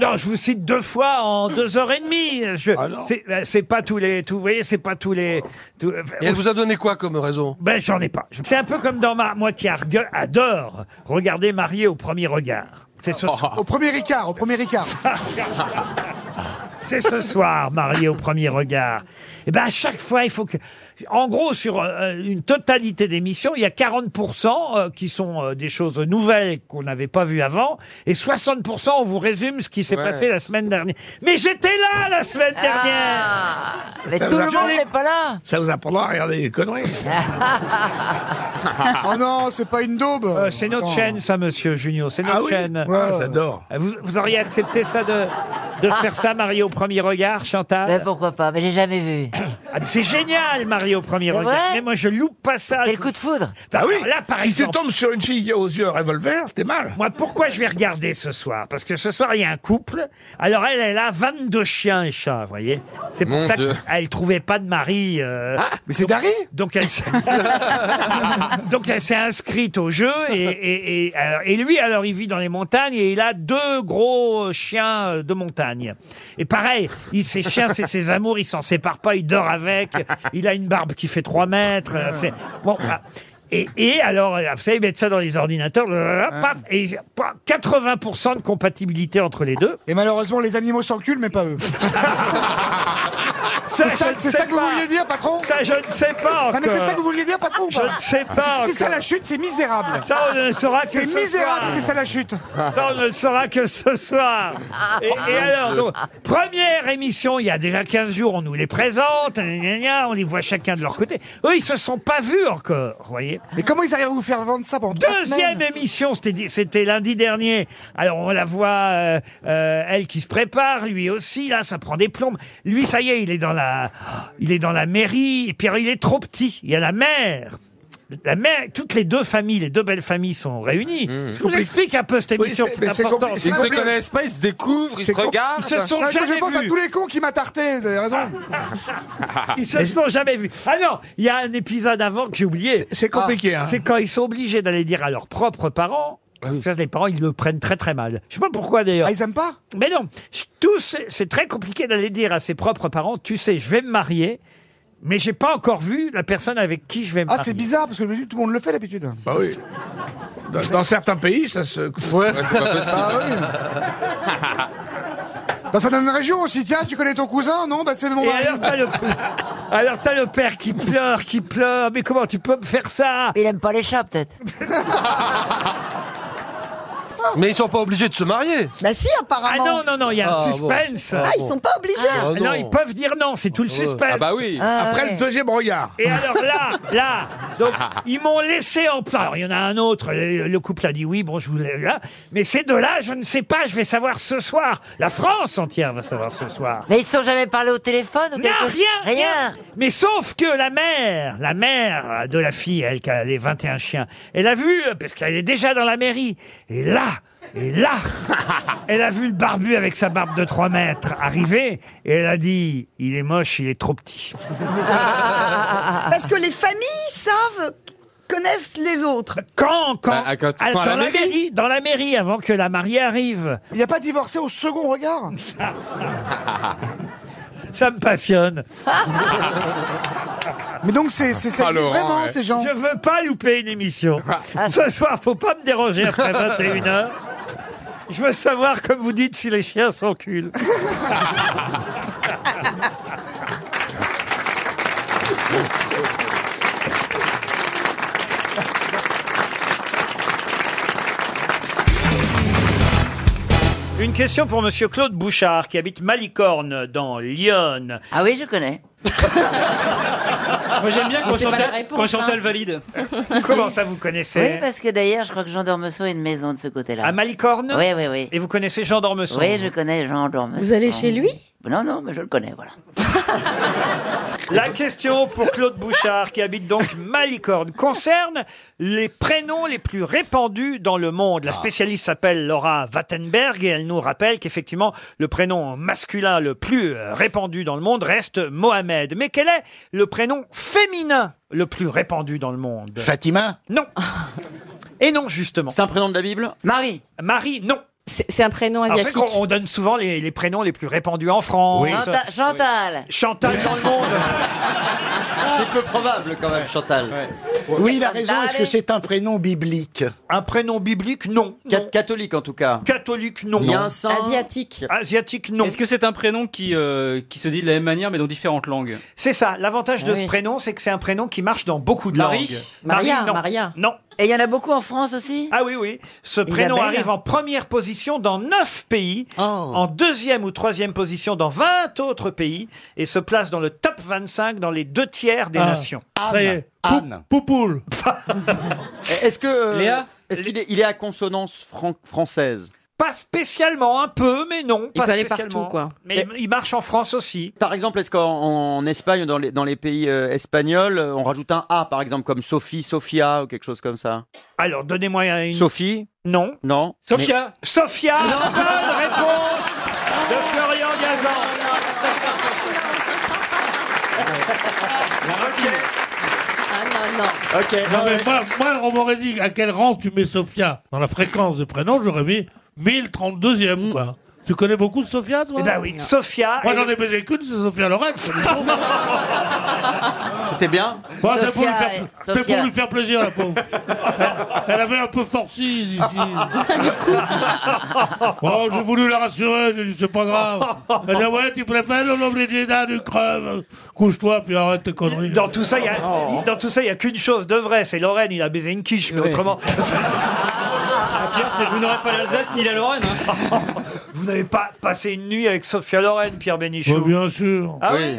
[SPEAKER 1] Non, je vous cite deux fois en deux heures et demie. Je-
[SPEAKER 5] Ah
[SPEAKER 1] c'est- euh, c'est pas tous les, tout, vous voyez, c'est pas tous les. tout- euh,
[SPEAKER 5] Et elle vous a donné quoi comme raison
[SPEAKER 1] Ben j'en ai pas. Je- C'est un peu comme dans ma, moi qui argue- adore regarder marié au premier regard. C'est
[SPEAKER 5] Ah.
[SPEAKER 1] ce,
[SPEAKER 2] Au premier Ricard, au premier Ricard.
[SPEAKER 1] c'est ce soir, marié au premier regard. Et ben à chaque fois, il faut que, en gros, sur euh, une totalité d'émissions, il y a 40% euh, qui sont euh, des choses nouvelles qu'on n'avait pas vues avant, et 60% on vous résume ce qui s'est
[SPEAKER 9] Ouais.
[SPEAKER 1] passé la semaine dernière. Mais j'étais là la semaine
[SPEAKER 9] Ah.
[SPEAKER 1] dernière.
[SPEAKER 9] Mais tout le monde n'est pas là.
[SPEAKER 11] Ça vous apprendra à regarder des conneries.
[SPEAKER 2] oh non, c'est pas une daube.
[SPEAKER 1] Euh, c'est notre chaîne, ça, monsieur Junio. C'est notre
[SPEAKER 11] Ah oui
[SPEAKER 1] chaîne.
[SPEAKER 11] Ouais. Ah, j'adore.
[SPEAKER 1] Vous, vous auriez accepté ça de, de faire ça, Marie au premier regard, Chantal
[SPEAKER 9] Mais pourquoi pas Mais j'ai jamais vu.
[SPEAKER 1] Ah, mais C'est génial, Marie au premier
[SPEAKER 9] C'est
[SPEAKER 1] regard.
[SPEAKER 9] vrai
[SPEAKER 1] mais moi, je loupe pas ça. C'est le
[SPEAKER 9] coup de foudre.
[SPEAKER 1] Bah oui.
[SPEAKER 11] Ah,
[SPEAKER 1] Là, par
[SPEAKER 11] si
[SPEAKER 1] exemple.
[SPEAKER 11] tu tombes sur une fille qui a aux yeux un revolver, t'es mal.
[SPEAKER 1] Moi, pourquoi je vais regarder ce soir Parce que ce soir, il y a un couple. Alors, elle, elle a 22 chiens et chats, vous voyez C'est pour
[SPEAKER 17] Mon
[SPEAKER 1] ça
[SPEAKER 17] Dieu.
[SPEAKER 1] qu'elle trouvait pas de mari. mais c'est Dari Donc, elle s'est- donc, elle s'est inscrite au jeu. Et, et- et- alors- et lui, alors, il vit dans les montagnes et il a deux gros euh, chiens euh, de montagne. Et pareil, il, ses chiens, c'est ses amours, il s'en sépare pas, il dort avec. Il a une barbe qui fait 3 mètres. euh, c'est- Bon, ah. Et, et alors, euh, vous savez, ils mettent ça dans les ordinateurs, blablabla, paf, et j'ai- pa- 80% de compatibilité entre les deux.
[SPEAKER 2] Et malheureusement, les animaux s'enculent, mais pas eux. C'est ça-
[SPEAKER 1] je ne
[SPEAKER 2] c'est
[SPEAKER 1] sais
[SPEAKER 2] ça que vous
[SPEAKER 1] pas.
[SPEAKER 2] vouliez dire, patron
[SPEAKER 1] Ça, je ne sais pas
[SPEAKER 2] Non, mais c'est
[SPEAKER 1] encore.
[SPEAKER 2] ça que vous vouliez dire, patron ou
[SPEAKER 1] Je ne sais pas
[SPEAKER 2] C'est ça
[SPEAKER 1] encore.
[SPEAKER 2] la chute, c'est misérable.
[SPEAKER 1] Ça, on ne le saura que
[SPEAKER 2] C'est
[SPEAKER 1] ce
[SPEAKER 2] misérable,
[SPEAKER 1] soir.
[SPEAKER 2] c'est ça la chute.
[SPEAKER 1] Ça, on ne le saura que ce soir. Et, et alors, donc, première émission, il y a déjà 15 jours, on nous les présente, gna, gna, gna, on les voit chacun de leur côté. Eux, ils se sont pas vus encore, vous voyez.
[SPEAKER 2] Mais comment ils arrivent à vous faire vendre ça pendant trois
[SPEAKER 1] Deuxième
[SPEAKER 2] semaines
[SPEAKER 1] émission, c'était di- c'était lundi dernier. Alors on la voit, euh, euh, elle qui se prépare, lui aussi. Là, ça prend des plombes. Lui, ça y est, il est dans la, il est dans la mairie. Et puis alors, il est trop petit. Il y a la mère. La mère, toutes les deux familles, les deux belles familles sont réunies. Je vous
[SPEAKER 17] Mmh. Compli-
[SPEAKER 1] explique un peu cette émission
[SPEAKER 17] Oui, c'est-
[SPEAKER 1] qui est
[SPEAKER 17] mais c'est compli-
[SPEAKER 1] importante.
[SPEAKER 17] Ils se connaissent pas, ils se découvrent, ils se
[SPEAKER 1] C'est compli-
[SPEAKER 17] regardent.
[SPEAKER 1] Ils se sont
[SPEAKER 2] Là,
[SPEAKER 1] jamais
[SPEAKER 2] Bah, Je pense à
[SPEAKER 1] vus.
[SPEAKER 2] tous les cons qui m'a tarté, vous avez raison.
[SPEAKER 1] Ils se sont jamais vus. Ah non, il y a un épisode avant que j'ai oublié. Ah.
[SPEAKER 11] c'est compliqué, hein.
[SPEAKER 1] C'est quand ils sont obligés d'aller dire à leurs propres parents. Parce que ça, les parents, ils le prennent très très mal. Je sais pas pourquoi d'ailleurs.
[SPEAKER 2] Ah ils aiment pas
[SPEAKER 1] Mais non, je- tous, c'est très compliqué d'aller dire à ses propres parents, tu sais, je vais me marier, mais j'ai pas encore vu la personne avec qui je vais me
[SPEAKER 2] Ah,
[SPEAKER 1] marier.
[SPEAKER 2] c'est bizarre parce que je me dis, tout le monde le fait d'habitude.
[SPEAKER 11] Bah oui. Dans, dans certains pays, ça se. Ouais,
[SPEAKER 2] Ah
[SPEAKER 10] Ah
[SPEAKER 2] Dans certaines régions aussi, tiens, tu connais ton cousin Non, bah c'est mon
[SPEAKER 1] Et
[SPEAKER 2] mari.
[SPEAKER 1] alors t'as le... alors, t'as le père qui pleure, qui pleure, mais comment tu peux me faire ça
[SPEAKER 9] Il aime pas les chats, peut-être.
[SPEAKER 5] Mais ils sont pas obligés de se marier.
[SPEAKER 22] Bah si,
[SPEAKER 1] Ah
[SPEAKER 22] apparemment.
[SPEAKER 1] non, non, non, il y a un
[SPEAKER 5] Ah, bon.
[SPEAKER 1] suspense.
[SPEAKER 5] Ah,
[SPEAKER 22] ils sont pas obligés. Ah,
[SPEAKER 5] Ah,
[SPEAKER 1] non. Ah,
[SPEAKER 5] non.
[SPEAKER 1] ils peuvent dire non, c'est tout le suspense.
[SPEAKER 11] Après le deuxième regard.
[SPEAKER 1] bah Et alors là, là, donc Ah, ils m'ont laissé en plein. Alors, il y en a un autre, le, le couple a dit oui, bon, je vous l'ai là. Mais ces deux-là, je ne sais pas, je vais savoir ce soir. La France entière va savoir ce soir.
[SPEAKER 9] Mais ils se sont jamais parlé au téléphone ou
[SPEAKER 1] Non,
[SPEAKER 9] quelque chose
[SPEAKER 1] rien, rien. Mais sauf que la mère, la mère de la fille, elle qui a les 21 chiens, elle a vu, parce qu'elle est déjà dans la mairie. Et là, Et là, elle a vu le barbu avec sa barbe de 3 mètres arriver et elle a dit Il est moche, il est trop petit.
[SPEAKER 17] Bah,
[SPEAKER 9] Ah,
[SPEAKER 13] Parce que les familles savent, connaissent les autres.
[SPEAKER 1] Quand, quand,
[SPEAKER 13] Bah,
[SPEAKER 17] quand ils sont à
[SPEAKER 1] dans,
[SPEAKER 17] la
[SPEAKER 1] la
[SPEAKER 17] mairie.
[SPEAKER 1] mairie, dans la mairie, avant que la mariée arrive.
[SPEAKER 2] Il n'y a pas divorcé au second regard
[SPEAKER 1] Ça me passionne.
[SPEAKER 2] Mais donc, c'est, c'est, ça existe vraiment, ces gens.
[SPEAKER 1] Je veux pas louper une émission. Ce soir, faut pas me déranger après 21h. Je veux savoir, comme vous dites, si les chiens s'enculent. Une question pour Monsieur Claude Bouchard, qui habite Malicorne, dans Lyon.
[SPEAKER 9] Ah oui, je connais.
[SPEAKER 22] Moi j'aime bien
[SPEAKER 12] Ah,
[SPEAKER 9] Mais
[SPEAKER 22] quand
[SPEAKER 9] c'est pas la
[SPEAKER 22] Chantal,
[SPEAKER 9] réponse,
[SPEAKER 22] quand Chantal
[SPEAKER 9] hein.
[SPEAKER 22] valide.
[SPEAKER 1] Comment ça, vous connaissez
[SPEAKER 9] Oui, parce que d'ailleurs, je crois que Jean d'Ormesson a une maison de ce côté-là.
[SPEAKER 1] À Malicorne
[SPEAKER 9] Oui, oui, oui.
[SPEAKER 1] Et vous connaissez Jean d'Ormesson
[SPEAKER 9] Oui, je connais Jean d'Ormesson.
[SPEAKER 1] Vous allez chez lui
[SPEAKER 9] Non, non, mais je le connais, voilà.
[SPEAKER 1] La question pour Claude Bouchard, qui habite donc Malicorne, concerne les prénoms les plus répandus dans le monde. La spécialiste s'appelle Laura Wattenberg et elle nous rappelle qu'effectivement, le prénom masculin le plus euh, répandu dans le monde reste Mohamed. Mais quel est le prénom féminin le plus répandu dans le monde
[SPEAKER 10] Fatima
[SPEAKER 1] Non. Et non, justement. C'est
[SPEAKER 23] un prénom de la Bible
[SPEAKER 1] Marie. Marie, non.
[SPEAKER 23] C'est un prénom
[SPEAKER 1] Alors, c'est
[SPEAKER 23] asiatique.
[SPEAKER 1] qu'on on donne souvent les, les prénoms les plus répandus en France.
[SPEAKER 9] Chanta- Chantal
[SPEAKER 1] Chantal Ah, bah, dans le monde.
[SPEAKER 4] Ah,
[SPEAKER 23] C'est peu probable quand même, Chantal.
[SPEAKER 10] Oui, il a raison. Est-ce que c'est un prénom biblique
[SPEAKER 1] Un prénom biblique, non.
[SPEAKER 23] Catholique en tout cas.
[SPEAKER 1] Catholique, non.
[SPEAKER 23] Il y a un saint.
[SPEAKER 22] Asiatique.
[SPEAKER 1] Asiatique, non.
[SPEAKER 22] Est-ce que c'est un prénom qui, euh, qui se dit de la même manière mais dans différentes langues
[SPEAKER 1] C'est ça. L'avantage de
[SPEAKER 22] Oui.
[SPEAKER 1] ce prénom, c'est que c'est un prénom qui marche dans beaucoup de
[SPEAKER 22] Marie
[SPEAKER 1] langues.
[SPEAKER 22] Maria,
[SPEAKER 1] non.
[SPEAKER 22] Maria.
[SPEAKER 1] Non.
[SPEAKER 9] Et il y en a beaucoup en France aussi
[SPEAKER 1] Ah oui, oui. Ce prénom
[SPEAKER 9] Isabelle
[SPEAKER 1] arrive en première position dans 9 pays, en deuxième ou troisième position dans 20 autres pays, et se place dans le top 25 dans les deux tiers des
[SPEAKER 23] Ah.
[SPEAKER 1] nations.
[SPEAKER 23] Anne. Ça y est.
[SPEAKER 10] Anne.
[SPEAKER 23] Poupoule. Est-ce que. euh,
[SPEAKER 1] Léa
[SPEAKER 23] Est-ce qu'il est, il est à consonance fran- française
[SPEAKER 1] Pas spécialement, un peu, mais non.
[SPEAKER 23] Il
[SPEAKER 1] pas
[SPEAKER 23] peut aller
[SPEAKER 1] spécialement.
[SPEAKER 23] partout, quoi.
[SPEAKER 1] Mais il- il marche en France aussi.
[SPEAKER 23] Par exemple, est-ce qu'en en Espagne, dans les, dans les pays euh, espagnols, euh, on rajoute un A, par exemple, comme Sophie, Sophia ou quelque chose comme ça
[SPEAKER 1] Alors, donnez-moi une.
[SPEAKER 23] Sophie
[SPEAKER 1] Non.
[SPEAKER 23] Non.
[SPEAKER 1] Sophia. Sophia Bonne réponse de Florian Gazan.
[SPEAKER 23] non, non.
[SPEAKER 24] Ok. Non, mais moi, moi, on m'aurait dit à quel rang tu mets Sophia dans la fréquence de prénom, j'aurais mis 1032e, quoi. Tu connais beaucoup de Sophia, toi
[SPEAKER 1] Eh ben oui, Sophia.
[SPEAKER 24] Moi,
[SPEAKER 1] et-
[SPEAKER 24] j'en ai baisé qu'une, c'est Sophia Loren. je connais pas.
[SPEAKER 23] C'était bien
[SPEAKER 24] Bon, c'était pour, lui
[SPEAKER 23] Sophia,
[SPEAKER 24] faire,
[SPEAKER 23] ouais,
[SPEAKER 24] c'était
[SPEAKER 23] Sophia.
[SPEAKER 24] pour lui faire plaisir, la pauvre. Elle, elle avait un peu forci d'ici. Oh, j'ai voulu la rassurer, j'ai dit c'est pas grave. Elle dit ouais, tu préfères l'obligina du crève. Couche-toi, puis arrête tes conneries.
[SPEAKER 1] Dans tout ça, il y a-
[SPEAKER 22] Oh.
[SPEAKER 1] il- dans tout ça, il n'y a qu'une chose de vrai, c'est Lorraine, il a baisé une quiche, mais autrement,
[SPEAKER 22] Ah, Pierre, c'est vous n'aurez pas l'Alsace ni la Lorraine. hein.
[SPEAKER 1] vous n'avez pas passé une nuit avec Sophia Lorraine, Pierre Bénichou.
[SPEAKER 24] Oui, Bah, bien sûr.
[SPEAKER 1] Ah oui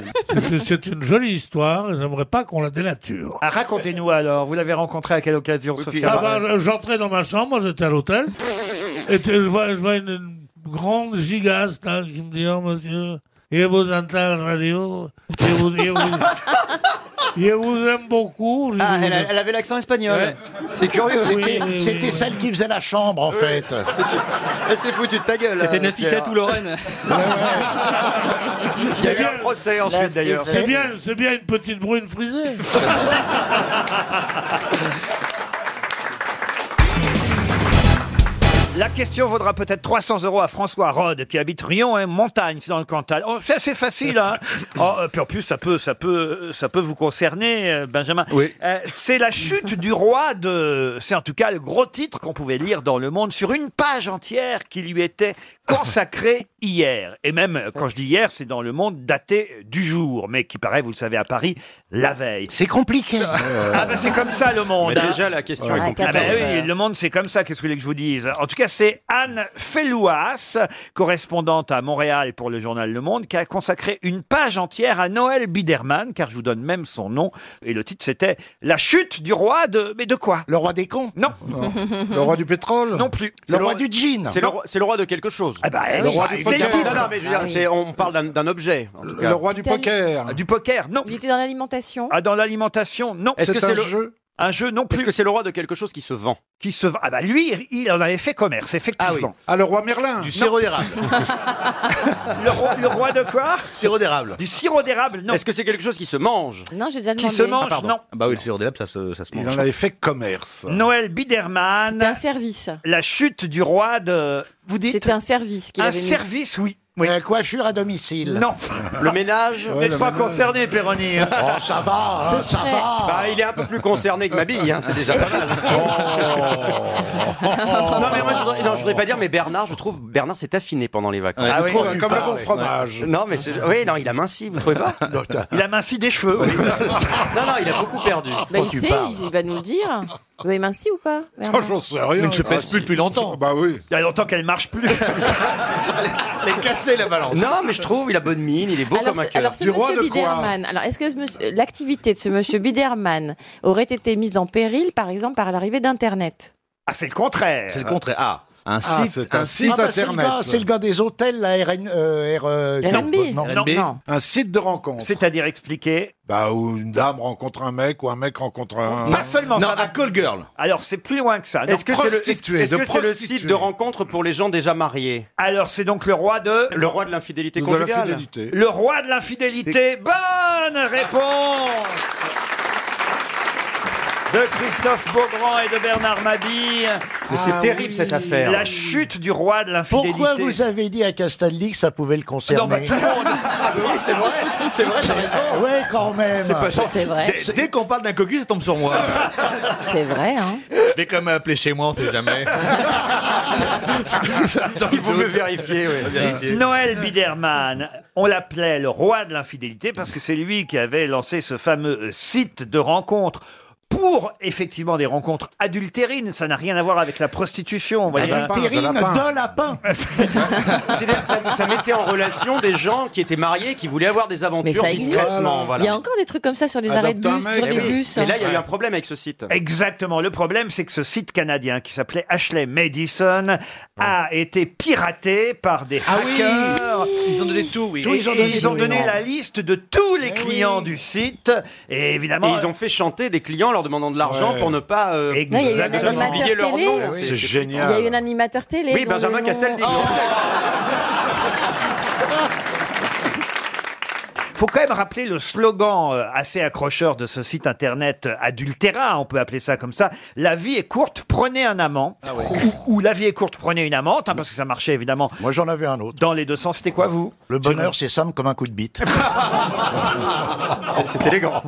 [SPEAKER 24] C'est- C'est une jolie histoire, et j'aimerais pas qu'on la dénature.
[SPEAKER 1] Ah, Racontez-nous alors, vous l'avez rencontrée à quelle occasion, Sophia
[SPEAKER 24] Ah
[SPEAKER 1] Loren
[SPEAKER 24] bah, j'entrais dans ma chambre, moi, j'étais à l'hôtel, et tu- je vois, je vois une, une grande gigaste là, qui me dit Oh monsieur, il vous entend à la radio, il vous, il vous, il vous aime beaucoup. J'ai
[SPEAKER 23] Ah,
[SPEAKER 24] dit,
[SPEAKER 23] elle, a-
[SPEAKER 24] Vous-
[SPEAKER 23] elle avait l'accent espagnol.
[SPEAKER 24] Ouais.
[SPEAKER 23] C'est curieux.
[SPEAKER 24] Oui,
[SPEAKER 10] C'était
[SPEAKER 24] oui,
[SPEAKER 10] c'était
[SPEAKER 24] oui.
[SPEAKER 10] celle qui faisait la chambre, en fait.
[SPEAKER 23] Elle s'est foutue de ta gueule.
[SPEAKER 22] C'était
[SPEAKER 23] euh,
[SPEAKER 22] Nafissa
[SPEAKER 23] Pierre.
[SPEAKER 22] ou Lorraine.
[SPEAKER 10] Ah
[SPEAKER 12] Ah,
[SPEAKER 23] Il y a eu un procès ensuite d'ailleurs.
[SPEAKER 24] C'est bien, c'est bien une petite brune frisée.
[SPEAKER 1] La question vaudra peut-être 300 euros à François Rode, qui habite Rion et Montagne, c'est dans le Cantal. Oh, c'est assez facile, hein Oh, euh, Puis en plus, ça peut, ça peut, ça peut vous concerner, euh, Benjamin. Euh, c'est la chute du roi de... C'est en tout cas le gros titre qu'on pouvait lire dans Le Monde, sur une page entière qui lui était consacrée hier. Et même, euh, quand je dis hier, c'est dans Le Monde daté du jour, mais qui paraît, vous le savez, à Paris, la veille. C'est compliqué Ah ben, c'est comme ça, Le Monde
[SPEAKER 23] Mais
[SPEAKER 1] hein.
[SPEAKER 23] déjà, la question est
[SPEAKER 1] Ah
[SPEAKER 23] compliquée.
[SPEAKER 1] ben oui, le monde, c'est comme ça, qu'est-ce que vous voulez que je vous dise En tout cas, c'est Anne Fellouas, correspondante à Montréal pour le journal Le Monde, qui a consacré une page entière à Noël Biderman, car je vous donne même son nom, et le titre c'était « La chute du roi de... » Mais de quoi
[SPEAKER 10] Le roi des cons
[SPEAKER 1] Non.
[SPEAKER 10] Le roi du pétrole
[SPEAKER 1] Non plus.
[SPEAKER 23] C'est
[SPEAKER 10] Le roi du jean
[SPEAKER 23] C'est le, roi- c'est le roi de quelque chose.
[SPEAKER 1] eh
[SPEAKER 23] le
[SPEAKER 1] oui,
[SPEAKER 23] roi
[SPEAKER 1] bah,
[SPEAKER 23] du
[SPEAKER 1] c'est le
[SPEAKER 23] poker.
[SPEAKER 1] titre.
[SPEAKER 23] Non, non, mais je veux
[SPEAKER 1] Ah
[SPEAKER 23] dire,
[SPEAKER 1] oui.
[SPEAKER 23] c'est- on parle d'un- d'un objet. en tout cas.
[SPEAKER 10] poker.
[SPEAKER 1] Du poker, non.
[SPEAKER 25] Il était dans l'alimentation.
[SPEAKER 1] Ah, dans l'alimentation, non.
[SPEAKER 23] Est-ce que c'est le
[SPEAKER 1] Un jeu non plus.
[SPEAKER 23] Est-ce que c'est le roi de quelque chose qui se vend
[SPEAKER 1] Qui se vend Ah bah lui, il en avait fait commerce, effectivement.
[SPEAKER 23] Ah, le roi Merlin
[SPEAKER 1] Du
[SPEAKER 23] sirop
[SPEAKER 1] d'érable. le, roi, le roi de quoi
[SPEAKER 23] Sirop d'érable.
[SPEAKER 1] Du sirop d'érable, non.
[SPEAKER 23] Est-ce que c'est quelque chose qui se mange
[SPEAKER 11] Ah, Non, j'ai déjà
[SPEAKER 1] Qui
[SPEAKER 11] demandé.
[SPEAKER 1] se mange, non.
[SPEAKER 23] Bah oui, le sirop d'érable, ça se, ça se mange.
[SPEAKER 1] en avait
[SPEAKER 23] fait commerce.
[SPEAKER 1] Noël Biderman.
[SPEAKER 11] C'était un service.
[SPEAKER 1] La chute du roi de. Vous dites
[SPEAKER 11] C'était un service qu'il
[SPEAKER 1] Un
[SPEAKER 11] avait mis.
[SPEAKER 1] service, oui.
[SPEAKER 2] La coiffure à domicile.
[SPEAKER 1] Non.
[SPEAKER 23] Le ménage
[SPEAKER 1] Vous n'êtes pas concerné, Péroni. hein.
[SPEAKER 2] Oh, ça va, hein,
[SPEAKER 23] Ce
[SPEAKER 2] ça
[SPEAKER 23] serait-
[SPEAKER 2] va.
[SPEAKER 23] Bah, il est un peu plus concerné que ma bille, hein, c'est déjà pas mal. non, mais moi, je voudrais, non, je voudrais pas dire, mais Bernard, je trouve, Bernard s'est affiné pendant les vacances.
[SPEAKER 1] Ouais,
[SPEAKER 23] Je
[SPEAKER 1] tu
[SPEAKER 23] trouve
[SPEAKER 1] trouves,
[SPEAKER 23] qu'il
[SPEAKER 1] comme
[SPEAKER 23] part,
[SPEAKER 1] le bon
[SPEAKER 23] ouais.
[SPEAKER 1] fromage.
[SPEAKER 23] Non, mais c'est- oui, non, il a minci, vous trouvez pas Non,
[SPEAKER 1] Il a minci des cheveux. oui.
[SPEAKER 23] non, il a beaucoup perdu.
[SPEAKER 11] Bah, il sait, il il va nous le dire. Vous avez minci ou pas
[SPEAKER 23] Oh,
[SPEAKER 11] Bernard
[SPEAKER 1] Oh, sais rien.
[SPEAKER 2] ne se pèse plus depuis longtemps.
[SPEAKER 1] Bah oui. Il y a longtemps qu'elle marche plus.
[SPEAKER 2] Elle est cassée, la balance.
[SPEAKER 23] Non, mais je trouve, il a bonne mine, il est beau
[SPEAKER 11] alors,
[SPEAKER 23] comme un
[SPEAKER 11] ce-
[SPEAKER 23] cœur.
[SPEAKER 11] alors, ce monsieur Biderman, alors est-ce que ce monsieur- l'activité de ce monsieur Biderman aurait été mise en péril, par exemple, par l'arrivée d'Internet
[SPEAKER 1] Ah, c'est le contraire.
[SPEAKER 2] C'est le contraire.
[SPEAKER 1] Ah,
[SPEAKER 2] Ah, c'est Ah, bah, c'est le gars- C'est le gars des hôtels, la RN, euh, R, euh,
[SPEAKER 1] Non,
[SPEAKER 2] Non,
[SPEAKER 1] non, non.
[SPEAKER 3] Un site de rencontre.
[SPEAKER 1] C'est-à-dire expliquer
[SPEAKER 3] Bah, où une dame rencontre un mec ou un mec rencontre un.
[SPEAKER 1] Pas seulement ça. va-
[SPEAKER 2] call girl.
[SPEAKER 1] Alors, c'est plus loin que ça. Non,
[SPEAKER 23] Est-ce que c'est le, est-ce-
[SPEAKER 1] prostituée,
[SPEAKER 23] est-ce
[SPEAKER 1] de
[SPEAKER 23] que c'est le
[SPEAKER 1] prostituée.
[SPEAKER 23] site de rencontre pour les gens déjà mariés
[SPEAKER 1] Alors, c'est donc le roi de.
[SPEAKER 23] Le roi de l'infidélité De
[SPEAKER 1] conjugale.
[SPEAKER 23] l'infidélité.
[SPEAKER 1] Le roi de l'infidélité. Bonne réponse de Christophe Beaugrand et de Bernard Mabille.
[SPEAKER 23] Mais c'est Ah terrible, oui. cette affaire.
[SPEAKER 1] La chute du roi de l'infidélité.
[SPEAKER 2] Pourquoi vous avez dit à Castaldi que ça pouvait le concerner
[SPEAKER 1] Non, bah, tout le monde.
[SPEAKER 2] Ah,
[SPEAKER 1] bah oui, c'est vrai.
[SPEAKER 2] c'est vrai,
[SPEAKER 1] t'as
[SPEAKER 2] raison. Ouais, quand même.
[SPEAKER 26] C'est pas gentil. Dès, dès qu'on parle d'un cocu, ça tombe sur moi.
[SPEAKER 11] C'est vrai, hein
[SPEAKER 26] Je vais quand même appeler chez moi, on sait jamais.
[SPEAKER 23] Ah, Il faut me vérifier, oui.
[SPEAKER 1] Noël Biderman, on l'appelait le roi de l'infidélité parce que c'est lui qui avait lancé ce fameux euh, site de rencontres pour effectivement des rencontres adultérines. Ça n'a rien à voir avec la prostitution. vous voyez.
[SPEAKER 2] Adultérine de Ah, lapin.
[SPEAKER 23] C'est-à-dire que ça, ça mettait en relation des gens qui étaient mariés, qui voulaient avoir des
[SPEAKER 11] Mais
[SPEAKER 23] aventures
[SPEAKER 11] ça existe.
[SPEAKER 23] discrètement.
[SPEAKER 11] Il y
[SPEAKER 23] Voilà.
[SPEAKER 11] a encore des trucs comme ça sur les arrêts de bus, sur
[SPEAKER 23] Eh
[SPEAKER 11] les
[SPEAKER 23] oui.
[SPEAKER 11] bus.
[SPEAKER 23] Et là, il y a eu un problème avec ce site.
[SPEAKER 1] Exactement. Le problème, c'est que ce site canadien qui s'appelait Ashley Madison a été piraté par des
[SPEAKER 23] Ah
[SPEAKER 2] Ah
[SPEAKER 1] hackers.
[SPEAKER 26] Ils ont donné tout, oui.
[SPEAKER 1] Et ils ont donné, la liste de tous
[SPEAKER 2] Eh
[SPEAKER 1] les clients du site. Et évidemment.
[SPEAKER 23] Et ils ont fait chanter des clients leur demandant de l'argent
[SPEAKER 1] Ouais.
[SPEAKER 23] pour ne pas euh,
[SPEAKER 11] Là, il y a eu un
[SPEAKER 1] Exactement.
[SPEAKER 11] animateur
[SPEAKER 23] oublier leur
[SPEAKER 11] télé.
[SPEAKER 23] nom.
[SPEAKER 11] Il y a eu un animateur télé.
[SPEAKER 23] Oui,
[SPEAKER 11] dont
[SPEAKER 23] Benjamin
[SPEAKER 11] le nom- euh,
[SPEAKER 23] Castaldi.
[SPEAKER 1] faut quand même rappeler le slogan euh, assez accrocheur de ce site internet euh, adultéra, on peut appeler ça comme ça. La vie est courte, prenez un amant.
[SPEAKER 2] Ah
[SPEAKER 1] ou, ou la vie est courte, prenez une amante, hein, parce que ça marchait évidemment.
[SPEAKER 2] Moi, j'en avais un autre.
[SPEAKER 1] Dans les deux sens, c'était quoi vous
[SPEAKER 2] Le bonheur, c'est simple comme un coup de bite.
[SPEAKER 23] C'est élégant.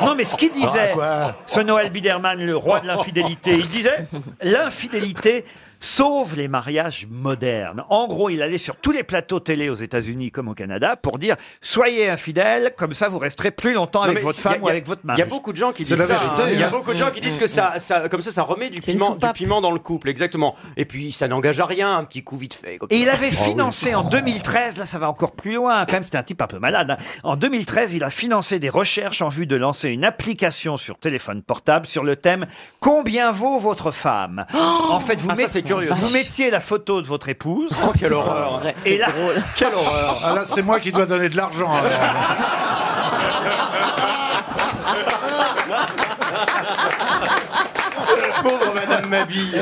[SPEAKER 1] Non, mais ce qu'il disait,
[SPEAKER 2] Ah, quoi
[SPEAKER 1] ce Noël Biderman, le roi de l'infidélité, il disait l'infidélité sauve les mariages modernes. En gros, il allait sur tous les plateaux télé aux États-Unis comme au Canada pour dire soyez infidèles, comme ça vous resterez plus longtemps
[SPEAKER 23] Non,
[SPEAKER 1] avec
[SPEAKER 23] mais
[SPEAKER 1] votre
[SPEAKER 23] c'est- y a-
[SPEAKER 1] femme ou
[SPEAKER 23] y a-
[SPEAKER 1] avec votre mari.
[SPEAKER 23] Il y a beaucoup de gens qui
[SPEAKER 1] C'est
[SPEAKER 23] disent
[SPEAKER 1] la
[SPEAKER 23] ça.
[SPEAKER 1] vérité,
[SPEAKER 23] hein. Il y a
[SPEAKER 1] hein.
[SPEAKER 23] beaucoup de gens qui disent que ça, ça, comme ça, ça remet du
[SPEAKER 1] C'est une
[SPEAKER 23] piment, du
[SPEAKER 1] soupape.
[SPEAKER 23] piment dans le couple, exactement. Et puis ça n'engage à rien, un petit coup vite fait. comme
[SPEAKER 1] Et
[SPEAKER 23] ça.
[SPEAKER 1] il avait
[SPEAKER 23] Ah oui.
[SPEAKER 1] financé en 2013, là ça va encore plus loin, quand même c'était un type un peu malade. hein. En 2013, il a financé des recherches en vue de lancer une application sur téléphone portable sur le thème Combien vaut votre femme En fait, vous,
[SPEAKER 23] Ah, ça,
[SPEAKER 1] met-
[SPEAKER 23] c'est curieux,
[SPEAKER 1] vous
[SPEAKER 23] ça.
[SPEAKER 1] mettiez la photo de votre épouse.
[SPEAKER 23] Oh, quelle horreur.
[SPEAKER 1] Et là,
[SPEAKER 23] Quelle horreur.
[SPEAKER 3] Ah là, c'est moi qui dois donner de l'argent. hein. alors.
[SPEAKER 23] Pauvre Madame Mabille.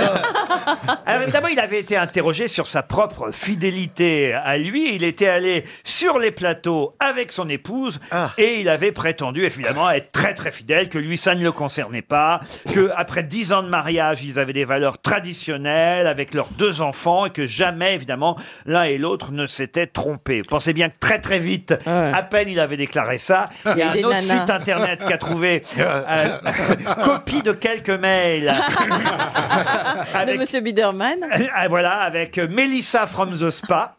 [SPEAKER 1] Alors évidemment, il avait été interrogé sur sa propre fidélité à lui. Il était allé sur les plateaux avec son épouse et il avait prétendu évidemment être très très fidèle, que lui ça ne le concernait pas, que après dix ans de mariage, ils avaient des valeurs traditionnelles avec leurs deux enfants et que jamais évidemment l'un et l'autre ne s'étaient trompés. Pensez bien que très très vite, à peine il avait déclaré ça, Ah il y a
[SPEAKER 11] Il
[SPEAKER 1] un
[SPEAKER 11] y a eu
[SPEAKER 1] autre
[SPEAKER 11] des nanas.
[SPEAKER 1] site internet qui a trouvé euh, copie de quelques mails.
[SPEAKER 11] De Monsieur Biderman.
[SPEAKER 1] Ah, voilà, avec euh, Melissa from the Spa.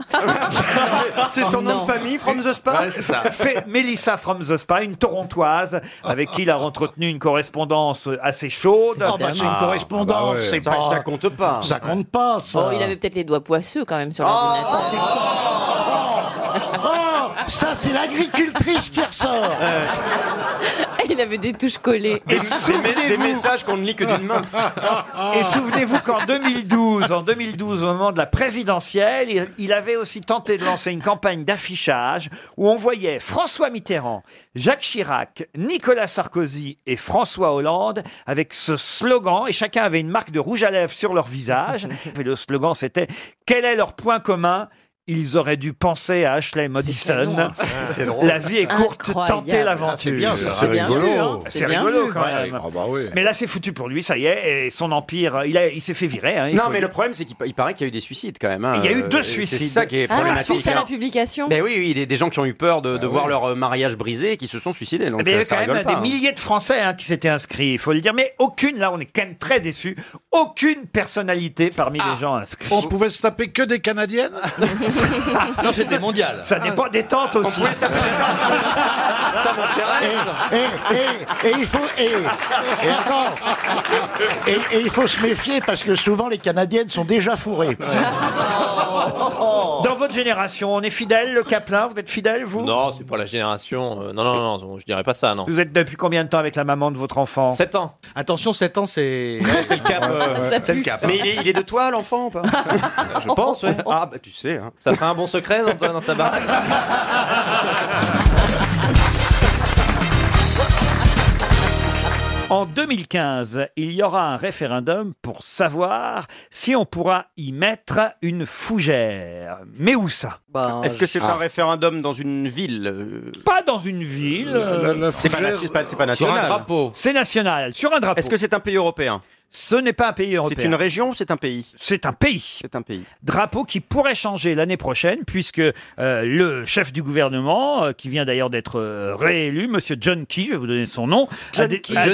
[SPEAKER 23] C'est
[SPEAKER 11] Oh,
[SPEAKER 23] son nom de famille, From the Spa Ouais, c'est ça.
[SPEAKER 1] Fait Melissa from the Spa, une torontoise avec qui il a entretenu une correspondance assez chaude.
[SPEAKER 23] Oh,
[SPEAKER 2] Ah, bah, c'est une correspondance,
[SPEAKER 23] Ah
[SPEAKER 2] c'est pas. Ça compte pas, ça.
[SPEAKER 23] Ah.
[SPEAKER 11] Oh, il avait peut-être les doigts poisseux quand même sur l'ordinateur.
[SPEAKER 2] Oh, ça, c'est l'agricultrice qui ressort.
[SPEAKER 11] Il avait des touches collées.
[SPEAKER 1] Et souvenez-vous- Et souvenez-vous qu'en 2012, en 2012, au moment de la présidentielle, il, il avait aussi tenté de lancer une campagne d'affichage où on voyait François Mitterrand, Jacques Chirac, Nicolas Sarkozy et François Hollande avec ce slogan. Et chacun avait une marque de rouge à lèvres sur leur visage. Et le slogan, c'était Quel est leur point commun ils auraient dû penser à Ashley Madison.
[SPEAKER 2] long, hein. C'est drôle.
[SPEAKER 1] La vie est courte,
[SPEAKER 2] Incroyable.
[SPEAKER 1] tentez
[SPEAKER 2] Ah, c'est
[SPEAKER 1] l'aventure.
[SPEAKER 2] bien, ça, c'est C'est bien rigolo. vu, hein.
[SPEAKER 1] C'est
[SPEAKER 2] C'est bien
[SPEAKER 1] rigolo
[SPEAKER 2] vu.
[SPEAKER 1] quand
[SPEAKER 2] Ouais.
[SPEAKER 1] même. Mais là, c'est foutu pour lui, ça y est. Et son empire, euh, il, a- il s'est fait virer. hein, il
[SPEAKER 23] Non,
[SPEAKER 1] faut
[SPEAKER 23] mais
[SPEAKER 1] dire.
[SPEAKER 23] le problème, c'est qu'il pa- il paraît qu'il y a eu des suicides quand même. hein.
[SPEAKER 1] Il y a eu deux
[SPEAKER 23] Euh,
[SPEAKER 1] suicides.
[SPEAKER 23] C'est ça qui est
[SPEAKER 11] Ah,
[SPEAKER 23] problématique.
[SPEAKER 11] suite à la
[SPEAKER 23] Alors-
[SPEAKER 11] publication.
[SPEAKER 23] Mais oui, oui, des, des gens qui ont eu peur
[SPEAKER 1] Bah
[SPEAKER 23] de, de voir leur euh, mariage brisé et qui se sont suicidés. Donc,
[SPEAKER 1] Mais Eh
[SPEAKER 23] euh,
[SPEAKER 1] ben, il y avait
[SPEAKER 23] ça
[SPEAKER 1] quand
[SPEAKER 23] rigole
[SPEAKER 1] même
[SPEAKER 23] pas.
[SPEAKER 1] des
[SPEAKER 23] hein.
[SPEAKER 1] milliers de Français hein, qui s'étaient inscrits, il faut le dire. Mais aucune, là, on est quand même très déçus, aucune personnalité parmi
[SPEAKER 23] Ah.
[SPEAKER 1] les gens inscrits. On pouvait se taper que des Canadiennes
[SPEAKER 23] Non, c'était mondial.
[SPEAKER 1] Ça dépend des tentes aussi.
[SPEAKER 23] Ça m'intéresse.
[SPEAKER 12] Eh,
[SPEAKER 2] Et, et- et- et il faut. Et, et attends. Et- et il faut se méfier parce que souvent les Canadiennes sont déjà fourrées.
[SPEAKER 1] Dans votre génération, on est fidèle, le Caplin Vous êtes fidèle, vous
[SPEAKER 27] Non, c'est pas la génération. euh, non, non, non, non, je dirais pas ça, non.
[SPEAKER 1] Vous êtes depuis combien de temps avec la maman de votre enfant
[SPEAKER 27] 7 ans.
[SPEAKER 23] Attention, 7 ans, c'est.
[SPEAKER 27] c'est le cap. euh,
[SPEAKER 23] Ça
[SPEAKER 27] c'est le
[SPEAKER 23] pue.
[SPEAKER 27] cap.
[SPEAKER 23] Mais il est, il est de toi, l'enfant, ou pas
[SPEAKER 27] Je pense,
[SPEAKER 1] Oh,
[SPEAKER 27] ouais.
[SPEAKER 23] Ah, bah tu sais. Hein.
[SPEAKER 27] Ça ferait un bon secret dans ta, dans ta baraque.
[SPEAKER 1] En 2015, il y aura un référendum pour savoir si on pourra y mettre une fougère. Mais où ça
[SPEAKER 23] Est-ce que c'est
[SPEAKER 1] Ah.
[SPEAKER 23] un référendum dans une ville euh,
[SPEAKER 1] Pas dans une ville.
[SPEAKER 23] La- la- la
[SPEAKER 1] euh,
[SPEAKER 23] C'est pas fougère, nation- c'est pas- c'est pas
[SPEAKER 1] Sur un
[SPEAKER 23] national.
[SPEAKER 1] drapeau. C'est national, sur un drapeau.
[SPEAKER 23] Est-ce que c'est un pays européen
[SPEAKER 1] Ce n'est pas un pays européen.
[SPEAKER 23] C'est une région ou c'est un pays
[SPEAKER 1] C'est un pays.
[SPEAKER 23] C'est un pays.
[SPEAKER 1] Drapeau qui pourrait changer l'année prochaine, puisque euh, le chef du gouvernement, euh, qui vient d'ailleurs d'être euh, réélu, Monsieur John Key, je vais vous donner son nom. a dé- a-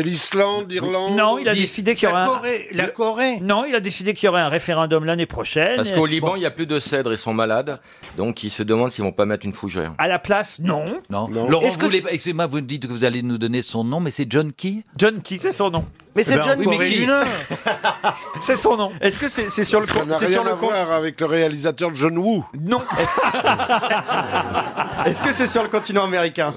[SPEAKER 3] l'Islande, l'Irlande.
[SPEAKER 1] Non, il a décidé qu'il y aurait un-
[SPEAKER 3] La
[SPEAKER 1] Corée. Non, il a décidé qu'il y aurait un référendum l'année prochaine.
[SPEAKER 7] Parce qu'au
[SPEAKER 1] Bon,
[SPEAKER 7] Liban, il n'y a plus de cèdres, ils sont malades. Donc ils se demandent s'ils vont pas mettre une fougère.
[SPEAKER 1] À la place, non.
[SPEAKER 14] Non. Laurent,
[SPEAKER 1] Est-ce que
[SPEAKER 14] vous voulez- excusez-moi, vous me dites que vous allez nous donner son nom, mais c'est John Key
[SPEAKER 1] John Key, c'est son nom.
[SPEAKER 14] Mais
[SPEAKER 1] Eh ben,
[SPEAKER 14] c'est John Key.
[SPEAKER 1] C'est son nom.
[SPEAKER 23] Est-ce que c'est c'est sur le
[SPEAKER 3] Ça
[SPEAKER 23] compte
[SPEAKER 3] n'a
[SPEAKER 23] C'est
[SPEAKER 3] rien
[SPEAKER 23] sur le
[SPEAKER 3] à
[SPEAKER 23] compte.
[SPEAKER 3] voir avec le réalisateur John Woo.
[SPEAKER 1] Non.
[SPEAKER 23] Est-ce que c'est sur le continent américain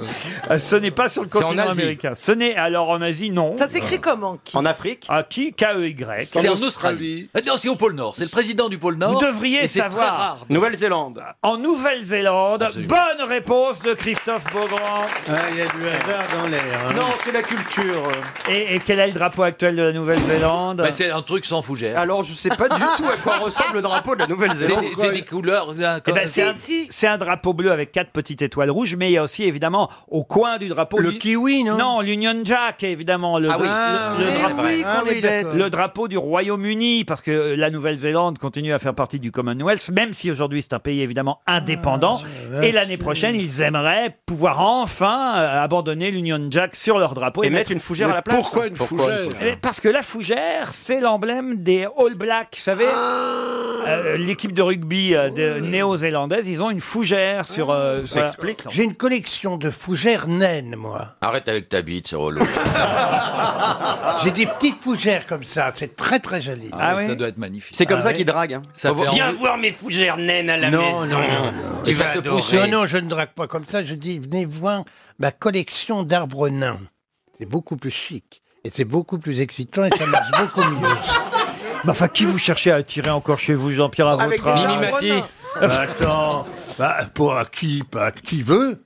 [SPEAKER 1] euh, ce n'est pas sur le
[SPEAKER 23] C'est en
[SPEAKER 1] continent
[SPEAKER 23] Asie.
[SPEAKER 1] américain. Ce n'est alors en Asie, non.
[SPEAKER 14] Ça s'écrit
[SPEAKER 1] comment
[SPEAKER 23] En Afrique
[SPEAKER 1] Ah, qui K-E-Y.
[SPEAKER 14] C'est en Australie. Ah Non, c'est au pôle Nord. C'est le président du pôle Nord.
[SPEAKER 1] Vous devriez
[SPEAKER 14] Et c'est très
[SPEAKER 1] savoir.
[SPEAKER 14] rare.
[SPEAKER 23] Nouvelle-Zélande.
[SPEAKER 1] En Nouvelle-Zélande. Bonne réponse de Christophe Beaugrand.
[SPEAKER 23] Ah, Il y a du hasard dans l'air.
[SPEAKER 1] hein.
[SPEAKER 23] Non, c'est la culture.
[SPEAKER 1] Et, et quel est le drapeau actuel de la Nouvelle-Zélande
[SPEAKER 14] Mais Bah, c'est un truc sans fougère.
[SPEAKER 23] Alors, je sais pas du tout à quoi ressemble le drapeau de la Nouvelle-Zélande.
[SPEAKER 14] C'est des- c'est des couleurs. là,
[SPEAKER 1] Eh
[SPEAKER 14] comme-
[SPEAKER 1] ben, c'est un, c'est un drapeau bleu avec quatre petites étoiles rouges, mais il y a aussi évidemment au coin du drapeau le kiwi, non Non, l'Union Jack évidemment le,
[SPEAKER 14] Ah oui.
[SPEAKER 1] le-
[SPEAKER 14] Ah,
[SPEAKER 1] le
[SPEAKER 14] mais
[SPEAKER 1] drapeau-
[SPEAKER 14] oui, qu'on Ah oui, est bête. d'accord.
[SPEAKER 1] le drapeau du Royaume-Uni parce que euh, la Nouvelle-Zélande continue à faire partie du Commonwealth, même si aujourd'hui c'est un pays évidemment
[SPEAKER 14] Ah,
[SPEAKER 1] indépendant. et l'année prochaine, ils aimeraient pouvoir enfin euh, abandonner l'Union Jack sur leur drapeau
[SPEAKER 23] Et mettre une fougère à la place. Pourquoi une Pourquoi une fougère
[SPEAKER 1] Eh ben, Parce que la fougère, c'est l'emblème des All Blacks, vous savez.
[SPEAKER 14] Ah
[SPEAKER 1] Euh, L'équipe de rugby euh, de- néo-zélandaise, ils ont une fougère sur. euh,
[SPEAKER 7] Ça
[SPEAKER 1] voilà.
[SPEAKER 7] explique, non
[SPEAKER 14] J'ai une collection de fougères naines, moi.
[SPEAKER 7] Arrête avec ta bite, c'est
[SPEAKER 1] Ah
[SPEAKER 14] Ah. J'ai des petites fougères comme ça. C'est très très joli. Ah
[SPEAKER 7] Ah oui,
[SPEAKER 14] oui
[SPEAKER 7] ça doit Ah
[SPEAKER 14] être magnifique.
[SPEAKER 23] C'est comme ça qu'ils draguent. hein.
[SPEAKER 14] Ça fait
[SPEAKER 23] Viens
[SPEAKER 14] envie.
[SPEAKER 23] voir mes fougères naines à la
[SPEAKER 14] non,
[SPEAKER 23] maison.
[SPEAKER 14] Non, non, non.
[SPEAKER 23] Tu
[SPEAKER 14] Et
[SPEAKER 23] vas
[SPEAKER 14] ça te
[SPEAKER 23] adorer.
[SPEAKER 14] pousse- Non, non, je ne drague pas comme ça. Je dis, venez voir ma collection d'arbres nains. C'est beaucoup plus chic. Et c'est beaucoup plus excitant et ça marche beaucoup mieux.
[SPEAKER 1] Bah, enfin, qui vous cherchez à attirer encore chez vous, Jean-Pierre Avotra
[SPEAKER 14] Avec des arbres Minimati. nains.
[SPEAKER 2] Bah, attends, bah, pour à qui, pas qui veut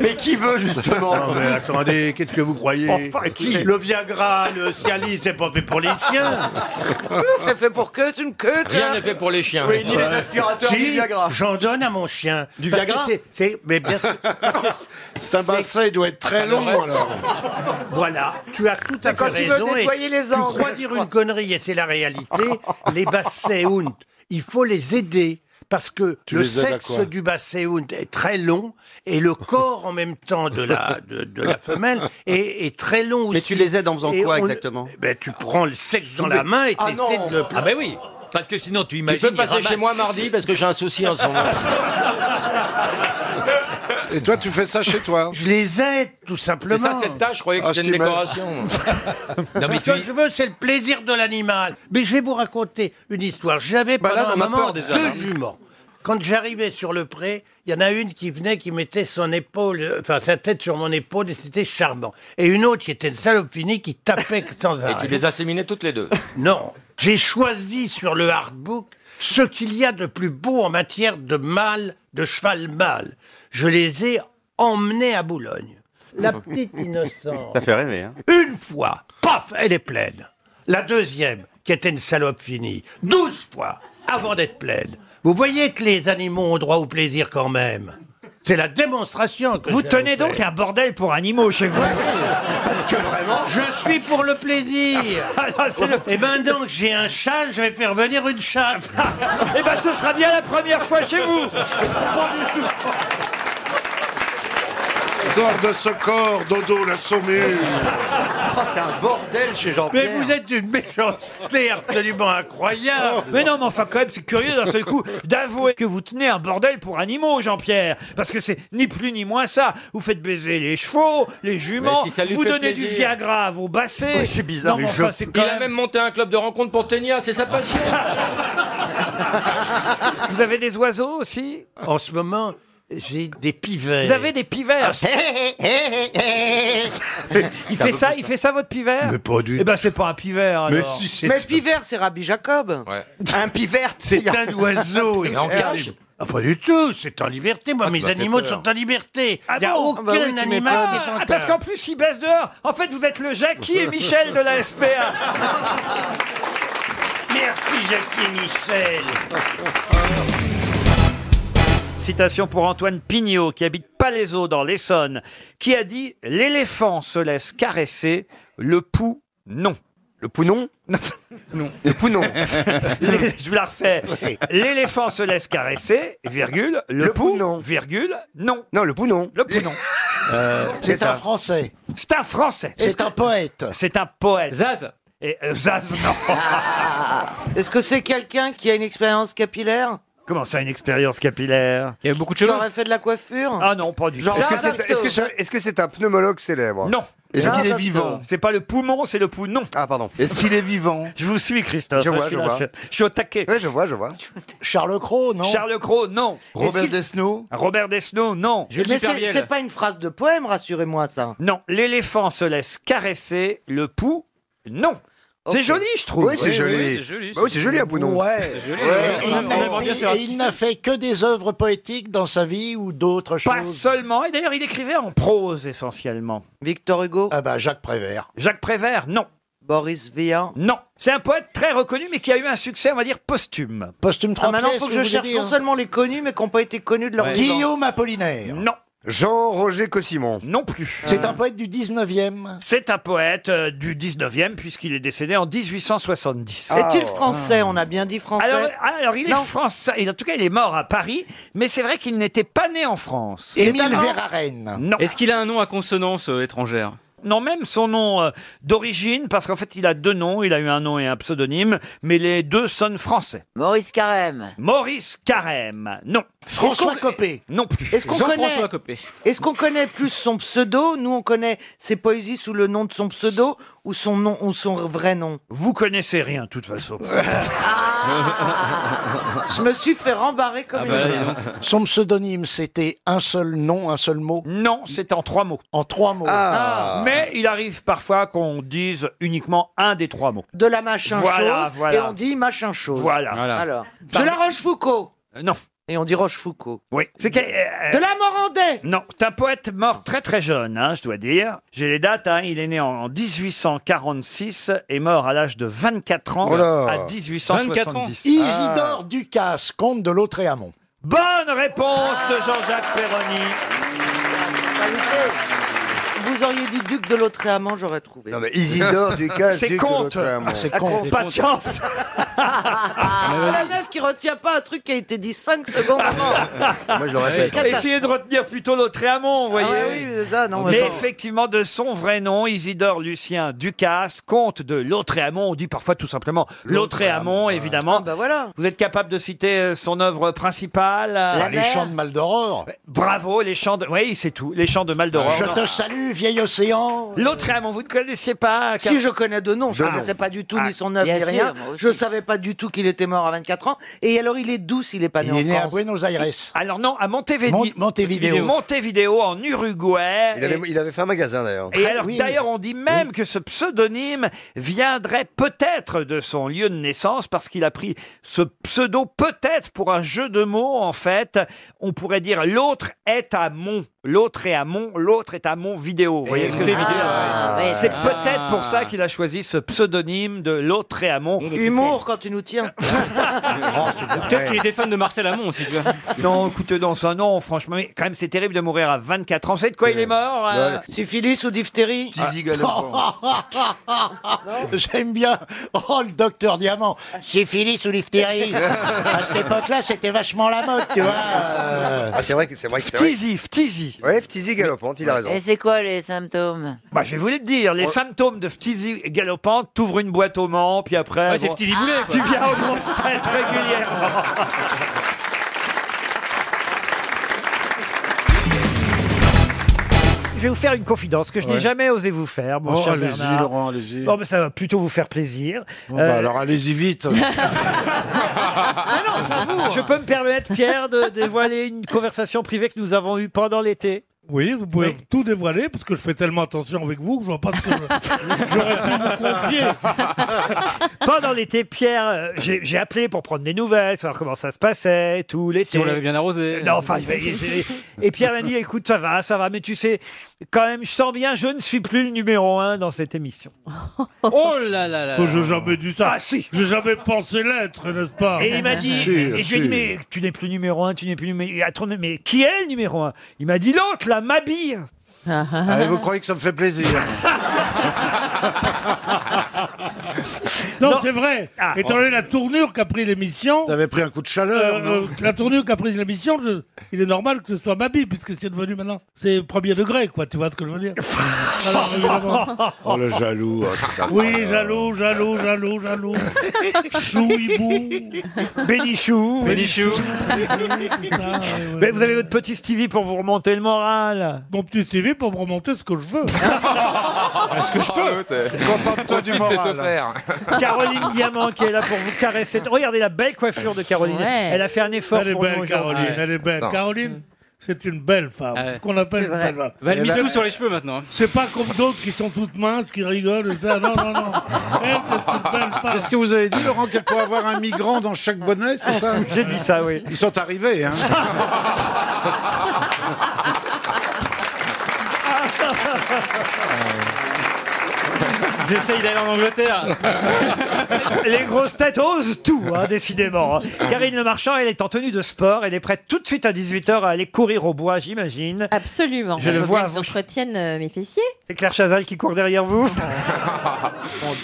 [SPEAKER 23] Mais qui veut justement
[SPEAKER 2] Non mais attendez, qu'est-ce que vous croyez
[SPEAKER 14] Enfin, qui
[SPEAKER 2] Le Viagra, le Cialis, c'est pas fait pour les chiens.
[SPEAKER 14] C'est fait pour que tu ne que
[SPEAKER 7] Rien n'est fait pour les chiens.
[SPEAKER 14] Si, J'en donne à mon chien.
[SPEAKER 7] Du
[SPEAKER 14] Parce
[SPEAKER 7] Viagra
[SPEAKER 14] que c'est- c'est- mais bien sûr.
[SPEAKER 3] C'est un bassin, il doit être très long alors.
[SPEAKER 14] Voilà, tu as tout à fait
[SPEAKER 3] quand tu veux
[SPEAKER 14] raison. et
[SPEAKER 3] nettoyer les
[SPEAKER 14] tu
[SPEAKER 3] angles.
[SPEAKER 14] crois dire une connerie et c'est la réalité. les Basséhound, il faut les aider parce que
[SPEAKER 3] Tu
[SPEAKER 14] le
[SPEAKER 3] les aides à
[SPEAKER 14] sexe
[SPEAKER 3] quoi
[SPEAKER 14] du Basséhound est très long et le corps en même temps de la, de, de la femelle est, est très long aussi.
[SPEAKER 23] Mais tu les aides en faisant
[SPEAKER 14] Et
[SPEAKER 23] quoi
[SPEAKER 14] on-
[SPEAKER 23] exactement
[SPEAKER 14] ben, Tu prends le sexe dans
[SPEAKER 23] Soulever.
[SPEAKER 14] la main et
[SPEAKER 23] Ah
[SPEAKER 14] tu essaies
[SPEAKER 23] non.
[SPEAKER 14] de le pla-
[SPEAKER 6] Ah ben oui, parce que sinon tu
[SPEAKER 7] Tu
[SPEAKER 6] imagines.
[SPEAKER 7] peux
[SPEAKER 6] il
[SPEAKER 7] passer
[SPEAKER 6] ramasse.
[SPEAKER 7] chez moi mardi parce que j'ai un souci en ce moment.
[SPEAKER 3] Et toi, tu fais ça chez toi
[SPEAKER 14] Je les aide tout
[SPEAKER 7] C'est
[SPEAKER 14] simplement.
[SPEAKER 7] ça cette tâche, je croyais que
[SPEAKER 14] Ah,
[SPEAKER 7] c'était
[SPEAKER 14] je
[SPEAKER 7] une
[SPEAKER 14] t'imagine.
[SPEAKER 7] décoration.
[SPEAKER 14] Non, mais ce que je veux, c'est le plaisir de l'animal. Mais je vais vous raconter une histoire. J'avais
[SPEAKER 23] Bah là,
[SPEAKER 14] pendant
[SPEAKER 23] on a
[SPEAKER 14] un moment
[SPEAKER 23] peur déjà,
[SPEAKER 14] deux
[SPEAKER 23] là.
[SPEAKER 14] juments. Quand j'arrivais sur le pré, il y en a une qui venait, qui mettait son épaule, euh, enfin sa tête sur mon épaule, et c'était charmant. Et une autre qui était une salope finie, qui tapait sans
[SPEAKER 7] Et
[SPEAKER 14] arrêt.
[SPEAKER 7] tu les as séminées toutes les deux.
[SPEAKER 14] Non, j'ai choisi sur le hardbook ce qu'il y a de plus beau en matière de mâle, de cheval mâle. Je les ai emmenés à Boulogne. La petite innocente.
[SPEAKER 23] Ça fait rêver. Hein.
[SPEAKER 14] Une fois, paf, elle est pleine. La deuxième, qui était une salope finie, douze fois avant d'être pleine. Vous voyez que les animaux ont droit au plaisir quand même. C'est la démonstration que
[SPEAKER 1] Vous
[SPEAKER 14] je viens
[SPEAKER 1] tenez
[SPEAKER 14] vous
[SPEAKER 1] donc
[SPEAKER 14] faire.
[SPEAKER 1] un bordel pour animaux chez vous
[SPEAKER 14] Parce que vraiment, je suis pour le plaisir.
[SPEAKER 1] Ah, bah,
[SPEAKER 14] Et maintenant que j'ai un chat, je vais faire venir une chatte.
[SPEAKER 1] Eh ben, ce sera bien la première fois chez vous.
[SPEAKER 3] Sors de ce corps, Dodo la saumure.
[SPEAKER 4] Euh, Oh,
[SPEAKER 6] c'est un bordel chez
[SPEAKER 14] Mais
[SPEAKER 6] Jean-Pierre.
[SPEAKER 14] vous êtes d'une méchanceté absolument incroyable.
[SPEAKER 1] Mais non, mais enfin, quand même, c'est curieux d'un seul coup d'avouer que vous tenez un bordel pour animaux, Jean-Pierre. Parce que c'est ni plus ni moins ça. Vous faites baiser les chevaux, les juments,
[SPEAKER 7] Mais si ça lui
[SPEAKER 1] vous
[SPEAKER 7] fait
[SPEAKER 1] donnez du
[SPEAKER 7] plaisir.
[SPEAKER 1] Viagra à vos bassets.
[SPEAKER 6] Ouais, c'est bizarre,
[SPEAKER 1] Non,
[SPEAKER 6] mais
[SPEAKER 1] mais
[SPEAKER 6] je-
[SPEAKER 1] enfin, c'est
[SPEAKER 7] Il
[SPEAKER 1] quand
[SPEAKER 7] a
[SPEAKER 1] même-
[SPEAKER 7] même monté un club de rencontre pour Ténia, c'est sa passion.
[SPEAKER 1] Vous avez des oiseaux aussi
[SPEAKER 14] En ce moment, j'ai des pivets. Ah,
[SPEAKER 1] Vous avez des pivers Il fait ça, il fait ça votre pivert
[SPEAKER 14] Mais pas du
[SPEAKER 1] Eh ben, c'est pas un pivert.
[SPEAKER 14] Mais
[SPEAKER 1] alors.
[SPEAKER 14] si, c'est-
[SPEAKER 5] Mais pivert, c'est Rabbi Jacob. Un pivert.
[SPEAKER 14] C'est un oiseau.
[SPEAKER 5] Mais en
[SPEAKER 14] etc.
[SPEAKER 5] cage.
[SPEAKER 14] Ah, pas du tout, c'est en liberté.
[SPEAKER 17] Ah,
[SPEAKER 14] Moi, mes
[SPEAKER 1] m'as fait
[SPEAKER 14] animaux
[SPEAKER 1] peur.
[SPEAKER 14] sont en liberté. Il
[SPEAKER 1] Ah
[SPEAKER 14] n'y a
[SPEAKER 1] bon
[SPEAKER 14] aucun
[SPEAKER 1] Ah bah oui, tu
[SPEAKER 14] animal
[SPEAKER 1] m'étonnes.
[SPEAKER 14] qui est en
[SPEAKER 1] Ah, Parce
[SPEAKER 14] cage.
[SPEAKER 1] qu'en plus, il baisse dehors. En fait, vous êtes le Jackie et Michel de la SPA.
[SPEAKER 14] Merci, Jackie Michel.
[SPEAKER 1] Citation pour Antoine Pignot, qui habite Palaiseau dans l'Essonne, qui a dit « L'éléphant se laisse caresser, le pou non ». Le pounon Non. Le pounon. Je vous la refais. L'éléphant se laisse caresser, virgule, le, pou, virgule, non. Non, le pounon. Le pounon.
[SPEAKER 12] Euh,
[SPEAKER 6] C'est un Français.
[SPEAKER 1] C'est un Français.
[SPEAKER 6] C'est un poète.
[SPEAKER 1] C'est un poète.
[SPEAKER 4] Zaz.
[SPEAKER 1] Et euh, Zaz, non.
[SPEAKER 5] Ah. Est-ce que c'est quelqu'un qui a une expérience capillaire
[SPEAKER 1] Comment ça, une expérience capillaire
[SPEAKER 4] Il y a beaucoup de
[SPEAKER 5] Qui aurait fait de la coiffure
[SPEAKER 1] Ah non, pas du tout.
[SPEAKER 5] Est-ce
[SPEAKER 12] que c'est- est-ce que c'est- est-ce que c'est un pneumologue célèbre
[SPEAKER 1] Non.
[SPEAKER 12] Est-ce qu'il est
[SPEAKER 1] Jean-Baptiste.
[SPEAKER 12] vivant
[SPEAKER 1] C'est pas le poumon, c'est le pounon.
[SPEAKER 12] Ah, pardon. Est-ce qu'il est vivant
[SPEAKER 1] Je vous suis, Christophe.
[SPEAKER 12] Je vois,
[SPEAKER 1] suis
[SPEAKER 12] je
[SPEAKER 1] là,
[SPEAKER 12] vois.
[SPEAKER 1] Je, je suis au taquet.
[SPEAKER 12] Oui, je vois, je vois.
[SPEAKER 6] Charles Cros, non
[SPEAKER 1] Charles Cros, non.
[SPEAKER 12] Robert
[SPEAKER 1] Est-ce qu'il-
[SPEAKER 12] Desnos
[SPEAKER 1] Robert Desnos, non.
[SPEAKER 5] Mais c'est c'est pas une phrase de poème, rassurez-moi ça.
[SPEAKER 1] Non, l'éléphant se laisse caresser, le pou, non. C'est joli, je trouve.
[SPEAKER 12] Oui, c'est joli. Bah oui, c'est joli, un pounon.
[SPEAKER 6] Ouais.
[SPEAKER 1] Ouais.
[SPEAKER 6] Et il n'a- et il n'a fait que des œuvres poétiques dans sa vie ou d'autres choses
[SPEAKER 1] Pas seulement. Et d'ailleurs, il écrivait en prose essentiellement.
[SPEAKER 5] Victor Hugo
[SPEAKER 6] Ah bah Jacques Prévert.
[SPEAKER 1] Jacques Prévert, non.
[SPEAKER 5] Boris Vian
[SPEAKER 1] Non. C'est un poète très reconnu, mais qui a eu un succès, on va dire, posthume.
[SPEAKER 6] Posthume
[SPEAKER 5] Ah,
[SPEAKER 6] trois
[SPEAKER 5] maintenant,
[SPEAKER 6] pièces,
[SPEAKER 5] faut que
[SPEAKER 6] vous
[SPEAKER 5] je
[SPEAKER 6] voulez
[SPEAKER 5] cherche
[SPEAKER 6] dire
[SPEAKER 5] non seulement les connus, mais qui n'ont pas été connus de leur vivant.
[SPEAKER 6] Guillaume Apollinaire.
[SPEAKER 1] Non.
[SPEAKER 12] Jean-Roger Cossimon.
[SPEAKER 1] Non plus.
[SPEAKER 6] C'est un poète du 19e.
[SPEAKER 1] C'est un poète euh, du 19e, puisqu'il est décédé en 1870.
[SPEAKER 6] Ah.
[SPEAKER 5] Est-il français On a bien dit français.
[SPEAKER 1] Ah, Alors, euh, ah, alors, il est
[SPEAKER 5] Non.
[SPEAKER 1] français. Il- En tout cas, il est mort à Paris, mais c'est vrai qu'il n'était pas né en France.
[SPEAKER 6] Émile Verhaeren.
[SPEAKER 1] Non.
[SPEAKER 4] Est-ce qu'il a un nom à consonance euh, étrangère
[SPEAKER 1] Non, même son nom euh, d'origine, parce qu'en fait, il a deux noms. Il a eu un nom et un pseudonyme, mais les deux sonnent français.
[SPEAKER 9] Maurice Carême.
[SPEAKER 1] Maurice Carême. Non.
[SPEAKER 6] François
[SPEAKER 5] qu'on-
[SPEAKER 6] Copé.
[SPEAKER 1] Non plus.
[SPEAKER 5] Est-ce qu'on connaît,
[SPEAKER 4] Copé.
[SPEAKER 5] est qu'on connaît plus son pseudo Nous, on connaît ses poésies sous le nom de son pseudo ou son, nom, ou son vrai nom
[SPEAKER 1] Vous connaissez rien, de toute façon.
[SPEAKER 5] Je me suis fait rembarrer
[SPEAKER 1] Ah
[SPEAKER 5] comme
[SPEAKER 1] bah
[SPEAKER 5] une merde.
[SPEAKER 6] Son pseudonyme, c'était un seul nom, un seul mot.
[SPEAKER 1] Non, c'est en trois mots.
[SPEAKER 6] En trois mots.
[SPEAKER 5] Ah.
[SPEAKER 1] Mais il arrive parfois qu'on dise uniquement un des trois mots.
[SPEAKER 5] De la machin
[SPEAKER 1] Voilà,
[SPEAKER 5] chose.
[SPEAKER 1] voilà.
[SPEAKER 5] Et on dit machin chose.
[SPEAKER 1] Voilà.
[SPEAKER 5] Alors, de la Rochefoucauld.
[SPEAKER 1] Euh, Non.
[SPEAKER 5] Et on dit Rochefoucauld.
[SPEAKER 1] Oui. C'est que- euh,
[SPEAKER 5] De la Morandais.
[SPEAKER 1] Non, c'est un poète mort très très jeune, hein, je dois dire. J'ai les dates, hein, il est né en 1846 et mort à l'âge de 24 ans
[SPEAKER 12] Oh là.
[SPEAKER 1] à 1870.
[SPEAKER 6] Isidore
[SPEAKER 1] Ah.
[SPEAKER 6] Ducasse, comte de Lautréamont.
[SPEAKER 1] Bonne Ah. réponse de Jean-Jacques Perroni.
[SPEAKER 5] Vous auriez dit duc de Lautréamont, j'aurais trouvé.
[SPEAKER 12] Non, mais Isidore Ducasse.
[SPEAKER 1] C'est
[SPEAKER 12] duc de
[SPEAKER 1] Comte.
[SPEAKER 12] Lautréamont.
[SPEAKER 5] Ah, con.
[SPEAKER 1] Pas de chance.
[SPEAKER 5] La meuf qui retient pas un truc qui a été dit 5 secondes avant.
[SPEAKER 12] Ah, Moi, je l'aurais fait.
[SPEAKER 1] Essayez de retenir plutôt l'Autréamont, vous
[SPEAKER 5] Ah
[SPEAKER 1] voyez.
[SPEAKER 5] ouais, oui, c'est ça, non.
[SPEAKER 1] Mais
[SPEAKER 5] mais bon.
[SPEAKER 1] effectivement, de son vrai nom, Isidore Lucien Ducasse, comte de Lautréamont, on dit parfois tout simplement Lautréamont, évidemment.
[SPEAKER 5] Ah bah voilà.
[SPEAKER 1] Vous êtes capable de citer euh, son œuvre principale euh, Bah,
[SPEAKER 6] Ah, les chants de Maldoror.
[SPEAKER 1] Bravo, les chants de... Oui, c'est tout, les chants de Maldoror.
[SPEAKER 6] Je te salue, vieil océan.
[SPEAKER 1] L'autre âme, vous ne connaissiez pas
[SPEAKER 5] Si, je connais de nom, je
[SPEAKER 6] De
[SPEAKER 5] ne
[SPEAKER 6] nom.
[SPEAKER 5] connaissais pas du tout
[SPEAKER 6] Ah,
[SPEAKER 5] ni son œuvre
[SPEAKER 6] bien
[SPEAKER 5] ni
[SPEAKER 6] sûr,
[SPEAKER 5] rien.
[SPEAKER 6] moi aussi.
[SPEAKER 5] Je savais pas du tout qu'il était mort à 24 ans. Et alors, il est d'où s'il n'est pas né en
[SPEAKER 1] est né à
[SPEAKER 5] France
[SPEAKER 1] Buenos Aires. Alors non, à Montevideo.
[SPEAKER 5] Montevideo.
[SPEAKER 1] Montevideo, en Uruguay.
[SPEAKER 12] Il avait, il avait fait un magasin d'ailleurs. Ah
[SPEAKER 1] Et alors, d'ailleurs, on dit même que ce pseudonyme viendrait peut-être de son lieu de naissance parce qu'il a pris ce pseudo peut-être pour un jeu de mots, en fait. On pourrait dire l'autre est à Mont, l'autre est à Mont, l'autre est à Mont Vidéo. Vous voyez ce que je veux dire
[SPEAKER 5] ouais.
[SPEAKER 1] C'est
[SPEAKER 5] Ah.
[SPEAKER 1] peut-être pour ça qu'il a choisi ce pseudonyme de l'autre est à Mont.
[SPEAKER 5] Humour quand tu nous tiens.
[SPEAKER 1] Peut-être qu'il était fan de Marcel Amont aussi, tu vois. Non, écoutez, non, ça, non, franchement, mais quand même, c'est terrible de mourir à 24 ans. Vous savez de quoi il est mort euh
[SPEAKER 5] Syphilis ou diphtérie
[SPEAKER 6] Ah. J'aime bien. Oh, le docteur Diamant. Syphilis ou diphtérie. à cette époque-là, c'était vachement la mode, tu vois.
[SPEAKER 12] Ah, c'est vrai que c'est vrai que c'est vrai.
[SPEAKER 1] Ftizi, Ftizi.
[SPEAKER 12] Ouais, Ftizi galopante, il a raison. Oh.
[SPEAKER 9] Et c'est quoi les symptômes
[SPEAKER 1] Bah, je vais vous le dire, les symptômes de phtisie galopante, t'ouvres une boîte au Mans, puis après... ah,
[SPEAKER 22] Ouais, c'est Phtisie Boulet, quoi.
[SPEAKER 1] Tu viens aux grosses têtes régulièrement. Je vais vous faire une confidence que je n'ai
[SPEAKER 18] Ouais.
[SPEAKER 1] jamais osé vous faire, mon
[SPEAKER 18] Oh,
[SPEAKER 1] cher
[SPEAKER 18] allez-y,
[SPEAKER 1] Bernard.
[SPEAKER 18] Laurent, allez-y.
[SPEAKER 1] Bon, mais ça va plutôt vous faire plaisir. Euh,
[SPEAKER 18] Bon, bah, alors, allez-y vite.
[SPEAKER 1] Ah, Je peux me permettre, Pierre, de dévoiler une conversation privée que nous avons eue pendant l'été
[SPEAKER 24] Oui, vous pouvez tout dévoiler parce que je fais tellement attention avec vous que je vois pas ce que je- j'aurais pu vous confier.
[SPEAKER 1] Pendant l'été, Pierre, euh, j'ai j'ai appelé pour prendre des nouvelles, savoir comment ça se passait, tout l'été.
[SPEAKER 22] Si on l'avait bien arrosé.
[SPEAKER 1] Non, enfin, je vais- j'ai- et Pierre m'a dit, écoute, ça va, ça va, mais tu sais, quand même, je sens bien, je ne suis plus le numéro un dans cette émission.
[SPEAKER 22] Oh là là là.
[SPEAKER 24] Oh, J'ai jamais dit ça.
[SPEAKER 1] Ah, si.
[SPEAKER 24] J'ai jamais pensé l'être, n'est-ce pas
[SPEAKER 1] Et il m'a dit,
[SPEAKER 24] Si,
[SPEAKER 1] et je lui ai dit,
[SPEAKER 24] si.
[SPEAKER 1] mais tu n'es plus numéro un, tu n'es plus numéro Attends, mais qui est le numéro un Il m'a dit l'autre, la Mabille.
[SPEAKER 3] Ah,
[SPEAKER 18] Allez, vous croyez que ça me fait plaisir
[SPEAKER 24] Non, c'est vrai.
[SPEAKER 3] Ah.
[SPEAKER 1] ah.
[SPEAKER 24] Étant donné la tournure qu'a prise
[SPEAKER 3] Oh.
[SPEAKER 24] l'émission.
[SPEAKER 18] T'avais pris un coup de chaleur.
[SPEAKER 24] euh,
[SPEAKER 18] non
[SPEAKER 24] euh, la tournure qu'a prise l'émission, je- il est normal que ce soit Mabi, puisque c'est devenu maintenant. C'est premier degré, quoi. Tu vois ce que je veux dire Alors, évidemment.
[SPEAKER 18] Oh, le jaloux. oh, c'est un-
[SPEAKER 24] Oui, jaloux, jaloux, jaloux, jaloux. Chou, hibou.
[SPEAKER 1] Bénichou.
[SPEAKER 24] Bénichou.
[SPEAKER 1] Mais vous avez votre petit Stevie pour vous remonter le moral.
[SPEAKER 24] Mon petit CV pour me remonter ce que je veux.
[SPEAKER 18] Est-ce que je peux Contente-toi du
[SPEAKER 1] Profite de
[SPEAKER 18] moral.
[SPEAKER 1] te Caroline Diamant qui est là pour vous caresser. Regardez la belle coiffure de Caroline.
[SPEAKER 24] Ouais.
[SPEAKER 1] Elle a fait un effort
[SPEAKER 24] Elle est
[SPEAKER 1] pour
[SPEAKER 24] belle,
[SPEAKER 1] nous aujourd'hui.
[SPEAKER 24] Caroline. Elle est belle.
[SPEAKER 1] Attends.
[SPEAKER 24] Caroline, c'est une belle femme. C'est ce qu'on
[SPEAKER 22] Ah
[SPEAKER 24] appelle
[SPEAKER 22] C'est
[SPEAKER 24] une
[SPEAKER 22] vrai.
[SPEAKER 24] belle femme.
[SPEAKER 22] Bah, elle
[SPEAKER 24] Et
[SPEAKER 22] mise
[SPEAKER 24] là-
[SPEAKER 22] tout sur les cheveux maintenant.
[SPEAKER 24] C'est pas comme d'autres qui sont toutes minces, qui rigolent et ça. Non, non, non. Elle, c'est une belle femme.
[SPEAKER 3] Qu'est-ce que vous avez dit, Laurent, qu'elle pourrait avoir un migrant dans chaque bonnet, c'est ça
[SPEAKER 1] J'ai dit ça, oui.
[SPEAKER 3] Ils sont arrivés, hein
[SPEAKER 22] Ils essayent d'aller en Angleterre.
[SPEAKER 1] Les grosses têtes osent tout, hein, décidément. Karine Le Marchand, elle est en tenue de sport. Elle est prête tout de suite à 18h à aller courir au bois, j'imagine.
[SPEAKER 11] Absolument.
[SPEAKER 1] Je le
[SPEAKER 11] Faut
[SPEAKER 1] vois
[SPEAKER 11] bien
[SPEAKER 1] à
[SPEAKER 11] que
[SPEAKER 1] vos-
[SPEAKER 11] J'entretienne euh, mes fessiers.
[SPEAKER 1] C'est Claire Chazal qui court derrière vous.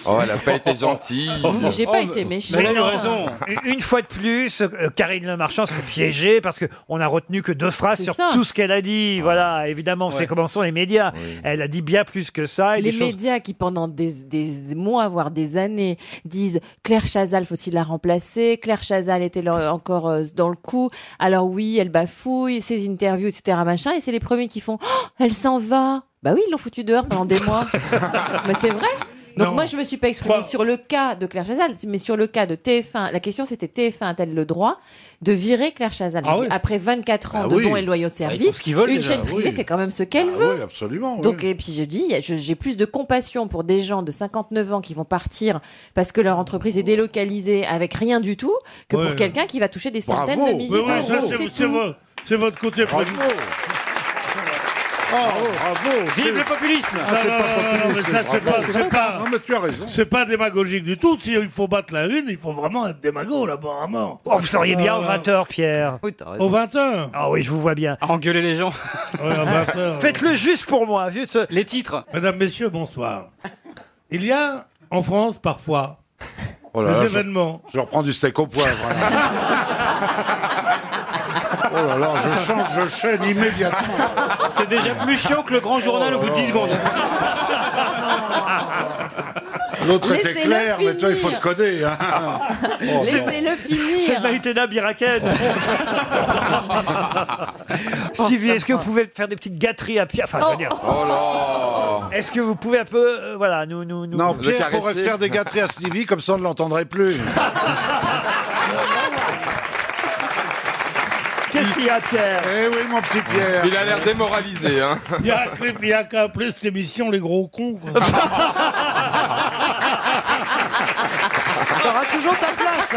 [SPEAKER 17] Oh, elle a pas été gentille.
[SPEAKER 1] Oh,
[SPEAKER 11] Oh, J'ai pas été méchant.
[SPEAKER 1] Une- Une fois de plus, euh, Karine Le Marchand se fait piéger parce qu'on a retenu que deux phrases
[SPEAKER 11] C'est
[SPEAKER 1] sur
[SPEAKER 11] ça.
[SPEAKER 1] tout ce qu'elle a dit. Voilà, évidemment, c'est comment sont les médias. Elle a dit bien plus que ça. Et
[SPEAKER 11] Les
[SPEAKER 1] des choses-
[SPEAKER 11] médias qui, pendant des, des mois, voire des années, disent Claire Chazal, faut-il la remplacer Claire Chazal était là- encore euh, dans le coup. Alors oui, elle bafouille, ses interviews, etc. Machin, et c'est les premiers qui font Oh, Elle s'en va Bah oui, ils l'ont foutu dehors pendant des mois. Mais c'est vrai donc moi je me suis pas exprimée sur le cas de Claire Chazal, mais sur le cas de TF1. La question c'était TF1 a-t-elle le droit de virer Claire Chazal
[SPEAKER 18] Ah
[SPEAKER 11] Je dis,
[SPEAKER 18] oui.
[SPEAKER 11] Après 24 ans
[SPEAKER 18] Ah
[SPEAKER 11] de
[SPEAKER 18] oui.
[SPEAKER 11] bons et loyaux
[SPEAKER 18] ils font
[SPEAKER 11] services,
[SPEAKER 18] ce qu'ils veulent,
[SPEAKER 11] une
[SPEAKER 18] déjà, Ah
[SPEAKER 11] chaîne privée
[SPEAKER 18] oui.
[SPEAKER 11] fait quand même ce qu'elle
[SPEAKER 18] Ah
[SPEAKER 11] veut.
[SPEAKER 18] oui, absolument. oui.
[SPEAKER 11] Donc, et puis je dis, je- j'ai plus de compassion pour des gens de 59 ans qui vont partir parce que leur entreprise est délocalisée avec rien du tout que
[SPEAKER 24] Ouais.
[SPEAKER 11] pour quelqu'un qui va toucher des centaines de milliers
[SPEAKER 24] Oui, oui, ça,
[SPEAKER 11] d'euros.
[SPEAKER 24] c'est-
[SPEAKER 11] C'est
[SPEAKER 24] c'est
[SPEAKER 11] tout.
[SPEAKER 24] vo- C'est votre côté prévu.
[SPEAKER 18] Oh, bravo Ah,
[SPEAKER 22] Vive le populisme.
[SPEAKER 24] Non, non, non, non, mais ça, c'est pas, c'est pas, c'est pas démagogique du tout. S'il faut battre la une, il faut vraiment être démago, là-bas, à mort.
[SPEAKER 1] Oh, vous seriez bien
[SPEAKER 24] Ah,
[SPEAKER 1] au
[SPEAKER 24] là.
[SPEAKER 1] 20h, Pierre.
[SPEAKER 24] Au 20h
[SPEAKER 1] Ah oui, je vous vois bien.
[SPEAKER 22] À engueuler les gens.
[SPEAKER 1] Faites-le juste pour moi, juste.
[SPEAKER 22] Les titres.
[SPEAKER 24] Mesdames, messieurs, bonsoir. Il y a, en France, parfois,
[SPEAKER 18] Oh là là,
[SPEAKER 24] des
[SPEAKER 18] je-
[SPEAKER 24] événements.
[SPEAKER 18] Je reprends du steak au poivre.
[SPEAKER 3] hein.
[SPEAKER 18] là. oh là là, je change, je chaîne immédiatement. Oh
[SPEAKER 22] C'est déjà plus chiant que le grand journal au bout de 10 secondes.
[SPEAKER 3] L'autre était
[SPEAKER 11] Laissez-le
[SPEAKER 3] clair, mais toi, il faut
[SPEAKER 11] finir.
[SPEAKER 3] te coder. hein. Oh, c'est-
[SPEAKER 11] Laissez-le
[SPEAKER 1] C'est
[SPEAKER 11] finir.
[SPEAKER 1] Maïtena Biraken. Stevie, est-ce que vous pouvez faire des petites gâteries à Pierre Enfin, je veux dire.
[SPEAKER 3] Oh là
[SPEAKER 1] Est-ce que vous pouvez un peu, euh, voilà, nous, nous, nous.
[SPEAKER 3] Non, Pierre pourrait faire des gâteries à Stevie, comme ça on ne l'entendrait plus.
[SPEAKER 1] Qu'est-ce qu'il y a, Pierre
[SPEAKER 3] Eh oui, mon petit Pierre.
[SPEAKER 17] Il a l'air démoralisé, hein.
[SPEAKER 24] Il y a, un clip, il y a qu'à appeler cette émission les gros cons. quoi.
[SPEAKER 6] T'auras toujours ta place,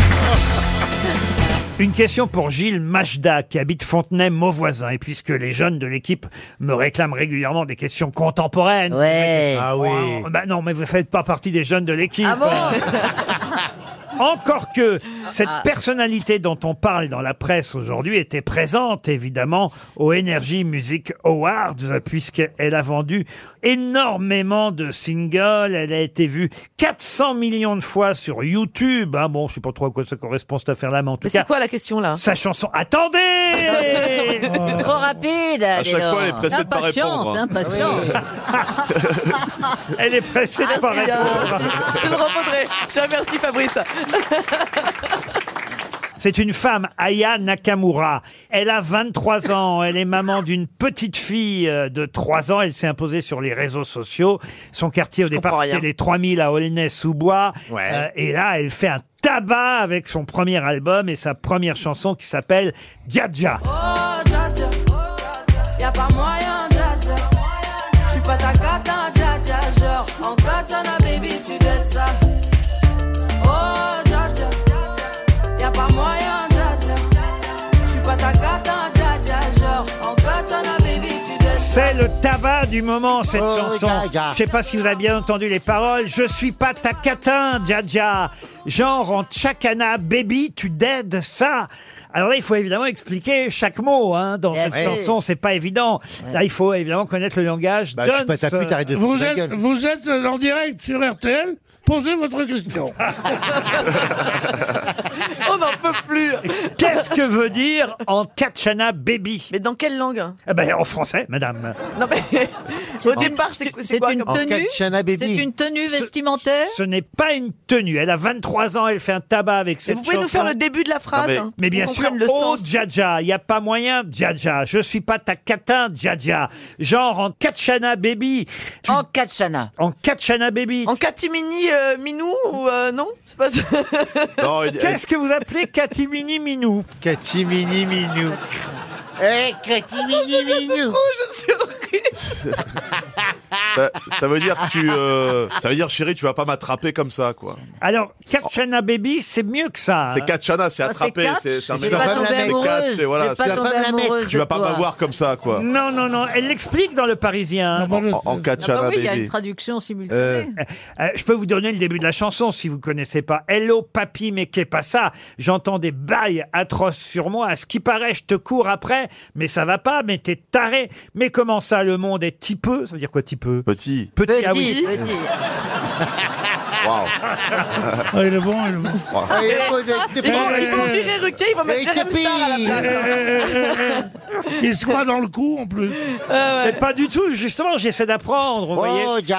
[SPEAKER 1] Une question pour Gilles Majda, qui habite Fontenay, Mauvoisin. Et puisque les jeunes de l'équipe me réclament régulièrement des questions contemporaines.
[SPEAKER 9] Ouais.
[SPEAKER 1] Ah oui. non, mais vous faites pas partie des jeunes de
[SPEAKER 3] Ah
[SPEAKER 1] l'équipe. Encore que cette
[SPEAKER 9] Ah.
[SPEAKER 1] personnalité dont on parle dans la presse aujourd'hui était présente évidemment aux Energy Music Awards puisqu'elle a vendu énormément de singles, elle a été vue 400 millions de fois sur YouTube. hein. bon, je sais pas trop à quoi ça correspond cette affaire-là, mais en tout
[SPEAKER 2] Mais
[SPEAKER 1] cas.
[SPEAKER 2] c'est quoi la question là
[SPEAKER 1] Sa chanson. Attendez
[SPEAKER 9] Trop rapide.
[SPEAKER 2] À chaque
[SPEAKER 9] Adelor.
[SPEAKER 2] fois, elle est pressée de pas
[SPEAKER 9] Impatiente,
[SPEAKER 2] répondre. hein.
[SPEAKER 9] impatiente.
[SPEAKER 6] hein.
[SPEAKER 1] Elle est pressée
[SPEAKER 2] Ah,
[SPEAKER 1] de pas
[SPEAKER 2] c'est, euh,
[SPEAKER 1] répondre.
[SPEAKER 2] Je te le reprendrai. Je te remercie, Fabrice.
[SPEAKER 1] C'est une femme, Aya Nakamura. Elle a 23 ans. Elle est maman d'une petite fille euh, de 3 ans. Elle s'est imposée sur les réseaux sociaux. Son quartier, au départ,
[SPEAKER 2] comprends
[SPEAKER 1] c'était
[SPEAKER 2] rien.
[SPEAKER 1] les 3000 à Aulnay-sous-Bois. Euh, et là, elle fait un tabac avec son premier album et sa première chanson qui s'appelle Diadja.
[SPEAKER 13] Oh, dja, dja. Y a pas moyen, dja, dja. J'suis pas ta cata, dja, dja. Genre, en katana, baby, tu dettes ça. Oh, dja, dja. Y a pas moyen, dja, dja. J'suis pas ta cata, dja, dja. Genre, en katana, baby, tu dettes ça.
[SPEAKER 1] C'est le tabac du moment, cette
[SPEAKER 13] Oh,
[SPEAKER 1] chanson.
[SPEAKER 13] gaga.
[SPEAKER 1] Je sais pas si vous avez bien entendu les paroles. Je suis pas ta catin, Jaja. Genre en chacana, baby, tu dead ça. Alors là, il faut évidemment expliquer chaque mot hein, dans
[SPEAKER 2] Bien
[SPEAKER 1] cette
[SPEAKER 2] sûr.
[SPEAKER 1] chanson. C'est pas évident. Là, il faut évidemment connaître le langage.
[SPEAKER 2] Bah, je suis
[SPEAKER 1] d'Hans.
[SPEAKER 2] pas ta pute, arrête de
[SPEAKER 24] Vous êtes, vous êtes en direct sur RTL, posez votre question.
[SPEAKER 2] On n'en peut plus.
[SPEAKER 1] Qu'est-ce que veut dire en Kachana baby
[SPEAKER 2] Mais dans quelle langue hein
[SPEAKER 1] Eh ben, en français, madame.
[SPEAKER 2] Non, mais au départ, c'est c'est
[SPEAKER 9] C'est
[SPEAKER 2] quoi
[SPEAKER 9] une
[SPEAKER 2] comme-
[SPEAKER 9] tenue. C'est une tenue vestimentaire.
[SPEAKER 1] Ce n'est pas une tenue. Elle a 23 ans, elle fait un tabac avec cette
[SPEAKER 2] Vous pouvez nous faire le
[SPEAKER 1] chanson.
[SPEAKER 2] début de la phrase hein,
[SPEAKER 1] Mais
[SPEAKER 2] qu'on
[SPEAKER 1] bien sûr,
[SPEAKER 2] comprenne le
[SPEAKER 1] oh
[SPEAKER 2] sens.
[SPEAKER 1] Djadja, il n'y a pas moyen, Djadja. Je suis pas ta catin, Djadja. Genre en Katchana Baby. En
[SPEAKER 9] Katchana.
[SPEAKER 1] En Katchana Baby.
[SPEAKER 2] En catimini euh, minou ou euh, non C'est pas ça.
[SPEAKER 1] Qu'est-ce que vous appelez Katimini Minou Katimini Minou.
[SPEAKER 2] Eh,
[SPEAKER 21] Oh,
[SPEAKER 2] catimini minou.
[SPEAKER 21] Ça, Bah, ça veut dire que tu, euh, ça veut dire chérie, tu vas pas m'attraper comme ça, quoi.
[SPEAKER 1] Alors, Katchana Baby, c'est mieux que ça.
[SPEAKER 21] C'est Katchana, c'est
[SPEAKER 1] Ah, c'est
[SPEAKER 21] attraper,
[SPEAKER 1] catch.
[SPEAKER 21] c'est c'est un
[SPEAKER 1] Tu vas pas
[SPEAKER 21] mélange.
[SPEAKER 1] tomber
[SPEAKER 21] C'est
[SPEAKER 1] amoureuse,
[SPEAKER 21] catch,
[SPEAKER 1] tu
[SPEAKER 21] c'est
[SPEAKER 1] vas
[SPEAKER 21] voilà.
[SPEAKER 1] pas tomber amoureuse de
[SPEAKER 21] Tu vas pas
[SPEAKER 1] toi.
[SPEAKER 21] m'avoir comme ça, quoi.
[SPEAKER 1] Non, non, non, elle l'explique dans le Parisien.
[SPEAKER 21] En- en Katchana
[SPEAKER 9] Ah bah oui, il y a une
[SPEAKER 21] baby.
[SPEAKER 9] traduction simultanée.
[SPEAKER 1] Euh, euh, je peux vous donner le début de la chanson si vous connaissez pas. Hello papy, mais qu'est pas ça J'entends des bails atroces sur moi. À ce qui paraît, je te cours après, mais ça va pas. Mais t'es taré. Mais comment ça, le monde est tipeux Ça veut dire quoi, tipeux
[SPEAKER 21] Petit.
[SPEAKER 1] Petit. ah oui.
[SPEAKER 9] Petit, petit.
[SPEAKER 24] Ah, il est bon, il est bon.
[SPEAKER 2] Ah, il est bon, il est-
[SPEAKER 24] Eh,
[SPEAKER 2] il est-
[SPEAKER 24] eh,
[SPEAKER 2] il faut virer Ruquier, il faut mettre Eh, Jérém Tipeee. Star à la place.
[SPEAKER 24] eh, eh, eh. Il se croit dans le coup en plus.
[SPEAKER 9] Ah
[SPEAKER 1] Mais pas du tout, justement, j'essaie d'apprendre.
[SPEAKER 9] Oh,
[SPEAKER 1] vous voyez.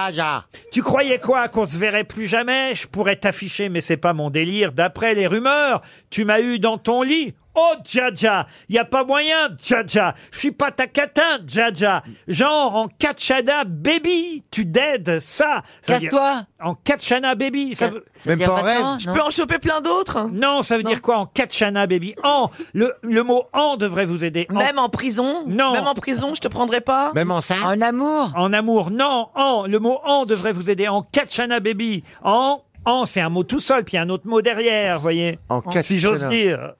[SPEAKER 1] Tu croyais quoi qu'on se verrait plus jamais Je pourrais t'afficher, mais c'est pas mon délire. D'après les rumeurs, tu m'as eu dans ton lit. Oh, Djadja, y a pas moyen, Djadja. Je suis pas ta catin, Djadja. Genre en Katchana baby, tu d'aides ça. Ça veut dire-
[SPEAKER 9] Casse-toi.
[SPEAKER 1] En Katchana baby, ça, veut.
[SPEAKER 9] ça Même veut dire pas en maintenant, rêve.
[SPEAKER 2] Je
[SPEAKER 9] non
[SPEAKER 2] peux en choper plein d'autres
[SPEAKER 1] Non, ça veut dire quoi en Katchana baby En, le, le mot en devrait vous aider. En-
[SPEAKER 2] Même en prison
[SPEAKER 1] Non.
[SPEAKER 2] Même en prison, je te prendrai pas
[SPEAKER 1] Même en ça En
[SPEAKER 9] amour
[SPEAKER 1] En amour, non, en. Le mot en devrait vous aider. En Katchana Baby. En, en, c'est un mot tout seul, puis un autre mot derrière, voyez. En Si j'ose
[SPEAKER 28] Katchana.
[SPEAKER 1] dire.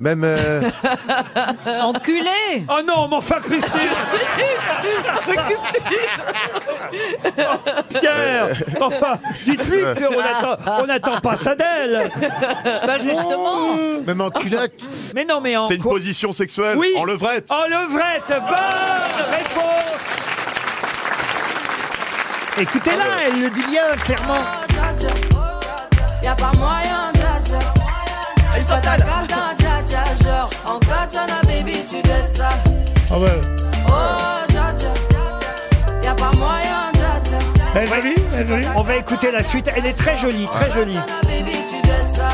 [SPEAKER 28] Même. euh,
[SPEAKER 9] Enculé
[SPEAKER 1] Oh non, mais enfin, Christine Pierre Enfin, dites-lui qu'on attend- on n'attend pas ça d'elle Oh.
[SPEAKER 9] Bah justement
[SPEAKER 21] Même en culotte.
[SPEAKER 1] Mais non, mais en.
[SPEAKER 21] C'est une position sexuelle.
[SPEAKER 1] Oui.
[SPEAKER 21] En levrette.
[SPEAKER 1] En levrette Bonne réponse Écoutez-la,
[SPEAKER 21] Ah
[SPEAKER 1] elle le dit bien, clairement.
[SPEAKER 13] Y a pas moyen, dja, dja. J'suis pas ta cata, dja, dja. Genre, en katana, baby, tu dettes ça.
[SPEAKER 24] Ah ouais.
[SPEAKER 13] Oh, dja, dja. Y a pas moyen, dja, dja.
[SPEAKER 24] Elle est jolie,
[SPEAKER 1] On va écouter la suite. Elle est très jolie, très jolie.
[SPEAKER 13] Montana, baby, tu dettes ça.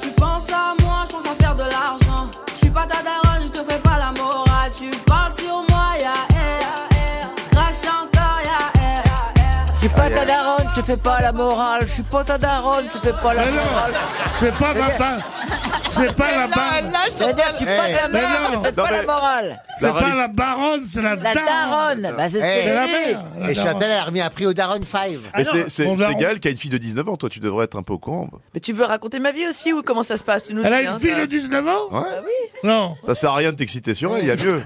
[SPEAKER 13] Tu penses à moi, je pense à faire de l'argent. Je suis pas ta daronne, je te fais pas la morale. Tu parles sur moi, ya air. Crache encore, ya air.
[SPEAKER 9] Je suis pas ta daronne, je fais pas la morale. Je suis pas ta daronne, je fais pas la
[SPEAKER 24] Mais non,
[SPEAKER 9] morale.
[SPEAKER 24] c'est pas ma
[SPEAKER 9] C'est-à-dire-
[SPEAKER 24] bande. C'est pas la
[SPEAKER 9] Non, elle
[SPEAKER 24] bande.
[SPEAKER 9] lâche, c'est C'est-à-dire, pas je suis pas la- ta
[SPEAKER 24] Mais
[SPEAKER 9] mère,
[SPEAKER 24] non.
[SPEAKER 9] je fais pas la morale.
[SPEAKER 24] C'est
[SPEAKER 9] La
[SPEAKER 24] pas
[SPEAKER 9] reli-
[SPEAKER 24] la baronne, c'est la,
[SPEAKER 9] La daronne, bah c'est ce
[SPEAKER 24] C'est la
[SPEAKER 9] que j'ai dit.
[SPEAKER 24] mère. la
[SPEAKER 6] Et
[SPEAKER 21] daronne.
[SPEAKER 6] Châtel a remis un prix au Daron 5.
[SPEAKER 3] Ah
[SPEAKER 21] Mais
[SPEAKER 2] Ah
[SPEAKER 21] c'est- c'est c'est Gaël qui a une fille de 19 ans, toi tu devrais être un peu au courant.
[SPEAKER 2] Mais tu veux raconter ma vie aussi ou comment ça se passe Tu nous
[SPEAKER 24] Elle a
[SPEAKER 2] dis,
[SPEAKER 24] une
[SPEAKER 2] hein,
[SPEAKER 24] fille
[SPEAKER 2] ça.
[SPEAKER 24] de 19 ans
[SPEAKER 21] Ouais.
[SPEAKER 3] Ah
[SPEAKER 24] Non.
[SPEAKER 21] Ça sert à rien de t'exciter sur elle, il y a mieux.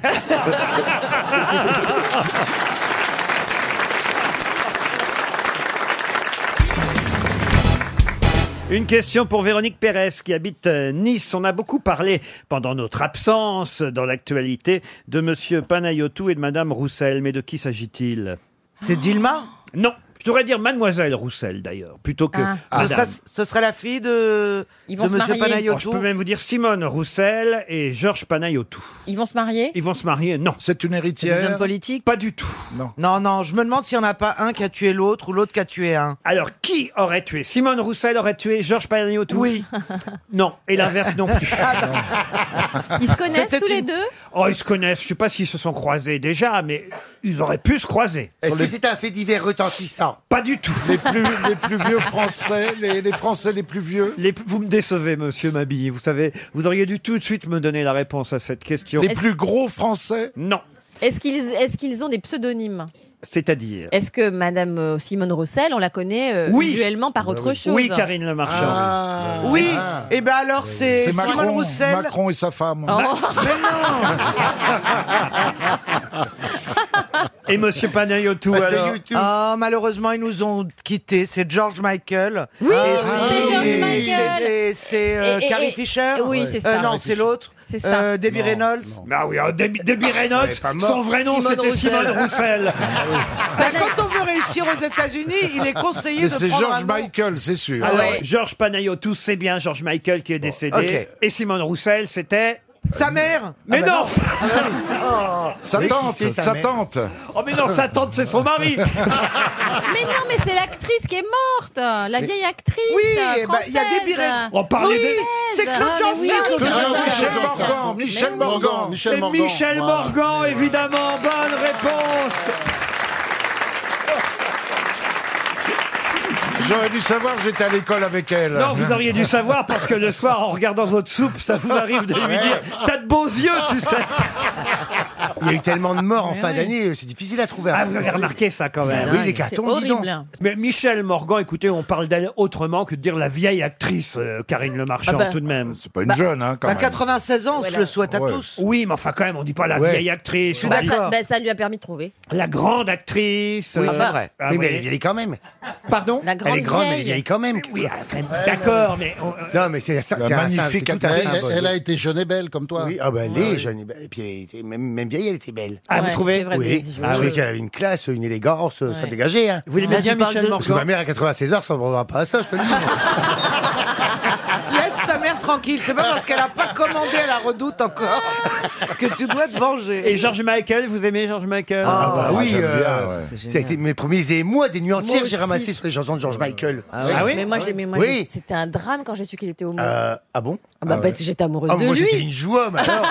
[SPEAKER 1] Une question pour Véronique Pérez qui habite euh, Nice. On a beaucoup parlé pendant notre absence dans l'actualité de Monsieur Panayotou et de Madame Roussel. Mais de qui s'agit-il C'est Dilma Non. Je devrais dire Mademoiselle Roussel d'ailleurs, plutôt
[SPEAKER 11] Ah.
[SPEAKER 1] que.
[SPEAKER 5] Ah. Ce,
[SPEAKER 1] Madame.
[SPEAKER 5] serait, ce serait la fille de, de Monsieur
[SPEAKER 1] Oh, Je
[SPEAKER 5] Panayotou.
[SPEAKER 1] peux même vous dire Simone Roussel et Georges Panayotou.
[SPEAKER 11] Ils vont se marier
[SPEAKER 1] Ils vont se marier, non.
[SPEAKER 3] C'est une héritière.
[SPEAKER 5] politiques
[SPEAKER 1] Pas du tout.
[SPEAKER 5] Non. non, je me demande s'il n'y en a pas un qui a tué l'autre ou l'autre qui a tué un.
[SPEAKER 1] Alors, qui aurait tué Simone Roussel aurait tué Georges Panayotou Oui. Non, et l'inverse non plus.
[SPEAKER 11] Ils se connaissent
[SPEAKER 1] C'était
[SPEAKER 11] tous les
[SPEAKER 1] une-
[SPEAKER 11] deux
[SPEAKER 1] Oh, ils se connaissent. Je sais pas s'ils se sont croisés déjà, mais ils auraient pu se croiser.
[SPEAKER 6] Est-ce que c'est un fait divers retentissant
[SPEAKER 1] Pas du tout.
[SPEAKER 3] Les plus, les plus vieux Français, les, les Français les plus vieux.
[SPEAKER 1] Les- vous me décevez, monsieur Mabille. Vous savez, vous auriez dû tout de suite me donner la réponse à cette question.
[SPEAKER 3] Les plus gros Français
[SPEAKER 1] Non.
[SPEAKER 11] Est-ce qu'ils est-ce qu'ils ont des pseudonymes
[SPEAKER 1] C'est-à-dire
[SPEAKER 11] Est-ce que Madame euh, Simone Roussel, on la connaît euh,
[SPEAKER 1] Oui.
[SPEAKER 11] visuellement par autre chose
[SPEAKER 1] Oui, Karine Le Marchand.
[SPEAKER 5] Bah Ah.
[SPEAKER 1] Bah
[SPEAKER 5] oui, et ben alors c'est
[SPEAKER 3] C'est
[SPEAKER 5] Simone
[SPEAKER 3] Macron,
[SPEAKER 5] Roussel.
[SPEAKER 3] Macron et sa femme.
[SPEAKER 11] Oh.
[SPEAKER 1] Et Monsieur Panayotou,
[SPEAKER 5] Pas de
[SPEAKER 1] alors
[SPEAKER 5] YouTube. Ah, malheureusement, ils nous ont quittés. C'est George Michael.
[SPEAKER 11] Oui,
[SPEAKER 5] Et
[SPEAKER 11] c'est George
[SPEAKER 5] Ah, et
[SPEAKER 11] Michael.
[SPEAKER 5] c'est- et C'est euh,
[SPEAKER 11] Et- et-
[SPEAKER 5] Carrie
[SPEAKER 11] et-
[SPEAKER 5] Fisher.
[SPEAKER 11] oui, c'est
[SPEAKER 5] Euh,
[SPEAKER 11] ça.
[SPEAKER 3] Ah,
[SPEAKER 5] non, c'est l'autre.
[SPEAKER 11] C'est ça.
[SPEAKER 5] Euh, Debbie Reynolds.
[SPEAKER 1] Bah oui, oh, Debbie, Debbie Reynolds,
[SPEAKER 5] Elle est pas morte.
[SPEAKER 1] son vrai nom
[SPEAKER 5] Simone
[SPEAKER 1] c'était
[SPEAKER 5] Roussel.
[SPEAKER 1] Simone
[SPEAKER 3] Ah
[SPEAKER 1] Roussel.
[SPEAKER 5] Parce que quand on veut réussir aux États-Unis, il est conseillé
[SPEAKER 3] Mais
[SPEAKER 5] de
[SPEAKER 3] c'est
[SPEAKER 5] prendre
[SPEAKER 3] George
[SPEAKER 5] un nom.
[SPEAKER 3] Michael, c'est sûr.
[SPEAKER 1] Alors, Georges Panayotou, c'est bien Georges Michael qui est décédé.
[SPEAKER 3] ok.
[SPEAKER 1] Et Simone Roussel, c'était.
[SPEAKER 5] Sa mère
[SPEAKER 1] Mais non
[SPEAKER 5] Oh.
[SPEAKER 3] Sa tante, sa tante.
[SPEAKER 1] Oh mais non, sa tante, c'est son mari Ah,
[SPEAKER 11] Mais non, mais c'est l'actrice qui est morte, la vieille actrice.
[SPEAKER 5] Oui, eh ben, il y a
[SPEAKER 11] française.
[SPEAKER 5] Debbie Reynolds.
[SPEAKER 1] On parlait
[SPEAKER 5] Oui,
[SPEAKER 1] des-
[SPEAKER 5] c'est Claude
[SPEAKER 11] Ah, mais oui,
[SPEAKER 5] Janssen.
[SPEAKER 11] oui,
[SPEAKER 3] Claude
[SPEAKER 11] Claude
[SPEAKER 3] Janssen,
[SPEAKER 11] Janssen.
[SPEAKER 1] Mais
[SPEAKER 3] Michel Morgan, Michel
[SPEAKER 1] oui.
[SPEAKER 3] Morgan, Michel
[SPEAKER 1] C'est
[SPEAKER 3] Morgan.
[SPEAKER 1] Michel
[SPEAKER 3] Voilà.
[SPEAKER 1] Morgan, évidemment. Bonne réponse.
[SPEAKER 3] J'aurais dû savoir, j'étais à l'école avec elle.
[SPEAKER 1] Non, vous auriez dû savoir parce que le soir, en regardant votre soupe, ça vous arrive de lui dire T'as de beaux yeux, tu sais.
[SPEAKER 6] Il y a eu tellement de morts en fin d'année, euh, c'est difficile à trouver.
[SPEAKER 1] Ah, vous avez remarqué ça quand même.
[SPEAKER 6] Oui, les cartons, dis donc.
[SPEAKER 1] Mais Michel Morgan, écoutez, on parle d'elle autrement que de dire la vieille actrice euh, Karine Le Marchand,
[SPEAKER 5] Ah bah.
[SPEAKER 1] tout de même. C'est
[SPEAKER 3] pas une Bah, jeune, hein,
[SPEAKER 5] À 96 ans, on se le souhaite à tous.
[SPEAKER 1] Oui, mais enfin, quand même, on dit pas la
[SPEAKER 5] Ouais.
[SPEAKER 1] vieille actrice. on
[SPEAKER 11] Bah,
[SPEAKER 1] dit
[SPEAKER 11] ça, bah, ça lui a permis de trouver.
[SPEAKER 1] La grande actrice.
[SPEAKER 6] Oui,
[SPEAKER 1] euh,
[SPEAKER 6] c'est vrai.
[SPEAKER 1] ah
[SPEAKER 6] oui, mais
[SPEAKER 1] oui.
[SPEAKER 6] elle est vieille quand même.
[SPEAKER 1] Pardon
[SPEAKER 11] La grande
[SPEAKER 6] Elle est grande, mais elle est
[SPEAKER 11] vieille.
[SPEAKER 6] vieille quand même.
[SPEAKER 1] Oui, enfin, d'accord, mais. on-
[SPEAKER 6] Non, mais c'est ça.
[SPEAKER 3] La
[SPEAKER 6] c'est un-
[SPEAKER 3] magnifique
[SPEAKER 6] c'est tout un
[SPEAKER 3] actrice.
[SPEAKER 6] symbole.
[SPEAKER 3] Elle- elle a été jeune et belle comme toi.
[SPEAKER 6] Oui, ah bah, elle
[SPEAKER 3] Ouais,
[SPEAKER 6] est
[SPEAKER 3] ouais.
[SPEAKER 6] jeune et belle. Et puis, elle était, même, même vieille, elle était belle.
[SPEAKER 1] Ah, vous Ouais, trouvez c'est vrai,
[SPEAKER 6] Oui.
[SPEAKER 1] les yeux.
[SPEAKER 6] je trouvais
[SPEAKER 1] Ouais.
[SPEAKER 6] qu'elle avait une classe, une élégance, euh, ça
[SPEAKER 11] Ouais.
[SPEAKER 6] dégageait. Hein.
[SPEAKER 1] Vous voulez bien
[SPEAKER 6] Ah, tu
[SPEAKER 1] Michel
[SPEAKER 6] parles de-
[SPEAKER 1] Morgan
[SPEAKER 6] Parce que ma mère à 96 ans, ça ne va pas à ça, je te le dis.
[SPEAKER 5] Laisse ta mère tranquille. C'est pas parce qu'elle a pas commandé à la redoute encore que tu dois te venger.
[SPEAKER 1] Et Georges Michael, vous aimez Georges Michael
[SPEAKER 6] Ah, bah oui,
[SPEAKER 3] j'aime
[SPEAKER 6] euh,
[SPEAKER 3] bien, ouais.
[SPEAKER 6] ça a été mes premiers émois, des nuits entières, j'ai ramassé sur les chansons de George Michael.
[SPEAKER 1] ouais. Ah oui
[SPEAKER 11] mais moi, j'ai- mais moi,
[SPEAKER 6] Oui.
[SPEAKER 11] j'ai- c'était un drame quand j'ai su qu'il était homo.
[SPEAKER 6] Euh, ah bon
[SPEAKER 11] Ah bah,
[SPEAKER 6] Ah
[SPEAKER 11] parce
[SPEAKER 6] ouais.
[SPEAKER 11] que j'étais amoureuse
[SPEAKER 6] Ah,
[SPEAKER 11] de
[SPEAKER 6] moi,
[SPEAKER 11] lui.
[SPEAKER 6] j'étais une joie, mais alors.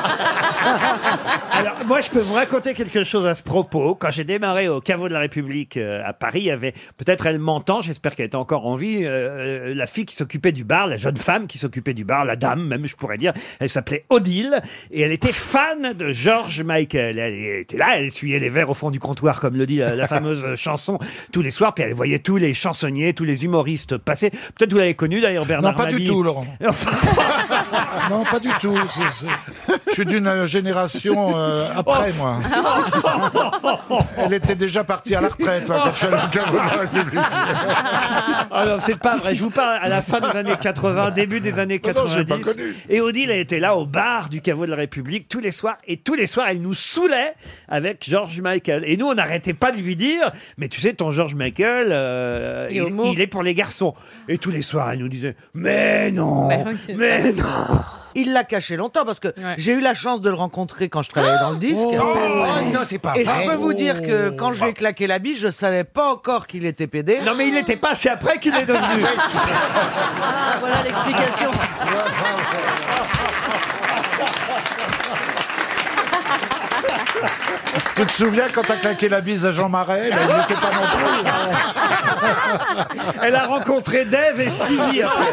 [SPEAKER 1] Alors, moi, je peux vous raconter quelque chose à ce propos. Quand j'ai démarré au caveau de la République euh, à Paris, il y avait, peut-être elle m'entend, j'espère qu'elle est encore en vie, euh, euh, la fille qui s'occupait du bar, la jeune femme qui s'occupait du bar, la dame même, je pourrais dire. Elle s'appelait Odile et elle était fan de George Michael. Elle était là, elle essuyait les verres au fond du comptoir, comme le dit la, la fameuse chanson, tous les soirs. Puis elle voyait tous les chansonniers, tous les humoristes passer. Peut-être vous l'avez connu d'ailleurs, Bernard
[SPEAKER 3] Non, pas du
[SPEAKER 1] Mabille.
[SPEAKER 3] tout, Laurent.
[SPEAKER 1] Enfin,
[SPEAKER 3] Non, pas du tout. c'est- c'est- Je suis d'une euh, génération euh, après, moi.
[SPEAKER 12] Oh,
[SPEAKER 3] Elle était déjà partie à la retraite, moi, quand je suis allé au Caveau de la République.
[SPEAKER 1] Ah non, c'est pas vrai. Je vous parle à la fin des années 80, début des années
[SPEAKER 3] Oh Non, non, je l'ai
[SPEAKER 1] 90.
[SPEAKER 3] pas connu.
[SPEAKER 1] Et Odile elle était là au bar du caveau de la République tous les soirs. Et tous les soirs, elle nous saoulait avec George Michael. Et nous, on n'arrêtait pas de lui dire Mais tu sais, ton George Michael, euh,
[SPEAKER 11] Il est
[SPEAKER 1] il,
[SPEAKER 11] homo.
[SPEAKER 1] il est pour les garçons. Et tous les soirs, elle nous disait Mais non
[SPEAKER 11] Bah oui, c'est
[SPEAKER 1] Mais non
[SPEAKER 5] Il l'a caché longtemps parce que j'ai eu la chance de le rencontrer quand je travaillais dans le disque.
[SPEAKER 6] Oh, oh, non, c'est pas
[SPEAKER 5] Et
[SPEAKER 6] vrai.
[SPEAKER 5] je peux vous dire que quand je lui ai claqué la bille, je savais pas encore qu'il était PD. Oh. Non, mais il n'était pas, c'est après qu'il est devenu.
[SPEAKER 13] Ah, voilà l'explication.
[SPEAKER 3] Tu te souviens quand t'as claqué la bise à Jean Marais Ben, il était pas non plus.
[SPEAKER 1] Elle a rencontré Dave et Stevie. après.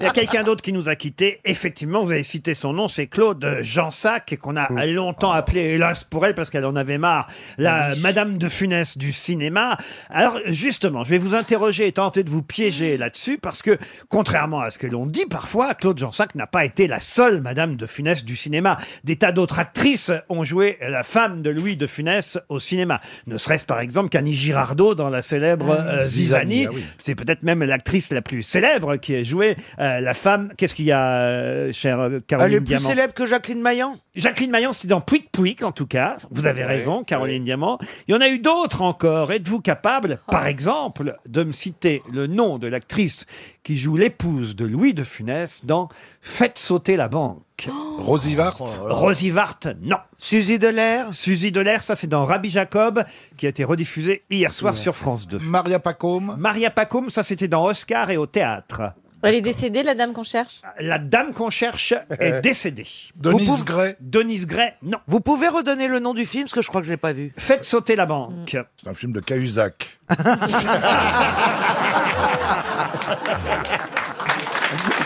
[SPEAKER 1] Il y a quelqu'un d'autre qui nous a quittés. Effectivement, vous avez cité son nom, c'est Claude Jansac, et qu'on a longtemps
[SPEAKER 3] Oh.
[SPEAKER 1] appelé, hélas pour elle, parce qu'elle en avait marre,
[SPEAKER 3] Ah
[SPEAKER 1] la Madame de Funès du cinéma. Alors, justement, je vais vous interroger et tenter de vous piéger là-dessus, parce que, contrairement à ce que l'on dit parfois, Claude Jansac n'a pas été la seule Madame de Funès du cinéma. Des tas d'autres actrices ont joué la femme de Louis de Funès au cinéma. Ne serait-ce par exemple qu'Annie Girardot dans la célèbre euh,
[SPEAKER 3] Zizanie,
[SPEAKER 1] Zizanie.
[SPEAKER 3] ah oui.
[SPEAKER 1] C'est peut-être même l'actrice la plus célèbre qui ait joué euh, la femme. Qu'est-ce qu'il y a, euh, chère euh, Caroline
[SPEAKER 5] Elle est plus
[SPEAKER 1] Diamant
[SPEAKER 5] célèbre que Jacqueline Maillan
[SPEAKER 1] Jacqueline Maillan, c'était dans Pouic Pouic, en tout cas. Vous avez raison, Caroline Diamant. Il y en a eu d'autres encore. Êtes-vous capable,
[SPEAKER 5] Ah.
[SPEAKER 1] par exemple, de me citer le nom de l'actrice qui joue l'épouse de Louis de Funès dans Faites sauter la banque
[SPEAKER 5] Oh.
[SPEAKER 1] Rosie
[SPEAKER 3] Oh
[SPEAKER 1] Vart Rosie Vart, non.
[SPEAKER 5] Suzy Delair
[SPEAKER 1] Suzy Delair, ça c'est dans Rabbi Jacob, qui a été rediffusé hier soir sur France 2. Maria Pacôme Maria Pacôme, ça c'était dans Oscar et au théâtre.
[SPEAKER 11] Elle est décédée, la dame qu'on cherche
[SPEAKER 1] La dame qu'on cherche est décédée.
[SPEAKER 5] Denise
[SPEAKER 1] Vous pouvez-
[SPEAKER 5] Gray.
[SPEAKER 1] Denise Gray, non.
[SPEAKER 5] Vous pouvez redonner le nom du film, parce que je crois que je l'ai pas vu.
[SPEAKER 1] Faites sauter la banque.
[SPEAKER 3] C'est un film de Mmh. Cahuzac.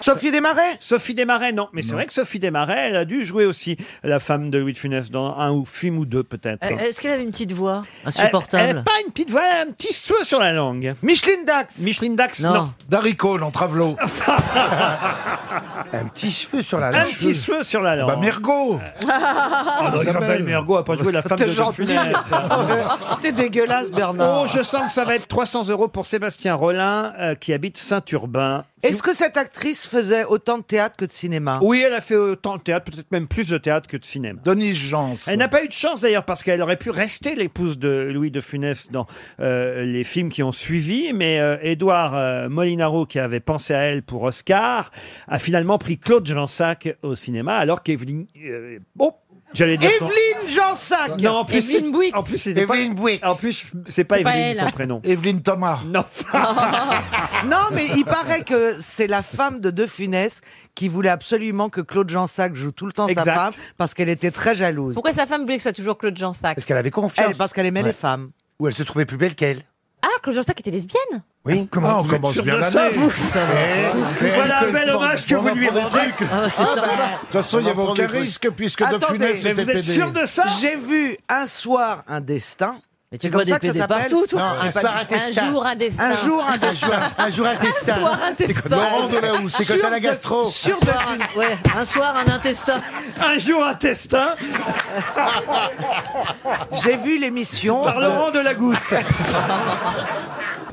[SPEAKER 5] Sophie Desmarais
[SPEAKER 1] Sophie Desmarais, non. Mais c'est vrai que Sophie Desmarais, elle a dû jouer aussi la femme de Louis de Funès dans un ou film ou deux peut-être.
[SPEAKER 10] Euh, Est-ce qu'elle avait une petite voix
[SPEAKER 1] Elle- elle a pas une petite voix, un petit souhait sur la langue.
[SPEAKER 5] Micheline Dax.
[SPEAKER 1] Micheline Dax, non.
[SPEAKER 10] Non.
[SPEAKER 3] Daricole en travelot.
[SPEAKER 1] un
[SPEAKER 3] petit cheveu sur
[SPEAKER 1] la Un petit cheveu sur la langue.
[SPEAKER 3] Bah, Mergot
[SPEAKER 1] Ah, non,
[SPEAKER 3] Elle
[SPEAKER 1] Isabelle
[SPEAKER 3] s'appelle.
[SPEAKER 1] Mergo a pas joué la femme de
[SPEAKER 5] T'es
[SPEAKER 1] Louis de
[SPEAKER 5] gentil.
[SPEAKER 1] Funès.
[SPEAKER 5] T'es dégueulasse, Bernard.
[SPEAKER 1] Oh, je sens que ça va être 300 euros pour Sébastien Rollin, euh, qui habite Saint-Urbain.
[SPEAKER 5] Est-ce que cette actrice faisait autant de théâtre que de cinéma
[SPEAKER 1] Oui, elle a fait autant de théâtre, peut-être même plus de théâtre que de cinéma.
[SPEAKER 3] Denise Jean.
[SPEAKER 1] Elle n'a pas eu de chance d'ailleurs parce qu'elle aurait pu rester l'épouse de Louis de Funès dans euh, les films qui ont suivi, mais euh, Édouard euh, Molinaro, qui avait pensé à elle pour Oscar, a finalement pris Claude Jansac au cinéma, alors qu'Evelyne... euh, bon, j'allais dire son-
[SPEAKER 5] Evelyne Jansac
[SPEAKER 1] Non, en plus, c'est- En plus, c'était pas-
[SPEAKER 5] Evelyne Bouix.
[SPEAKER 1] En plus, c'est pas
[SPEAKER 5] C'est pas
[SPEAKER 1] Evelyne
[SPEAKER 5] elle.
[SPEAKER 1] son prénom.
[SPEAKER 3] Evelyne Thomas.
[SPEAKER 1] Non.
[SPEAKER 5] non, mais il paraît que c'est la femme de De Funès qui voulait absolument que Claude Jansac joue tout le temps sa
[SPEAKER 11] Exact.
[SPEAKER 5] femme parce qu'elle était très jalouse.
[SPEAKER 11] Pourquoi sa femme voulait que ce soit toujours Claude Jansac
[SPEAKER 5] qu'elle avait confiance Parce qu'elle aimait
[SPEAKER 11] Ouais.
[SPEAKER 5] les femmes. Ou elle se trouvait plus belle qu'elle.
[SPEAKER 11] Ah, Claude Jansac était lesbienne
[SPEAKER 3] Oui, comment on
[SPEAKER 5] vous êtes
[SPEAKER 3] commence
[SPEAKER 5] sûr
[SPEAKER 3] bien
[SPEAKER 5] de
[SPEAKER 3] l'année
[SPEAKER 5] ça, vous
[SPEAKER 3] Eh,
[SPEAKER 5] Tout ce que-
[SPEAKER 3] eh,
[SPEAKER 5] Voilà un
[SPEAKER 3] eh,
[SPEAKER 5] bel
[SPEAKER 3] on
[SPEAKER 5] hommage que
[SPEAKER 3] va
[SPEAKER 5] vous lui
[SPEAKER 3] prendre des
[SPEAKER 5] rendez.
[SPEAKER 3] trucs.
[SPEAKER 5] Ah, c'est
[SPEAKER 3] Ah, bah,
[SPEAKER 5] sympa.
[SPEAKER 3] De toute façon, il n'y avait aucun risque puisque De Funès était PD.
[SPEAKER 5] J'ai vu un soir un destin. Mais
[SPEAKER 10] tu vois des PD partout, toi. Un soir, un destin.
[SPEAKER 5] Un jour un destin.
[SPEAKER 10] Un jour, un destin. Un soir, un
[SPEAKER 5] C'est
[SPEAKER 10] destin.
[SPEAKER 5] comme Laurent Delahousse, c'est quand t'as la gastro.
[SPEAKER 10] Sur de, un, ouais, un soir, un intestin.
[SPEAKER 1] Un jour, un destin.
[SPEAKER 5] J'ai vu l'émission.
[SPEAKER 1] Par Laurent Delagousse.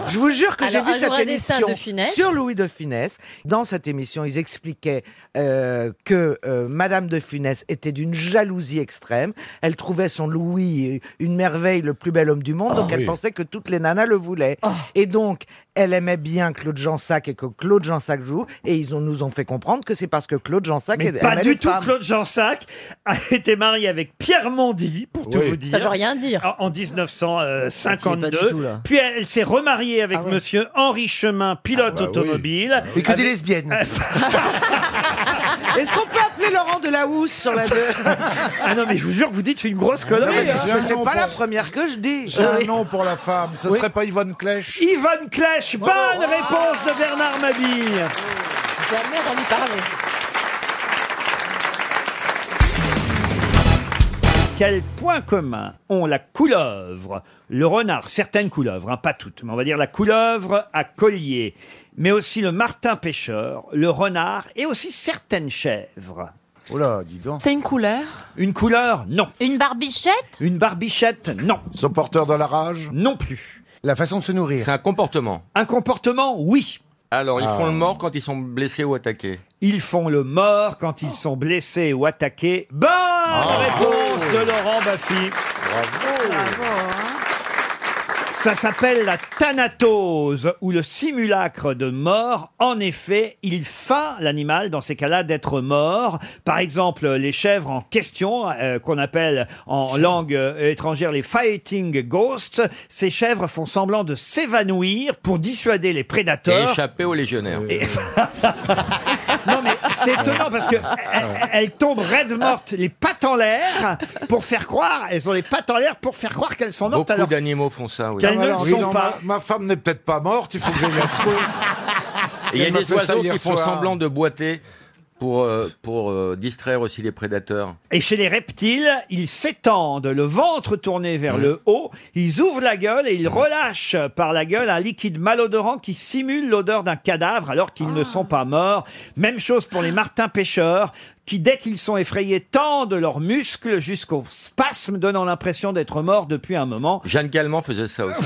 [SPEAKER 5] Je vous jure que j'ai
[SPEAKER 11] Alors,
[SPEAKER 5] vu
[SPEAKER 11] un
[SPEAKER 5] cette
[SPEAKER 11] jour, un destin
[SPEAKER 5] émission
[SPEAKER 11] de Funès.
[SPEAKER 5] sur Louis de Funès. Dans cette émission, ils expliquaient euh, que euh, Madame de Funès était d'une jalousie extrême. Elle trouvait son Louis euh, une merveille, le plus bel homme du monde,
[SPEAKER 1] Ah
[SPEAKER 9] Oh,
[SPEAKER 5] donc elle
[SPEAKER 9] oui.
[SPEAKER 5] pensait que toutes les nanas le voulaient.
[SPEAKER 11] Oh.
[SPEAKER 5] Et donc, elle aimait bien Claude Jansac et que Claude Jansac joue. Et ils ont- nous ont fait comprendre que c'est parce que Claude Jansac
[SPEAKER 1] Mais
[SPEAKER 5] aimait
[SPEAKER 1] pas
[SPEAKER 5] ah, les
[SPEAKER 1] du tout.
[SPEAKER 5] femmes.
[SPEAKER 1] Claude Jansac a été marié avec Pierre Mondy, pour tout
[SPEAKER 5] Oui.
[SPEAKER 1] vous dire.
[SPEAKER 5] Ça veut
[SPEAKER 11] rien dire.
[SPEAKER 1] En
[SPEAKER 10] Ah,
[SPEAKER 1] 1952.
[SPEAKER 10] tu l'es pas du tout, là.
[SPEAKER 1] Puis elle s'est remariée avec Monsieur Henri Chemin, pilote automobile. Euh,
[SPEAKER 6] Et que des
[SPEAKER 1] Avec-
[SPEAKER 6] lesbiennes.
[SPEAKER 5] Est-ce qu'on peut appeler Laurent Delahousse sur la deux
[SPEAKER 1] Ah non, mais je vous jure que vous dites une grosse connerie.
[SPEAKER 5] Oui,
[SPEAKER 1] hein.
[SPEAKER 5] hein, mais c'est pas la première que je dis. Ah.
[SPEAKER 1] J'ai un
[SPEAKER 5] nom
[SPEAKER 3] pour la femme. Ce serait pas Yvonne Clèche
[SPEAKER 1] Yvonne Clèche, bonne
[SPEAKER 5] Oh.
[SPEAKER 3] Bravo.
[SPEAKER 1] réponse de Bernard Mabille.
[SPEAKER 11] Jamais entendu parler.
[SPEAKER 1] Quel point commun ont la couleuvre, le renard, certaines couleuvres, hein, pas toutes, mais on va dire la couleuvre à collier, mais aussi le martin pêcheur, le renard et aussi certaines chèvres
[SPEAKER 6] Oh là, dis donc.
[SPEAKER 1] une couleur Une couleur, non. Une barbichette Une barbichette, non.
[SPEAKER 3] Sont porteurs de la rage
[SPEAKER 1] Non plus.
[SPEAKER 6] La façon de se nourrir.
[SPEAKER 7] C'est un comportement.
[SPEAKER 1] Un comportement, oui.
[SPEAKER 7] Alors, ils
[SPEAKER 1] Ah.
[SPEAKER 7] font le mort quand ils sont blessés ou attaqués.
[SPEAKER 1] Ils font le mort quand ils sont blessés ou attaqués. Bonne
[SPEAKER 7] Ah.
[SPEAKER 1] réponse de Laurent Baffy. Ça s'appelle la thanatose ou le simulacre de mort. En effet, il feint l'animal dans ces cas-là d'être mort. Par exemple, les chèvres en question, euh, qu'on appelle en langue euh, étrangère les fighting ghosts, ces chèvres font semblant de s'évanouir pour dissuader les
[SPEAKER 7] Et
[SPEAKER 1] prédateurs.
[SPEAKER 7] échapper aux légionnaires.
[SPEAKER 1] Non, mais c'est étonnant parce que
[SPEAKER 7] Ah,
[SPEAKER 1] elle, elle tombe raide morte, les pattes en l'air, pour faire croire, Ah, elles ont les pattes en l'air pour faire croire qu'elles sont mortes.
[SPEAKER 7] Beaucoup
[SPEAKER 1] alors
[SPEAKER 7] d'animaux font ça, oui.
[SPEAKER 1] Qu'elles ne le
[SPEAKER 3] Alors,
[SPEAKER 1] sont
[SPEAKER 3] disons,
[SPEAKER 1] pas.
[SPEAKER 3] Ma, ma femme n'est peut-être pas morte, il faut que j'aille la secouer.
[SPEAKER 7] Et Il y a
[SPEAKER 3] Elle m'a
[SPEAKER 7] des
[SPEAKER 3] fait ça
[SPEAKER 7] oiseaux
[SPEAKER 3] hier
[SPEAKER 7] qui font
[SPEAKER 3] soir.
[SPEAKER 7] semblant de boiter pour, euh, pour euh, distraire aussi les prédateurs.
[SPEAKER 1] Et chez les reptiles, ils s'étendent, le ventre tourné vers le haut, ils ouvrent la gueule et ils relâchent par la gueule un liquide malodorant qui simule l'odeur d'un cadavre alors qu'ils ne sont pas morts. Même chose pour les martins pêcheurs qui, dès qu'ils sont effrayés, tendent leurs muscles jusqu'au spasme, donnant l'impression d'être morts depuis un moment.
[SPEAKER 7] Jeanne Calment faisait ça aussi.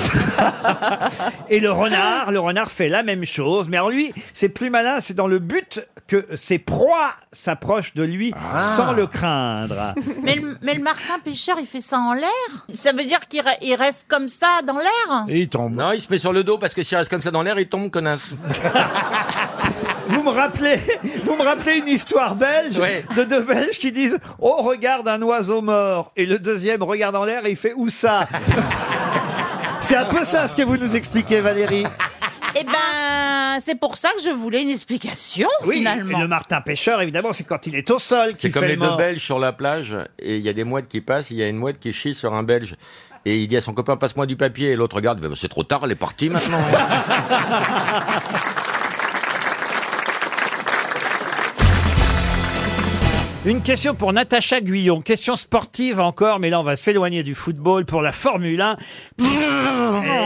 [SPEAKER 1] Et le renard, le renard fait la même chose. Mais alors lui, c'est plus malin, c'est dans le but que ses proies s'approchent de lui
[SPEAKER 7] Ah.
[SPEAKER 1] sans le craindre.
[SPEAKER 8] Mais le, mais le Martin Pêcheur, il fait ça en l'air Ça veut dire qu'il re- il reste comme ça dans l'air
[SPEAKER 7] Et il tombe. Non, il se met sur le dos parce que s'il reste comme ça dans l'air, il tombe, connasse.
[SPEAKER 1] Vous me rappelez, vous me rappelez une histoire belge de deux Belges qui disent "Oh regarde un oiseau mort" et le deuxième regarde en l'air et il fait "Où ça C'est un peu ça ce que vous nous expliquez Valérie.
[SPEAKER 8] Eh ben, c'est pour ça que je voulais une explication,
[SPEAKER 1] Oui,
[SPEAKER 8] finalement.
[SPEAKER 1] et le martin pêcheur évidemment, c'est quand il est au sol
[SPEAKER 7] C'est
[SPEAKER 1] qu'il fait
[SPEAKER 7] comme les
[SPEAKER 1] le mort.
[SPEAKER 7] deux Belges sur la plage, et il y a des mouettes qui passent, il y a une mouette qui chie sur un Belge. Et il dit à son copain, passe-moi du papier. Et l'autre regarde, Bah, c'est trop tard, elle est partie maintenant.
[SPEAKER 1] Une question pour Natacha Guyon. Question sportive encore, mais là on va s'éloigner du football pour la Formule 1.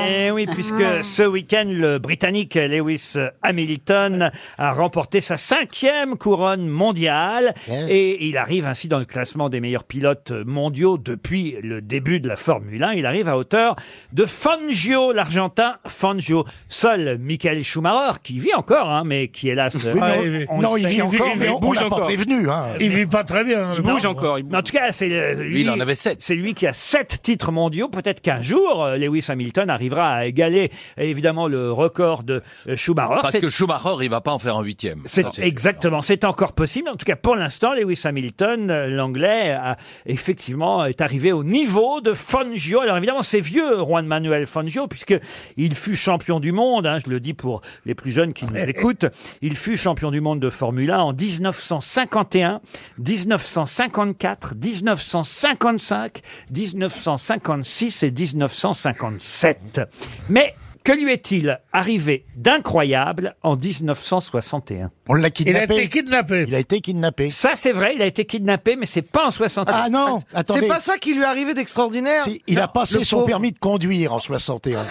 [SPEAKER 1] Eh oui, puisque ce week-end, le Britannique Lewis Hamilton a remporté sa cinquième couronne mondiale et il arrive ainsi dans le classement des meilleurs pilotes mondiaux depuis le début de la Formule 1. Il arrive à hauteur de Fangio, l'Argentin Fangio. Seul Michael Schumacher, qui vit encore, hein, mais qui hélas...
[SPEAKER 3] Oui, mais on- Non, il vit encore, mais on- on l'a pas prévenu, hein. Il
[SPEAKER 1] vit pas très bien.
[SPEAKER 3] Il bouge encore,
[SPEAKER 1] En tout cas, c'est euh, lui,
[SPEAKER 3] il en avait
[SPEAKER 1] C'est lui qui a sept titres mondiaux. Peut-être qu'un jour, euh, Lewis Hamilton arrivera à égaler évidemment le record de euh, Schumacher.
[SPEAKER 15] Parce
[SPEAKER 1] C'est-
[SPEAKER 15] que Schumacher, il va pas en faire un huitième.
[SPEAKER 1] c'est
[SPEAKER 15] Non, c'est-
[SPEAKER 1] exactement, c'est encore possible. En tout cas, pour l'instant, Lewis Hamilton, euh, l'anglais, a effectivement est arrivé au niveau de Fangio. Alors évidemment, c'est vieux, Juan Manuel Fangio, puisque il fut champion du monde. hein, je le dis pour les plus jeunes qui nous écoutent. Il fut champion du monde de Formule 1 en 1951, 1954, 1955, 1956 et 1957. Mais que lui est-il arrivé d'incroyable en 1961 On l'a
[SPEAKER 3] kidnappé. été
[SPEAKER 1] kidnappé. Il a été kidnappé. Ça, c'est vrai, il a été kidnappé, mais c'est pas en 61. Ah non,
[SPEAKER 5] C'est pas ça qui lui est arrivé d'extraordinaire
[SPEAKER 6] Il a
[SPEAKER 5] Non,
[SPEAKER 6] passé
[SPEAKER 5] le
[SPEAKER 6] son
[SPEAKER 5] pauvre.
[SPEAKER 6] permis de conduire en 61.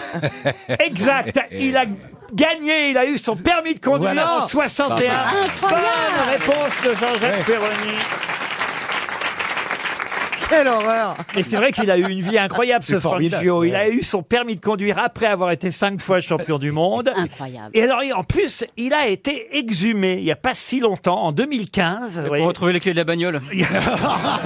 [SPEAKER 1] Exact. Il a gagné, il a eu son permis de conduire
[SPEAKER 6] Voilà.
[SPEAKER 1] en 61.
[SPEAKER 6] Incroyable.
[SPEAKER 1] Bonne réponse de Jean-Jacques Perroni.
[SPEAKER 5] Quelle horreur
[SPEAKER 1] Et c'est vrai qu'il a eu une vie incroyable,
[SPEAKER 5] C'est
[SPEAKER 1] ce
[SPEAKER 5] formidable,
[SPEAKER 1] Fangio. Il a
[SPEAKER 5] ouais.
[SPEAKER 1] eu son permis de conduire après avoir été cinq fois champion du monde.
[SPEAKER 11] Incroyable.
[SPEAKER 1] Et alors, en plus, il a été exhumé il n'y a pas si longtemps, en 2015. vous voyez.
[SPEAKER 22] Pour retrouver les clés de la bagnole.
[SPEAKER 2] Ah,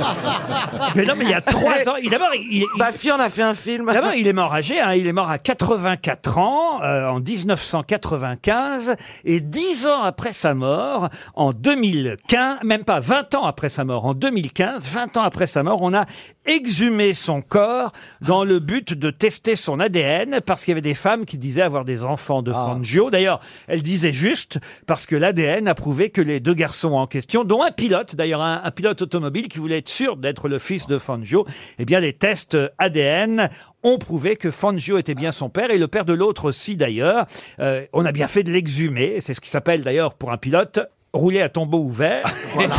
[SPEAKER 1] Mais non, mais il y a trois
[SPEAKER 5] Eh,
[SPEAKER 1] ans. il- D'abord, il, il-
[SPEAKER 5] on a fait un film.
[SPEAKER 1] D'abord, il est mort âgé, hein, il est mort à 84 ans euh, en 1995 et 10 ans après sa mort, en 2015, même pas 20 ans après sa mort, en 2015, 20 ans après sa mort, on a exhumé son corps dans le but de tester son ADN parce qu'il y avait des femmes qui disaient avoir des enfants de Fangio. D'ailleurs, elles disaient juste parce que l'ADN a prouvé que les deux garçons en question, dont un pilote, d'ailleurs un, un pilote automobile qui voulait être sûr d'être le fils de Fangio, eh bien les tests ADN ont prouvé que Fangio était bien son père et le père de l'autre aussi d'ailleurs. Euh, on a bien fait de l'exhumer, c'est ce qui s'appelle d'ailleurs pour un pilote rouler à tombeau ouvert. Voilà.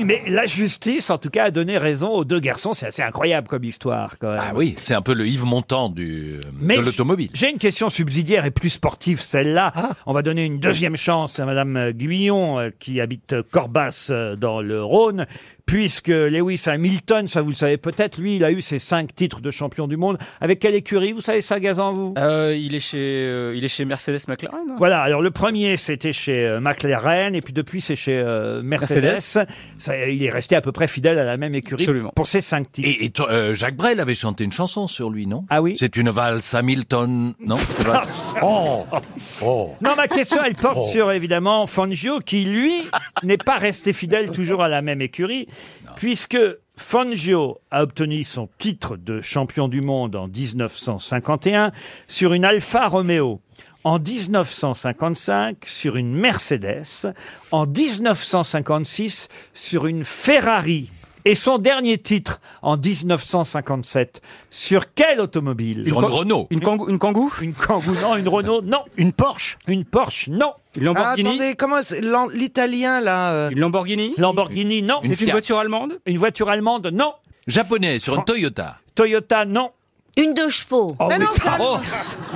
[SPEAKER 1] Mais la justice, en tout cas, a donné raison aux deux garçons. C'est assez incroyable comme histoire, quand même.
[SPEAKER 15] Ah oui, c'est un peu le Yves Montand du, euh, de l'automobile. Ah.
[SPEAKER 1] J'ai une question subsidiaire et plus sportive, celle-là. On va donner une deuxième chance à Madame Guyon, euh, qui habite Corbas euh, dans le Rhône, puisque Lewis Hamilton, ça vous le savez peut-être, lui, il a eu ses cinq titres de champion du monde. Avec quelle écurie Vous savez ça, Gazan, vous
[SPEAKER 22] Euh, il, est chez, euh, il est chez Mercedes McLaren. hein.
[SPEAKER 1] Voilà, alors le premier, c'était chez euh, McLaren, et puis depuis, c'est chez euh, Mercedes.
[SPEAKER 15] Mercedes.
[SPEAKER 1] Ça, il est resté à peu près fidèle à la même écurie
[SPEAKER 15] Absolument.
[SPEAKER 1] pour ses cinq titres.
[SPEAKER 15] Et, et toi, euh, Jacques Brel avait chanté une chanson sur lui, non
[SPEAKER 1] Ah oui
[SPEAKER 15] C'est une valse Hamilton, non C'est pas- Oh Oh
[SPEAKER 1] Non, ma question, elle porte
[SPEAKER 15] Oh.
[SPEAKER 1] sur, évidemment, Fangio, qui, lui, n'est pas resté fidèle toujours à la même écurie, puisque Fangio a obtenu son titre de champion du monde en 1951 sur une Alfa Romeo. En 1955, sur une Mercedes. En 1956, sur une Ferrari. Et son dernier titre, en 1957, sur quelle automobile
[SPEAKER 15] Sur une Renault.
[SPEAKER 1] Une, Kangoo Une Kangoo, non. Une Renault, non. Une Porsche Une Porsche, non. Une
[SPEAKER 5] Ah, attendez, comment c'est- l'an- l'italien là euh,
[SPEAKER 1] Une Lamborghini Lamborghini, non.
[SPEAKER 15] Une C'est une Fiat. voiture
[SPEAKER 1] allemande Une voiture allemande, non.
[SPEAKER 15] Japonais, sur une Toyota.
[SPEAKER 1] Toyota, non. Oh, Une deux chevaux.
[SPEAKER 15] Mais non, c'est allemand.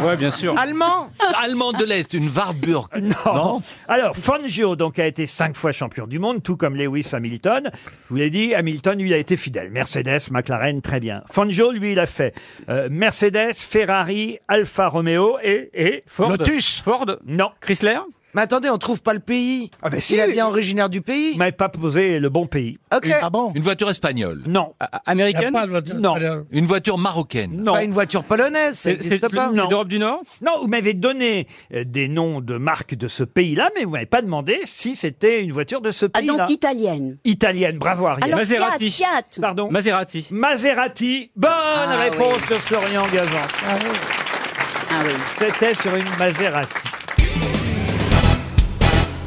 [SPEAKER 1] Oh.
[SPEAKER 15] Ouais, bien sûr.
[SPEAKER 5] Allemand
[SPEAKER 15] Allemand de l'Est, une Warburg.
[SPEAKER 1] Non. Alors, Fangio donc, a été cinq fois champion du monde, tout comme Lewis Hamilton. Je vous l'ai dit, Hamilton, lui, a été fidèle. Mercedes, McLaren, très bien. Fangio, lui, il a fait euh, Mercedes, Ferrari, Alfa Romeo et, et...
[SPEAKER 5] Ford. Lotus.
[SPEAKER 1] Ford Non. Chrysler
[SPEAKER 5] Mais attendez, on trouve pas le pays.
[SPEAKER 1] Ah ben si.
[SPEAKER 5] Il est bien originaire du pays.
[SPEAKER 1] Vous m'avez pas posé le bon pays.
[SPEAKER 5] Ok. Une- ah
[SPEAKER 1] bon
[SPEAKER 15] Une voiture espagnole.
[SPEAKER 1] Non.
[SPEAKER 15] américaine
[SPEAKER 1] Y a pas de voiture Non. espagnole.
[SPEAKER 15] Une voiture marocaine.
[SPEAKER 1] Non.
[SPEAKER 5] Pas une voiture polonaise, ça n'existe pas.
[SPEAKER 1] d'Europe du Nord Non, vous m'avez donné euh, des noms de marques de ce pays-là, mais vous m'avez pas demandé si c'était une voiture de ce
[SPEAKER 16] Ah
[SPEAKER 1] pays-là.
[SPEAKER 16] donc italienne.
[SPEAKER 1] Italienne, bravo Ariel.
[SPEAKER 16] Alors, Maserati. Fiat, Fiat.
[SPEAKER 1] Pardon. Maserati. Maserati. Bonne
[SPEAKER 16] Ah
[SPEAKER 1] réponse de Florian Gazan.
[SPEAKER 5] Ah,
[SPEAKER 1] C'était sur une Maserati.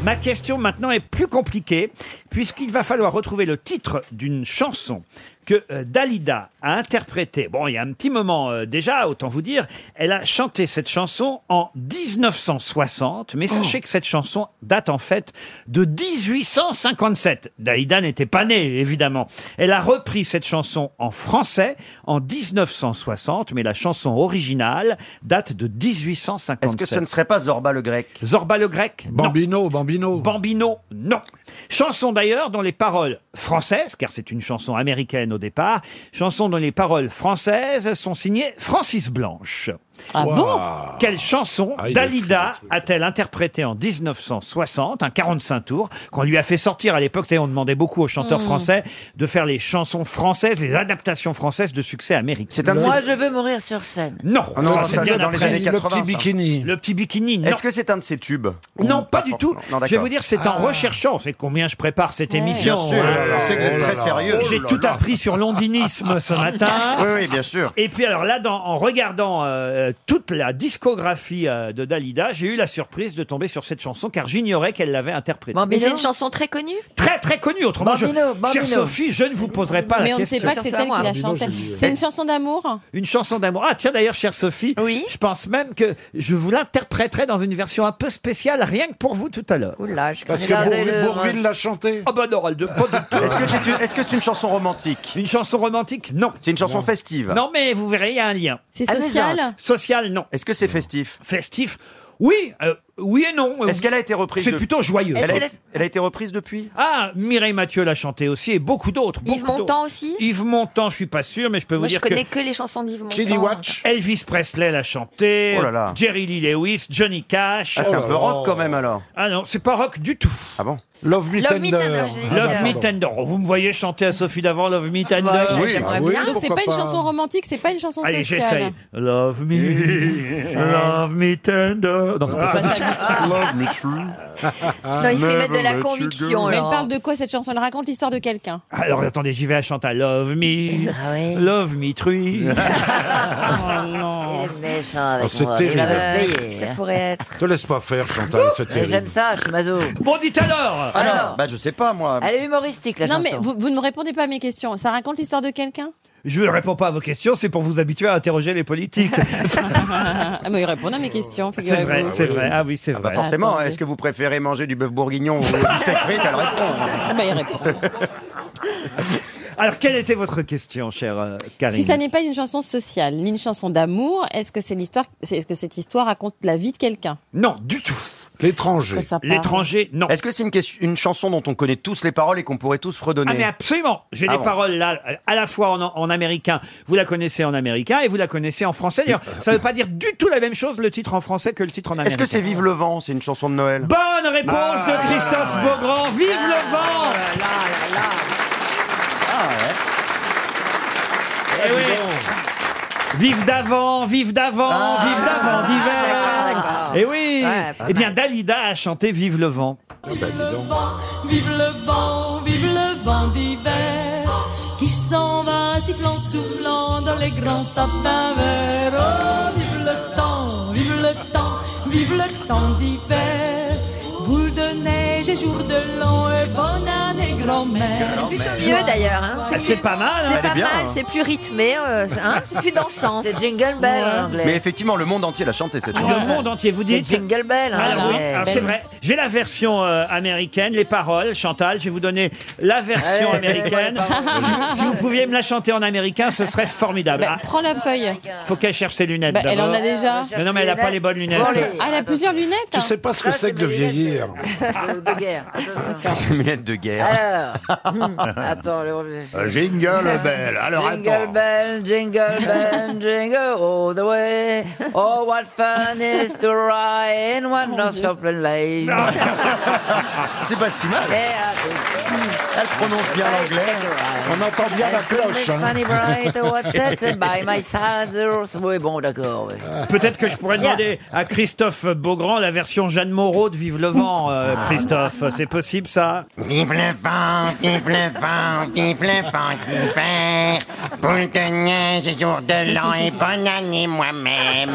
[SPEAKER 1] Ma question maintenant est plus compliquée, puisqu'il va falloir retrouver le titre d'une chanson que euh, Dalida a interprétée. Bon, il y a un petit moment euh, déjà, autant vous dire, elle a chanté cette chanson en 1960, mais sachez
[SPEAKER 29] Oh.
[SPEAKER 1] que cette chanson date en fait de 1857. Dalida n'était pas née, évidemment. Elle a repris cette chanson en français en 1960, mais la chanson originale date de 1857.
[SPEAKER 29] Est-ce que ce ne serait pas Zorba le grec
[SPEAKER 1] Zorba le grec Bambino, Bambino. Bambino, non. Chanson d'ailleurs dont les paroles françaises, car c'est une chanson américaine au départ, chanson dont les paroles françaises sont signées Francis Blanche.
[SPEAKER 16] Ah Wow. bon
[SPEAKER 1] Quelle chanson Dalida a-t-elle interprétée en 1960, un 45 tours, qu'on lui a fait sortir à l'époque, c'est on demandait beaucoup aux chanteurs
[SPEAKER 16] Mm.
[SPEAKER 1] français de faire les chansons françaises, les adaptations françaises de succès américains.
[SPEAKER 16] Moi, je veux mourir sur scène.
[SPEAKER 1] Non,
[SPEAKER 29] Ah non, ça,
[SPEAKER 1] c'est
[SPEAKER 29] c'est
[SPEAKER 1] bien
[SPEAKER 29] dans les
[SPEAKER 1] après.
[SPEAKER 29] années 80, ça.
[SPEAKER 1] Le petit bikini, non.
[SPEAKER 29] Est-ce que c'est un de ses tubes
[SPEAKER 1] Non, pas du tout.
[SPEAKER 29] Non, d'accord.
[SPEAKER 1] je vais vous dire, c'est en
[SPEAKER 29] Ah.
[SPEAKER 1] recherchant. C'est combien je prépare cette
[SPEAKER 29] Ouais.
[SPEAKER 1] émission. Hein.
[SPEAKER 29] Bien sûr, on sait que vous êtes très sérieux.
[SPEAKER 1] J'ai
[SPEAKER 29] Oh là
[SPEAKER 1] tout
[SPEAKER 29] là.
[SPEAKER 1] appris sur l'ondinisme ce matin.
[SPEAKER 29] Oui, oui, bien sûr.
[SPEAKER 1] Et puis alors là, dans- en regardant euh, toute la discographie euh, de Dalida, j'ai eu la surprise de tomber sur cette chanson car j'ignorais qu'elle l'avait interprétée.
[SPEAKER 28] Mais c'est une chanson très connue
[SPEAKER 1] Oh, très très connue. Autrement, je-
[SPEAKER 28] Bambino, Bambino.
[SPEAKER 1] chère Sophie, je ne vous poserai pas
[SPEAKER 11] Mais
[SPEAKER 1] la
[SPEAKER 11] on ne sait
[SPEAKER 1] question.
[SPEAKER 11] pas que c'est elle qui la chante. C'est une chanson d'amour
[SPEAKER 1] Une chanson d'amour. Ah tiens d'ailleurs, chère Sophie, je pense même que je vous l'interpréterai dans une version un peu spéciale, rien que pour vous tout à l'heure.
[SPEAKER 29] Parce connais que la- Bourvil- le- Bourvil
[SPEAKER 1] l'a chantée. Ah bah non, elle de pas du tout.
[SPEAKER 29] Est-ce que c'est une, est-ce que c'est une chanson romantique
[SPEAKER 1] Une chanson romantique Non.
[SPEAKER 29] C'est une chanson festive
[SPEAKER 1] Non mais vous verrez, il y a un lien.
[SPEAKER 29] C'est social Amusante.
[SPEAKER 1] Social, non.
[SPEAKER 29] Est-ce que c'est festif
[SPEAKER 1] Festif Oui, euh, oui et non.
[SPEAKER 29] Est-ce qu'elle a été reprise
[SPEAKER 1] C'est
[SPEAKER 29] de-
[SPEAKER 1] plutôt joyeux.
[SPEAKER 29] Elle a- Est-ce qu'elle a-
[SPEAKER 1] été reprise depuis Ah, Mireille Mathieu l'a chantée aussi et beaucoup d'autres.
[SPEAKER 28] Yves
[SPEAKER 1] beaucoup d'autres.
[SPEAKER 28] Montand aussi
[SPEAKER 1] Yves Montand, je suis pas sûr, mais je peux vous
[SPEAKER 28] Moi, je
[SPEAKER 1] dire
[SPEAKER 28] connais
[SPEAKER 1] que...
[SPEAKER 28] que les chansons d'Yves Montand.
[SPEAKER 1] Elvis Presley l'a chanté.
[SPEAKER 29] Oh là là.
[SPEAKER 1] Jerry Lee Lewis, Johnny Cash. Oh
[SPEAKER 29] Ah, c'est un peu rock quand même alors.
[SPEAKER 1] Ah non, c'est pas rock du tout.
[SPEAKER 29] Ah bon
[SPEAKER 1] Love
[SPEAKER 29] Me Love Me Tender. Tender, j'ai-
[SPEAKER 1] Love
[SPEAKER 29] Ah,
[SPEAKER 1] Me
[SPEAKER 29] pardon.
[SPEAKER 1] Tender. Oh, Vous me voyez chanter à Sophie d'avant Love Me Tender.
[SPEAKER 11] Ouais, bah,
[SPEAKER 1] ah
[SPEAKER 11] j'aimerais bien. Donc c'est pas une chanson romantique, c'est pas une chanson
[SPEAKER 1] Allez, j'essaye.
[SPEAKER 11] sociale.
[SPEAKER 1] Love me, love me tender. Ah. Non, c'est pas ça. love me true.
[SPEAKER 11] Non,
[SPEAKER 1] il faut Never mettre de la let you conviction, go.
[SPEAKER 11] Mais elle
[SPEAKER 1] alors.
[SPEAKER 11] parle de quoi cette chanson Elle raconte l'histoire de quelqu'un.
[SPEAKER 1] Alors attendez, j'y vais à chanter Love me, love me true.
[SPEAKER 24] Oh.
[SPEAKER 16] Il est méchant avec
[SPEAKER 1] Oh, c'est
[SPEAKER 16] moi.
[SPEAKER 1] terrible.
[SPEAKER 16] Il va me
[SPEAKER 1] Euh,
[SPEAKER 16] payer.
[SPEAKER 9] hein.
[SPEAKER 16] Ça pourrait être.
[SPEAKER 1] Te laisse pas faire,
[SPEAKER 2] Ah,
[SPEAKER 1] Chantal, c'est
[SPEAKER 16] Mais J'aime ça, je suis maso.
[SPEAKER 1] Bon, dites alors
[SPEAKER 16] Alors
[SPEAKER 29] Bah je sais pas moi.
[SPEAKER 1] Ah,
[SPEAKER 16] Elle est humoristique la
[SPEAKER 11] non
[SPEAKER 16] chanson.
[SPEAKER 11] mais vous, vous ne me répondez pas à mes questions. Ça raconte l'histoire de quelqu'un
[SPEAKER 1] Je ne réponds pas à vos questions, c'est pour vous habituer à interroger les politiques.
[SPEAKER 11] Ah mais il répond à mes questions.
[SPEAKER 1] c'est vrai,
[SPEAKER 11] figurez-vous.
[SPEAKER 1] c'est vrai. Ah oui, c'est
[SPEAKER 29] Ah
[SPEAKER 1] vrai.
[SPEAKER 29] bah forcément,
[SPEAKER 11] Attendez.
[SPEAKER 29] est-ce que vous préférez manger du bœuf bourguignon ou du steak frites Elle répond.
[SPEAKER 11] Ah bah, il répond.
[SPEAKER 1] Alors, quelle était votre question, chère euh, Karine
[SPEAKER 11] Si ça n'est pas une chanson sociale, ni une chanson d'amour, est-ce que c'est l'histoire, c'est- est-ce que cette histoire raconte la vie de quelqu'un
[SPEAKER 1] Non, du tout.
[SPEAKER 3] L'étranger.
[SPEAKER 1] L'étranger, non.
[SPEAKER 2] Est-ce que c'est une, question- une chanson dont on connaît tous les paroles et qu'on pourrait tous
[SPEAKER 1] Ah
[SPEAKER 2] fredonner
[SPEAKER 1] mais absolument J'ai
[SPEAKER 2] Ah
[SPEAKER 1] des
[SPEAKER 2] bon.
[SPEAKER 1] paroles là, à la fois en, en américain, vous la connaissez en américain et vous la connaissez en français. D'ailleurs, ça ne veut pas dire du tout la même chose le titre en français que le titre en américain.
[SPEAKER 2] Est-ce que c'est Vive le vent C'est une chanson de Noël
[SPEAKER 1] Bonne réponse
[SPEAKER 2] Ah,
[SPEAKER 1] de Christophe
[SPEAKER 2] ouais.
[SPEAKER 1] Beaugrand. Vive le vent
[SPEAKER 29] Ah
[SPEAKER 1] Eh oui. Vive d'avant, vive d'avant,
[SPEAKER 29] Ah,
[SPEAKER 1] vive d'avant
[SPEAKER 12] euh,
[SPEAKER 1] d'hiver. Et oui.
[SPEAKER 28] Ouais, pas
[SPEAKER 1] eh bien, Dalida a chanté Vive le vent.
[SPEAKER 29] Ah, bah,
[SPEAKER 28] Vive le vent, vive le vent d'hiver qui s'en va sifflant, soufflant dans les grands sapins verts. Oh, vive le temps, vive le temps, vive le temps d'hiver. Boule de neige et jour de long et bonne année grand-mère.
[SPEAKER 15] Mieux d'ailleurs. hein.
[SPEAKER 1] Ah, c'est pas mal, hein.
[SPEAKER 15] C'est
[SPEAKER 1] Elle est
[SPEAKER 15] pas
[SPEAKER 1] bien,
[SPEAKER 15] mal,
[SPEAKER 1] hein.
[SPEAKER 15] c'est plus rythmé, euh, hein, c'est plus dansant. C'est jingle
[SPEAKER 9] bell en anglais.
[SPEAKER 2] Mais effectivement, le monde entier l'a chanté cette chanson.
[SPEAKER 1] Ah, Le monde entier, vous dites
[SPEAKER 9] C'est Jingle Bell. hein,
[SPEAKER 1] Ah oui,
[SPEAKER 9] ouais.
[SPEAKER 1] alors, c'est vrai. J'ai la version euh, américaine, les paroles, Chantal. Je vais vous donner la version
[SPEAKER 11] Allez,
[SPEAKER 1] américaine.
[SPEAKER 11] donnez-moi les paroles.
[SPEAKER 1] si, si vous pouviez me la chanter en américain, ce serait formidable.
[SPEAKER 11] Bah,
[SPEAKER 1] Ah,
[SPEAKER 11] prends la feuille.
[SPEAKER 1] faut qu'elle cherche ses lunettes.
[SPEAKER 11] Bah, elle
[SPEAKER 1] d'abord.
[SPEAKER 11] en a déjà.
[SPEAKER 1] Mais non, mais elle n'a pas les bonnes lunettes.
[SPEAKER 11] Ah, elle a plusieurs lunettes.
[SPEAKER 3] Tu sais pas ce que c'est que de vieillir.
[SPEAKER 9] De, de guerre.
[SPEAKER 2] C'est une lettre de guerre. Euh,
[SPEAKER 9] Alors, hmm, attends, le...
[SPEAKER 2] Jingle bell. Alors
[SPEAKER 9] Jingle bell, jingle bell, jingle all the way. Oh, what fun is to ride in one open lane.
[SPEAKER 2] Ah, C'est pas si mal. Elle prononce bien l'anglais.
[SPEAKER 3] On entend bien la cloche. hein.
[SPEAKER 9] Funny bright, what's it by my side? Oui, bon, d'accord. oui.
[SPEAKER 1] Peut-être que je pourrais
[SPEAKER 9] Bien.
[SPEAKER 1] demander à Christophe Beaugrand la version Jeanne Moreau de Vive le vent, euh, Christophe. C'est possible ça
[SPEAKER 12] Vive le vent, vive le vent, vive le vent d'hiver. Boule de neige et jour de l'an et bonne année moi-même.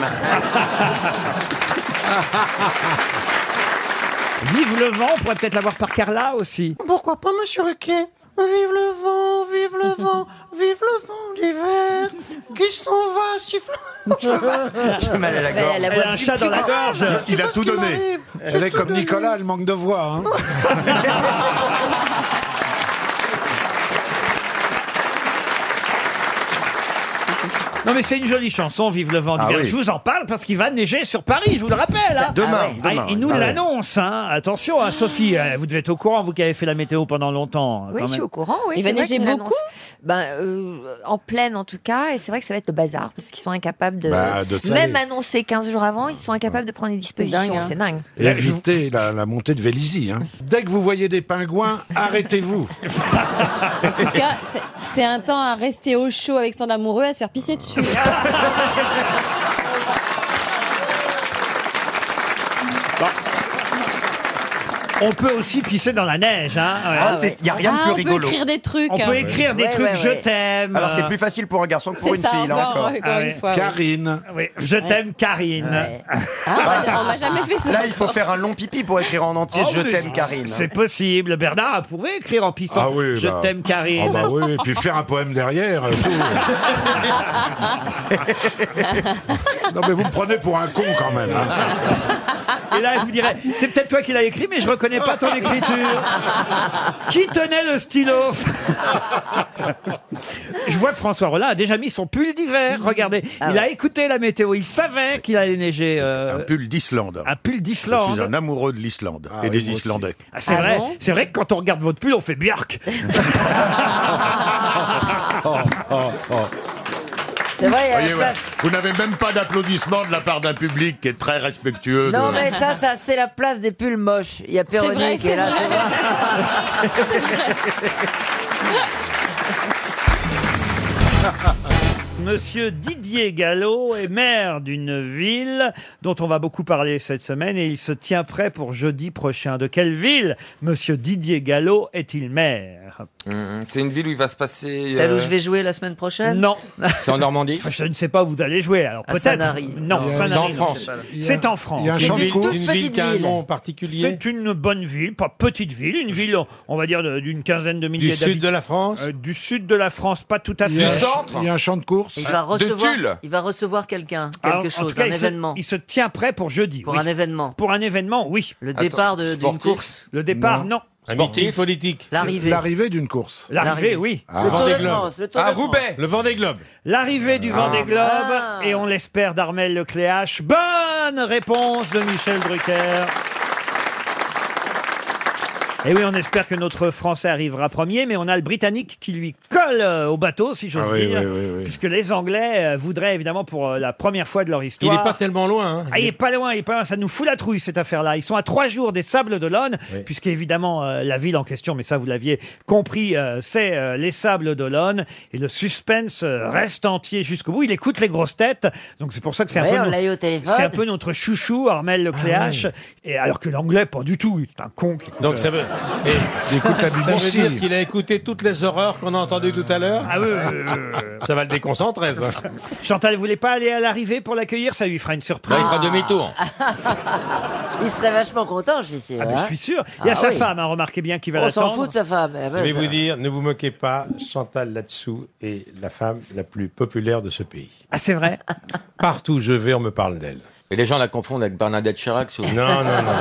[SPEAKER 1] Vive le vent, on pourrait peut-être l'avoir par Carla aussi.
[SPEAKER 12] Pourquoi pas, monsieur Ruquet Vive le vent, vive le vent, vive le vent d'hiver qui s'en va sifflant.
[SPEAKER 2] J'ai mal à la gorge.
[SPEAKER 1] Elle a un chat dans la gorge.
[SPEAKER 3] Il a tout donné. Elle est comme Nicolas, elle manque de voix. hein.
[SPEAKER 1] Non mais c'est une jolie chanson, Vive le vent
[SPEAKER 2] Ah
[SPEAKER 1] d'hiver.
[SPEAKER 2] oui.
[SPEAKER 1] Je vous en parle parce qu'il va neiger sur Paris, je vous le rappelle. hein.
[SPEAKER 2] Demain,
[SPEAKER 1] Ah,
[SPEAKER 2] demain,
[SPEAKER 1] il nous
[SPEAKER 2] ah ouais.
[SPEAKER 1] l'annonce, hein. Attention, hein, Sophie, euh, vous devez être au courant, vous qui avez fait la météo pendant longtemps.
[SPEAKER 15] Oui,
[SPEAKER 1] quand
[SPEAKER 15] je suis
[SPEAKER 1] même.
[SPEAKER 15] au courant. Oui,
[SPEAKER 11] Il
[SPEAKER 15] c'est
[SPEAKER 11] va
[SPEAKER 15] vrai
[SPEAKER 11] neiger
[SPEAKER 15] qu'on l'annonce.
[SPEAKER 11] beaucoup
[SPEAKER 15] ben, euh, En pleine, en tout cas. Et c'est vrai que ça va être le bazar, parce qu'ils sont incapables de.
[SPEAKER 3] Bah, de saler.
[SPEAKER 15] même annoncé 15 jours avant, ils sont incapables de prendre des dispositions.
[SPEAKER 11] dingue, hein.
[SPEAKER 15] C'est dingue.
[SPEAKER 3] Et éviter la, la montée de Vélizy. hein. Dès que vous voyez des pingouins, arrêtez-vous.
[SPEAKER 11] En tout cas, c'est- c'est un temps à rester au chaud avec son amoureux, à se faire pisser dessus.
[SPEAKER 1] On peut aussi pisser dans la neige. Hein. Ouais.
[SPEAKER 2] Ah, c'est- y a rien de
[SPEAKER 11] Ah,
[SPEAKER 2] plus
[SPEAKER 11] on
[SPEAKER 2] rigolo.
[SPEAKER 11] peut écrire des trucs.
[SPEAKER 1] On peut écrire des
[SPEAKER 11] Ouais,
[SPEAKER 1] trucs,
[SPEAKER 11] ouais,
[SPEAKER 1] je
[SPEAKER 11] ouais.
[SPEAKER 1] t'aime.
[SPEAKER 2] Alors c'est plus facile pour un garçon que pour
[SPEAKER 11] C'est
[SPEAKER 2] une
[SPEAKER 11] ça,
[SPEAKER 2] fille, là
[SPEAKER 11] encore,
[SPEAKER 2] encore.
[SPEAKER 11] encore
[SPEAKER 1] Ah
[SPEAKER 11] une
[SPEAKER 1] ouais.
[SPEAKER 11] fois. oui.
[SPEAKER 3] Karine.
[SPEAKER 1] Oui, je t'aime, Karine.
[SPEAKER 11] Ah, on m'a ja- on m'a jamais fait ça.
[SPEAKER 2] Là, il faut faire un long pipi pour écrire en entier
[SPEAKER 1] Oh,
[SPEAKER 2] Je
[SPEAKER 1] mais
[SPEAKER 2] t'aime,
[SPEAKER 1] c'est-
[SPEAKER 2] Karine.
[SPEAKER 1] C'est possible. Bernard pouvait écrire en pissant.
[SPEAKER 3] Ah oui,
[SPEAKER 1] je
[SPEAKER 3] bah.
[SPEAKER 1] t'aime, Karine.
[SPEAKER 3] Ah bah oui, et puis faire un poème derrière. euh, tout. non mais vous me prenez pour un con quand même. hein.
[SPEAKER 1] Et là, je vous dirais, c'est peut-être toi qui l'as écrit, mais je reconnais pas ton écriture. Qui tenait le stylo Je vois que François Rollin a déjà mis son pull d'hiver. Regardez,
[SPEAKER 9] Ah
[SPEAKER 1] il a
[SPEAKER 9] ouais.
[SPEAKER 1] écouté la météo. Il savait qu'il allait neiger.
[SPEAKER 30] Un
[SPEAKER 1] euh,
[SPEAKER 30] pull d'Islande.
[SPEAKER 1] un
[SPEAKER 30] Je
[SPEAKER 1] pull
[SPEAKER 30] suis
[SPEAKER 1] d'Islande.
[SPEAKER 30] un amoureux de l'Islande
[SPEAKER 3] Ah
[SPEAKER 30] et
[SPEAKER 3] oui,
[SPEAKER 30] des
[SPEAKER 3] moi aussi.
[SPEAKER 30] Islandais.
[SPEAKER 1] Ah, c'est
[SPEAKER 11] Ah
[SPEAKER 1] vrai.
[SPEAKER 11] bon
[SPEAKER 1] c'est vrai que quand on regarde votre pull, on fait Björk.
[SPEAKER 9] Ah
[SPEAKER 3] Oh,
[SPEAKER 9] C'est vrai, il y a
[SPEAKER 30] Voyez,
[SPEAKER 9] la
[SPEAKER 30] ouais.
[SPEAKER 9] place.
[SPEAKER 30] Vous n'avez même pas d'applaudissements de la part d'un public qui est très respectueux. de-
[SPEAKER 9] Non, mais ça, ça c'est la place des pulls moches. Il y a
[SPEAKER 11] C'est vrai,
[SPEAKER 9] Péronique qui
[SPEAKER 11] c'est
[SPEAKER 9] est là,
[SPEAKER 11] vrai.
[SPEAKER 9] c'est vrai.
[SPEAKER 1] Monsieur Didier Gallo est maire d'une ville dont on va beaucoup parler cette semaine et il se tient prêt pour jeudi prochain. De quelle ville Monsieur Didier Gallo est-il maire
[SPEAKER 17] Hum, c'est une ville où il va se passer.
[SPEAKER 31] Celle où
[SPEAKER 17] euh,
[SPEAKER 31] je vais jouer la semaine prochaine
[SPEAKER 1] Non.
[SPEAKER 17] C'est en Normandie.
[SPEAKER 1] Je ne sais pas où vous allez jouer. Alors
[SPEAKER 31] À
[SPEAKER 1] peut-être.
[SPEAKER 31] Sanary.
[SPEAKER 1] Non,
[SPEAKER 31] Non,
[SPEAKER 1] Sanary,
[SPEAKER 17] c'est en
[SPEAKER 1] non,
[SPEAKER 17] France.
[SPEAKER 1] pas- C'est en France.
[SPEAKER 3] Il y a un champ de course.
[SPEAKER 9] Une ville qui a un nom
[SPEAKER 1] C'est une bonne ville, pas petite ville, une ville, on va dire, de- d'une quinzaine de milliers d'habitants.
[SPEAKER 32] la France
[SPEAKER 1] Euh, du sud de la France, pas tout à
[SPEAKER 3] Il y
[SPEAKER 1] fait.
[SPEAKER 3] a un-
[SPEAKER 17] centre
[SPEAKER 3] Il y a un champ de course.
[SPEAKER 11] Euh,
[SPEAKER 31] Il va
[SPEAKER 17] Tulle.
[SPEAKER 31] recevoir, il va recevoir quelqu'un,
[SPEAKER 1] Alors,
[SPEAKER 31] quelque
[SPEAKER 1] en
[SPEAKER 31] chose,
[SPEAKER 1] tout cas,
[SPEAKER 31] un
[SPEAKER 1] il se-
[SPEAKER 31] événement.
[SPEAKER 1] il se tient prêt pour jeudi.
[SPEAKER 31] Pour
[SPEAKER 1] oui.
[SPEAKER 31] un événement.
[SPEAKER 1] Pour un événement, oui.
[SPEAKER 31] Le
[SPEAKER 17] Attends,
[SPEAKER 31] départ de- d'une
[SPEAKER 17] sportif.
[SPEAKER 31] course.
[SPEAKER 1] Le départ, non.
[SPEAKER 17] Sportif.
[SPEAKER 32] politique.
[SPEAKER 31] L'arrivée.
[SPEAKER 3] L'arrivée d'une course. Ah.
[SPEAKER 1] L'arrivée,
[SPEAKER 31] L'arrivée.
[SPEAKER 1] oui.
[SPEAKER 14] Ah.
[SPEAKER 9] Le Tour
[SPEAKER 32] Vendée
[SPEAKER 9] de
[SPEAKER 32] Globe.
[SPEAKER 9] France, le Tour
[SPEAKER 1] Ah,
[SPEAKER 17] À
[SPEAKER 9] de France.
[SPEAKER 17] Roubaix.
[SPEAKER 32] Le Vendée Globe.
[SPEAKER 1] L'arrivée du
[SPEAKER 14] Ah.
[SPEAKER 1] Vendée Globe et on l'espère d'Armel Lecléache. Bonne réponse de Michel Drucker. Et oui, on espère que notre Français arrivera premier, mais on a le Britannique qui lui colle euh, au bateau, si j'ose
[SPEAKER 14] Ah oui,
[SPEAKER 1] dire,
[SPEAKER 14] oui, oui, oui.
[SPEAKER 1] puisque les Anglais euh, voudraient évidemment pour euh, la première fois de leur histoire.
[SPEAKER 14] pas tellement loin, hein.
[SPEAKER 1] Ah, il est pas loin, il est pas loin. Ça nous fout la trouille cette affaire-là. Ils sont à trois jours des Sables d'Olonne, puisqu'évidemment euh, la ville en question, mais ça vous l'aviez compris, euh, c'est euh, les Sables d'Olonne. Et le suspense euh, reste entier jusqu'au bout. Il écoute les grosses têtes, donc c'est pour ça que c'est un
[SPEAKER 16] Ouais,
[SPEAKER 1] peu.
[SPEAKER 16] on
[SPEAKER 1] nos-
[SPEAKER 16] l'a eu au téléphone.
[SPEAKER 1] C'est un peu notre chouchou, Armel Lecléache.
[SPEAKER 16] Ah
[SPEAKER 1] Et alors que l'anglais, pas du tout. C'est un con. qui écoute,
[SPEAKER 14] Donc
[SPEAKER 1] euh,
[SPEAKER 14] ça veut,
[SPEAKER 1] Il écoute
[SPEAKER 14] ça
[SPEAKER 1] la
[SPEAKER 14] veut
[SPEAKER 1] BBC.
[SPEAKER 14] dire qu'il a écouté toutes les horreurs qu'on a entendues tout à l'heure
[SPEAKER 1] Ah oui,
[SPEAKER 14] Ça va le déconcentrer, ça.
[SPEAKER 1] Chantal, vous voulez pas aller à l'arrivée pour l'accueillir Ça lui fera une surprise.
[SPEAKER 7] Là, il fera demi-tour.
[SPEAKER 16] Ah. Il serait vachement content, je suis sûr.
[SPEAKER 1] Ah, mais je
[SPEAKER 16] hein.
[SPEAKER 1] suis sûr. Il y a
[SPEAKER 16] Ah
[SPEAKER 1] sa
[SPEAKER 16] oui.
[SPEAKER 1] femme, hein, remarquez bien, qui va
[SPEAKER 16] On
[SPEAKER 1] l'attendre.
[SPEAKER 16] s'en fout de sa femme. eh
[SPEAKER 17] Je
[SPEAKER 16] ben,
[SPEAKER 17] vais
[SPEAKER 16] ça-
[SPEAKER 17] vous dire, ne vous moquez pas, Chantal là-dessous est la femme la plus populaire de ce pays.
[SPEAKER 1] Ah, c'est vrai
[SPEAKER 17] Partout où je vais, on me parle d'elle.
[SPEAKER 7] Et les gens la confondent avec Bernadette Chirac, souvent.
[SPEAKER 17] Non, non, non.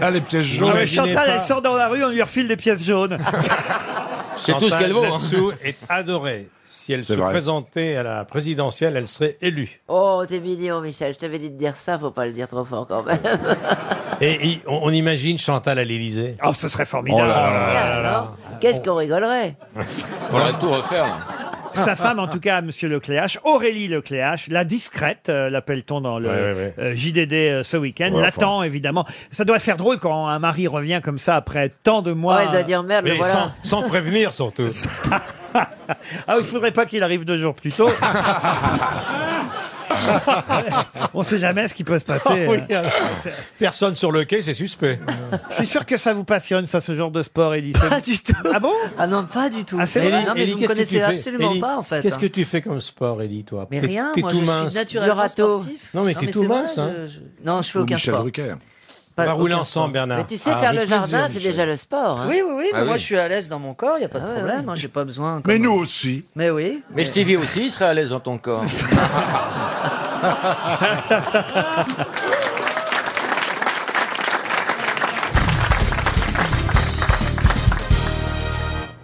[SPEAKER 3] Ah, les pièces
[SPEAKER 1] Ah, mais Chantal, elle sort dans la rue, on lui refile des pièces jaunes.
[SPEAKER 7] C'est tout ce qu'elle vaut, hein.
[SPEAKER 17] Latsou est adorée. Si elle se
[SPEAKER 1] vrai.
[SPEAKER 17] présentait à la présidentielle, elle serait élue.
[SPEAKER 16] Oh, t'es mignon, Michel. Je t'avais dit de dire ça, faut pas le dire trop fort quand même.
[SPEAKER 17] Et, et on, on imagine Chantal à l'Élysée.
[SPEAKER 1] Oh, ce serait
[SPEAKER 17] formidable.
[SPEAKER 16] Qu'est-ce qu'on rigolerait
[SPEAKER 7] Faudrait tout hein. refaire. là.
[SPEAKER 1] Sa femme, en tout cas, Monsieur Lecléache, Aurélie Lecléache, la discrète, euh, l'appelle-t-on dans le
[SPEAKER 17] Ouais, ouais, ouais.
[SPEAKER 1] euh, JDD euh, ce week-end,
[SPEAKER 17] Ouais,
[SPEAKER 1] l'attend évidemment. Ça doit faire drôle quand un mari revient comme ça après tant de mois.
[SPEAKER 16] Ouais, Oh, il doit dire, merde, le
[SPEAKER 17] Mais
[SPEAKER 16] voilà.
[SPEAKER 17] sans, sans prévenir surtout.
[SPEAKER 1] Ah, il faudrait pas qu'il arrive deux jours plus tôt. On sait jamais ce qui peut se passer.
[SPEAKER 17] Ah oui,
[SPEAKER 1] euh.
[SPEAKER 17] alors. Personne sur le quai, c'est suspect.
[SPEAKER 1] Je suis sûr que ça vous passionne, ça, ce genre de sport, Élise. Pas
[SPEAKER 16] du tout.
[SPEAKER 1] Ah bon
[SPEAKER 16] Ah non, pas du tout.
[SPEAKER 1] Ah, c'est vrai
[SPEAKER 17] Élie,
[SPEAKER 16] non, mais
[SPEAKER 17] Élie,
[SPEAKER 16] vous me
[SPEAKER 17] qu'est-ce que
[SPEAKER 16] connaissez
[SPEAKER 17] tu fais
[SPEAKER 16] absolument
[SPEAKER 17] Élie,
[SPEAKER 16] pas, en fait.
[SPEAKER 17] Qu'est-ce que tu fais comme sport, Ellie, toi
[SPEAKER 16] Mais
[SPEAKER 17] T'es-
[SPEAKER 16] rien,
[SPEAKER 17] T'es
[SPEAKER 16] moi
[SPEAKER 17] tout
[SPEAKER 16] je
[SPEAKER 17] mince.
[SPEAKER 16] suis naturellement
[SPEAKER 17] râteau.
[SPEAKER 16] sportif.
[SPEAKER 17] Non, mais t'es
[SPEAKER 16] c'est
[SPEAKER 17] tout
[SPEAKER 16] vrai,
[SPEAKER 17] mince, hein.
[SPEAKER 16] je- je- Non, je fais aucun sport.
[SPEAKER 17] On
[SPEAKER 16] Pas-
[SPEAKER 17] va
[SPEAKER 16] aucun
[SPEAKER 17] rouler
[SPEAKER 16] sport.
[SPEAKER 17] ensemble, Bernard. Ah,
[SPEAKER 16] Mais tu sais, faire le jardin, c'est déjà le sport. hein. Ah
[SPEAKER 10] Oui, oui, oui.
[SPEAKER 7] Ah
[SPEAKER 10] mais moi,
[SPEAKER 7] oui.
[SPEAKER 10] je suis à l'aise dans mon corps, il n'y a pas de problème. hein, J'ai pas besoin.
[SPEAKER 7] Mais nous
[SPEAKER 10] aussi. Mais oui.
[SPEAKER 7] Mais Stevie aussi, il serait à l'aise dans ton corps.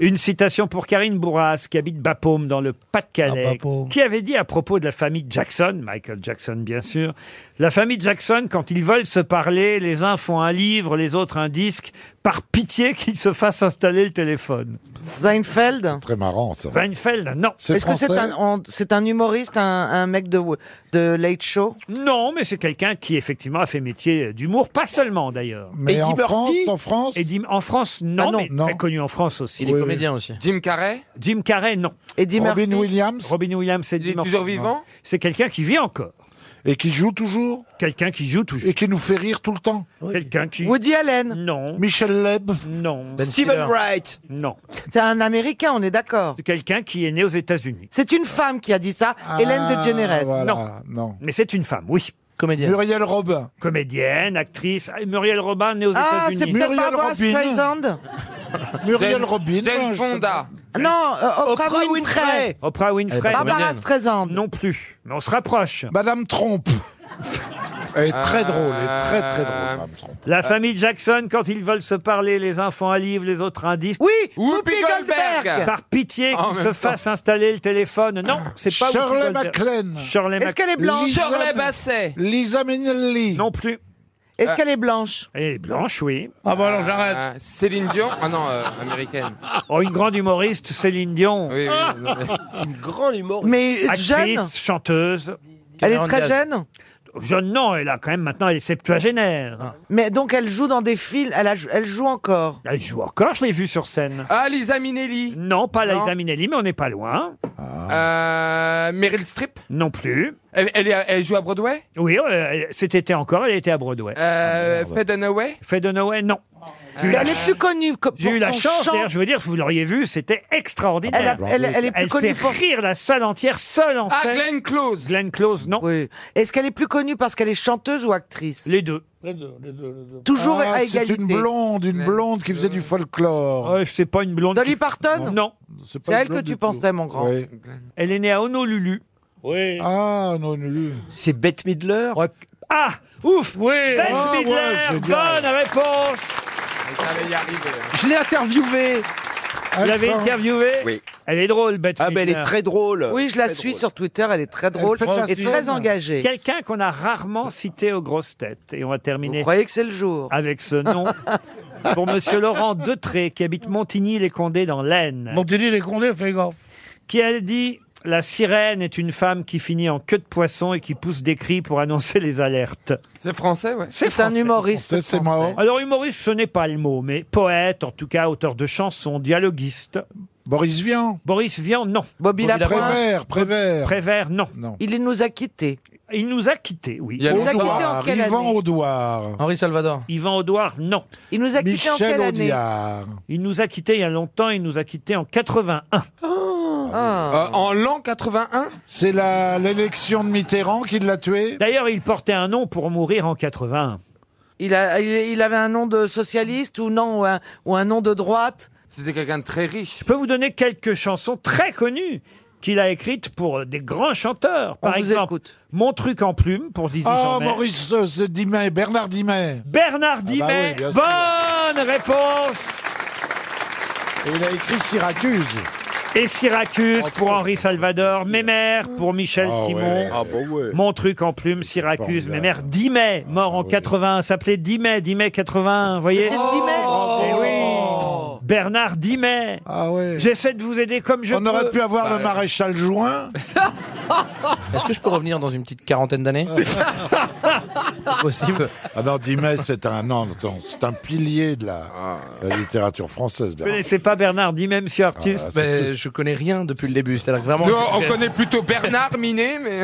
[SPEAKER 1] Une citation pour Karine Bourras, qui habite Bapaume, dans le
[SPEAKER 18] Ah,
[SPEAKER 1] Pas-de-Calais,
[SPEAKER 18] Bapaume.
[SPEAKER 1] qui avait dit à propos de la famille Jackson, Michael Jackson bien sûr, la famille Jackson, quand ils veulent se parler, les uns font un livre, les autres un disque, par pitié qu'ils se fassent installer le téléphone.
[SPEAKER 5] Seinfeld
[SPEAKER 1] Très marrant, ça. Seinfeld, non.
[SPEAKER 5] Est-ce que c'est un, on- c'est un humoriste, un, un mec de, de Late Show
[SPEAKER 1] Non, mais c'est quelqu'un qui effectivement a fait métier d'humour, pas seulement d'ailleurs.
[SPEAKER 3] Mais Eddie en Murphy France, en France
[SPEAKER 1] Eddie- En France, non,
[SPEAKER 3] Ah non,
[SPEAKER 1] mais très connu en France aussi.
[SPEAKER 3] Il est Oui, comédien oui.
[SPEAKER 1] aussi. Jim Carrey Jim Carrey, non.
[SPEAKER 3] Eddie Robin Murphy Williams
[SPEAKER 1] Robin Williams, c'est Il
[SPEAKER 3] est toujours vivant
[SPEAKER 1] C'est quelqu'un qui vit encore.
[SPEAKER 3] Et qui joue toujours
[SPEAKER 1] Quelqu'un qui joue toujours.
[SPEAKER 3] Et qui nous fait rire tout le temps
[SPEAKER 1] Quelqu'un qui...
[SPEAKER 5] Woody Allen
[SPEAKER 1] Non.
[SPEAKER 3] Michel Leb
[SPEAKER 1] Non.
[SPEAKER 5] Ben Stephen Stiller. Wright.
[SPEAKER 1] Non.
[SPEAKER 5] C'est un Américain, on est d'accord.
[SPEAKER 1] C'est quelqu'un qui est né aux États-Unis.
[SPEAKER 5] C'est une femme qui a dit ça,
[SPEAKER 6] Ah,
[SPEAKER 3] Ah,
[SPEAKER 5] Hélène DeGeneres.
[SPEAKER 1] Non. Mais c'est une femme, oui.
[SPEAKER 3] Comédienne. Muriel Robin.
[SPEAKER 1] Comédienne, actrice. Ah, Muriel Robin, née aux
[SPEAKER 5] Ah,
[SPEAKER 1] États-Unis.
[SPEAKER 5] c'est peut-être Barbara Streisand
[SPEAKER 3] Muriel Robin.
[SPEAKER 5] Jane
[SPEAKER 3] Fonda.
[SPEAKER 5] Non, euh, Oprah, Winfrey.
[SPEAKER 17] Ah,
[SPEAKER 1] Oprah Winfrey.
[SPEAKER 5] Elle est pas Barbara comédienne. Streisand.
[SPEAKER 1] Non plus. Mais on se rapproche.
[SPEAKER 3] Madame Trompe. Elle est très drôle, elle est très très drôle. Madame Trompe.
[SPEAKER 1] Euh, La famille Jackson, quand ils veulent se parler, les enfants à livre, les autres indices.
[SPEAKER 5] Oui,
[SPEAKER 1] Whoopi
[SPEAKER 5] Goldberg. Goldberg.
[SPEAKER 1] Par pitié
[SPEAKER 5] En
[SPEAKER 1] qu'on
[SPEAKER 5] même
[SPEAKER 1] se
[SPEAKER 5] temps.
[SPEAKER 1] fasse installer le téléphone. Non, c'est pas
[SPEAKER 3] Shirley
[SPEAKER 1] Whoopi Goldberg.
[SPEAKER 3] MacLaine.
[SPEAKER 1] Shirley
[SPEAKER 5] Est-ce
[SPEAKER 1] Mac-
[SPEAKER 5] qu'elle est blanche
[SPEAKER 3] Lisa-
[SPEAKER 5] Shirley Bassey.
[SPEAKER 3] Lisa Minnelli.
[SPEAKER 1] Non plus.
[SPEAKER 5] Est-ce qu'elle est blanche
[SPEAKER 1] Elle est blanche, oui.
[SPEAKER 5] Euh. Ah bah alors
[SPEAKER 23] Euh, Céline Dion Ah non, euh, américaine.
[SPEAKER 1] Oh, une grande humoriste, Céline Dion.
[SPEAKER 23] Oui, oui.
[SPEAKER 1] Une grande humoriste.
[SPEAKER 5] Mais
[SPEAKER 1] Actrice,
[SPEAKER 5] jeune
[SPEAKER 1] chanteuse.
[SPEAKER 5] Elle est très jeune
[SPEAKER 1] Jeune, non, elle a quand même maintenant, elle est septuagénaire.
[SPEAKER 5] Mais donc elle joue dans des films, elle, a- elle joue encore.
[SPEAKER 1] Elle joue encore, je l'ai vue sur scène.
[SPEAKER 23] Ah, Lisa Minnelli.
[SPEAKER 1] Non, pas
[SPEAKER 23] Non.
[SPEAKER 1] Liza Minnelli, mais on n'est pas loin.
[SPEAKER 23] Euh, Meryl Streep
[SPEAKER 1] Non plus.
[SPEAKER 23] Elle, elle, est à- elle joue à Broadway
[SPEAKER 1] Oui, euh, cet été encore, elle était à Broadway.
[SPEAKER 23] euh, Faye Dunaway
[SPEAKER 1] Faye Dunaway, non. J'ai eu
[SPEAKER 5] Mais
[SPEAKER 1] la-
[SPEAKER 5] Euh, elle est plus connue que
[SPEAKER 1] J'ai
[SPEAKER 5] pour
[SPEAKER 1] eu la
[SPEAKER 5] son
[SPEAKER 1] chance,
[SPEAKER 5] chant.
[SPEAKER 1] d'ailleurs, je veux dire, vous l'auriez vu, c'était extraordinaire.
[SPEAKER 5] Elle a- elle- elle est plus connue
[SPEAKER 1] fait
[SPEAKER 5] pour-
[SPEAKER 1] rire la salle entière, seule en
[SPEAKER 5] Ah,
[SPEAKER 1] scène.
[SPEAKER 23] Glenn Close
[SPEAKER 1] Glenn Close, non.
[SPEAKER 5] Oui. Est-ce qu'elle est plus connue parce qu'elle est chanteuse ou actrice
[SPEAKER 1] Les deux.
[SPEAKER 5] Toujours
[SPEAKER 3] Ah,
[SPEAKER 5] à
[SPEAKER 3] c'est
[SPEAKER 5] égalité.
[SPEAKER 3] une blonde, une blonde qui faisait du folklore.
[SPEAKER 1] Ah, c'est pas une blonde.
[SPEAKER 5] Dolly Parton
[SPEAKER 1] Non.
[SPEAKER 5] C'est elle que tu pensais, mon grand.
[SPEAKER 1] Elle est née à Honolulu.
[SPEAKER 24] Oui.
[SPEAKER 3] Ah, Honolulu.
[SPEAKER 1] C'est Bette Midler Ah Ouf
[SPEAKER 24] Oui
[SPEAKER 1] Bette
[SPEAKER 24] Ah,
[SPEAKER 1] Midler
[SPEAKER 24] ouais, c'est bien.
[SPEAKER 1] Bonne réponse
[SPEAKER 23] Elle savait y arriver. hein.
[SPEAKER 1] Je l'ai interviewée. Vous l'avez
[SPEAKER 23] Alpha.
[SPEAKER 1] interviewée
[SPEAKER 23] Oui.
[SPEAKER 1] Elle est drôle, Bette
[SPEAKER 5] Ah, ben, elle est
[SPEAKER 1] Midler.
[SPEAKER 5] très drôle. Oui, je la Très suis drôle. sur
[SPEAKER 1] Twitter, elle est très
[SPEAKER 5] drôle et très engagée.
[SPEAKER 1] Quelqu'un qu'on a rarement cité aux grosses têtes. Et on va terminer. Vous
[SPEAKER 5] croyez que c'est le jour
[SPEAKER 1] Avec ce nom. pour monsieur Laurent Detré, qui habite Montigny-les-Condés dans l'Aisne.
[SPEAKER 24] Montigny-les-Condés, fais gaffe.
[SPEAKER 1] Qui elle dit La sirène est une femme qui finit en queue de poisson et qui pousse des cris pour annoncer les alertes.
[SPEAKER 23] C'est français, ouais.
[SPEAKER 1] C'est un humoriste. C'est mort. Alors, humoriste, ce n'est pas le mot, mais poète, en tout cas, auteur de chansons, dialoguiste. Boris Vian Boris Vian, non.
[SPEAKER 5] Bobby Lapin.
[SPEAKER 3] Prévert,
[SPEAKER 1] Prévert. Prévert, non.
[SPEAKER 5] Il nous a quittés.
[SPEAKER 1] Il nous a quittés, oui.
[SPEAKER 3] Il y a longtemps. Ah, Yvan
[SPEAKER 1] Audouard. Henri Salvador. Yvan Audouard, non.
[SPEAKER 5] Il nous a quittés en Michel quelle année Audiard.
[SPEAKER 1] Il nous a quittés il y a longtemps, il nous a quittés en 81.
[SPEAKER 12] Oh.
[SPEAKER 3] Ah.
[SPEAKER 23] Euh, en l'an 81
[SPEAKER 3] C'est la- l'élection de Mitterrand qui l'a tué
[SPEAKER 1] D'ailleurs, il portait un nom pour mourir en 81.
[SPEAKER 5] Il, a- il- il avait un nom de socialiste ou non, ou un, ou un nom de droite
[SPEAKER 1] C'était quelqu'un de très riche. Je peux vous donner quelques chansons très connues qu'il a écrites pour euh, des grands chanteurs. Par exemple, Mon truc en plume pour Zizi
[SPEAKER 3] Oh,
[SPEAKER 1] Jeanmaire.
[SPEAKER 3] Maurice euh, c'est Dimet, Bernard Dimet. Ah
[SPEAKER 1] Bernard
[SPEAKER 3] bah
[SPEAKER 1] Dimet, bonne réponse
[SPEAKER 3] il a écrit Syracuse. Oh,
[SPEAKER 1] Et Syracuse pour Henri Salvador, Mémère pour Michel
[SPEAKER 3] Ah
[SPEAKER 1] Simon,
[SPEAKER 3] ouais. Ah bah ouais.
[SPEAKER 1] Mon truc en plume, Syracuse,
[SPEAKER 3] Formidable. Ah
[SPEAKER 1] Mémère, Dimet, mort en 81, s'appelait Dimet, Dimet 81, vous voyez Eh oui. Bernard Dimet J'essaie de vous aider comme je
[SPEAKER 3] Ah On
[SPEAKER 1] peux. Bah.
[SPEAKER 3] aurait pu avoir le maréchal Juin.
[SPEAKER 9] Est-ce que je peux revenir dans une petite quarantaine d'années
[SPEAKER 3] Possible. Ah non, Dimet, c'est un, non, non, c'est un pilier de la,
[SPEAKER 1] Ah.
[SPEAKER 3] la littérature française.
[SPEAKER 1] Vous
[SPEAKER 3] Bernard.
[SPEAKER 1] connaissez pas Bernard Dimet, monsieur
[SPEAKER 5] Ah,
[SPEAKER 1] artiste
[SPEAKER 9] Ben, Je connais rien depuis le début. C'est-à-dire que vraiment.
[SPEAKER 23] Nous, on connaît plutôt Bernard Minet, mais.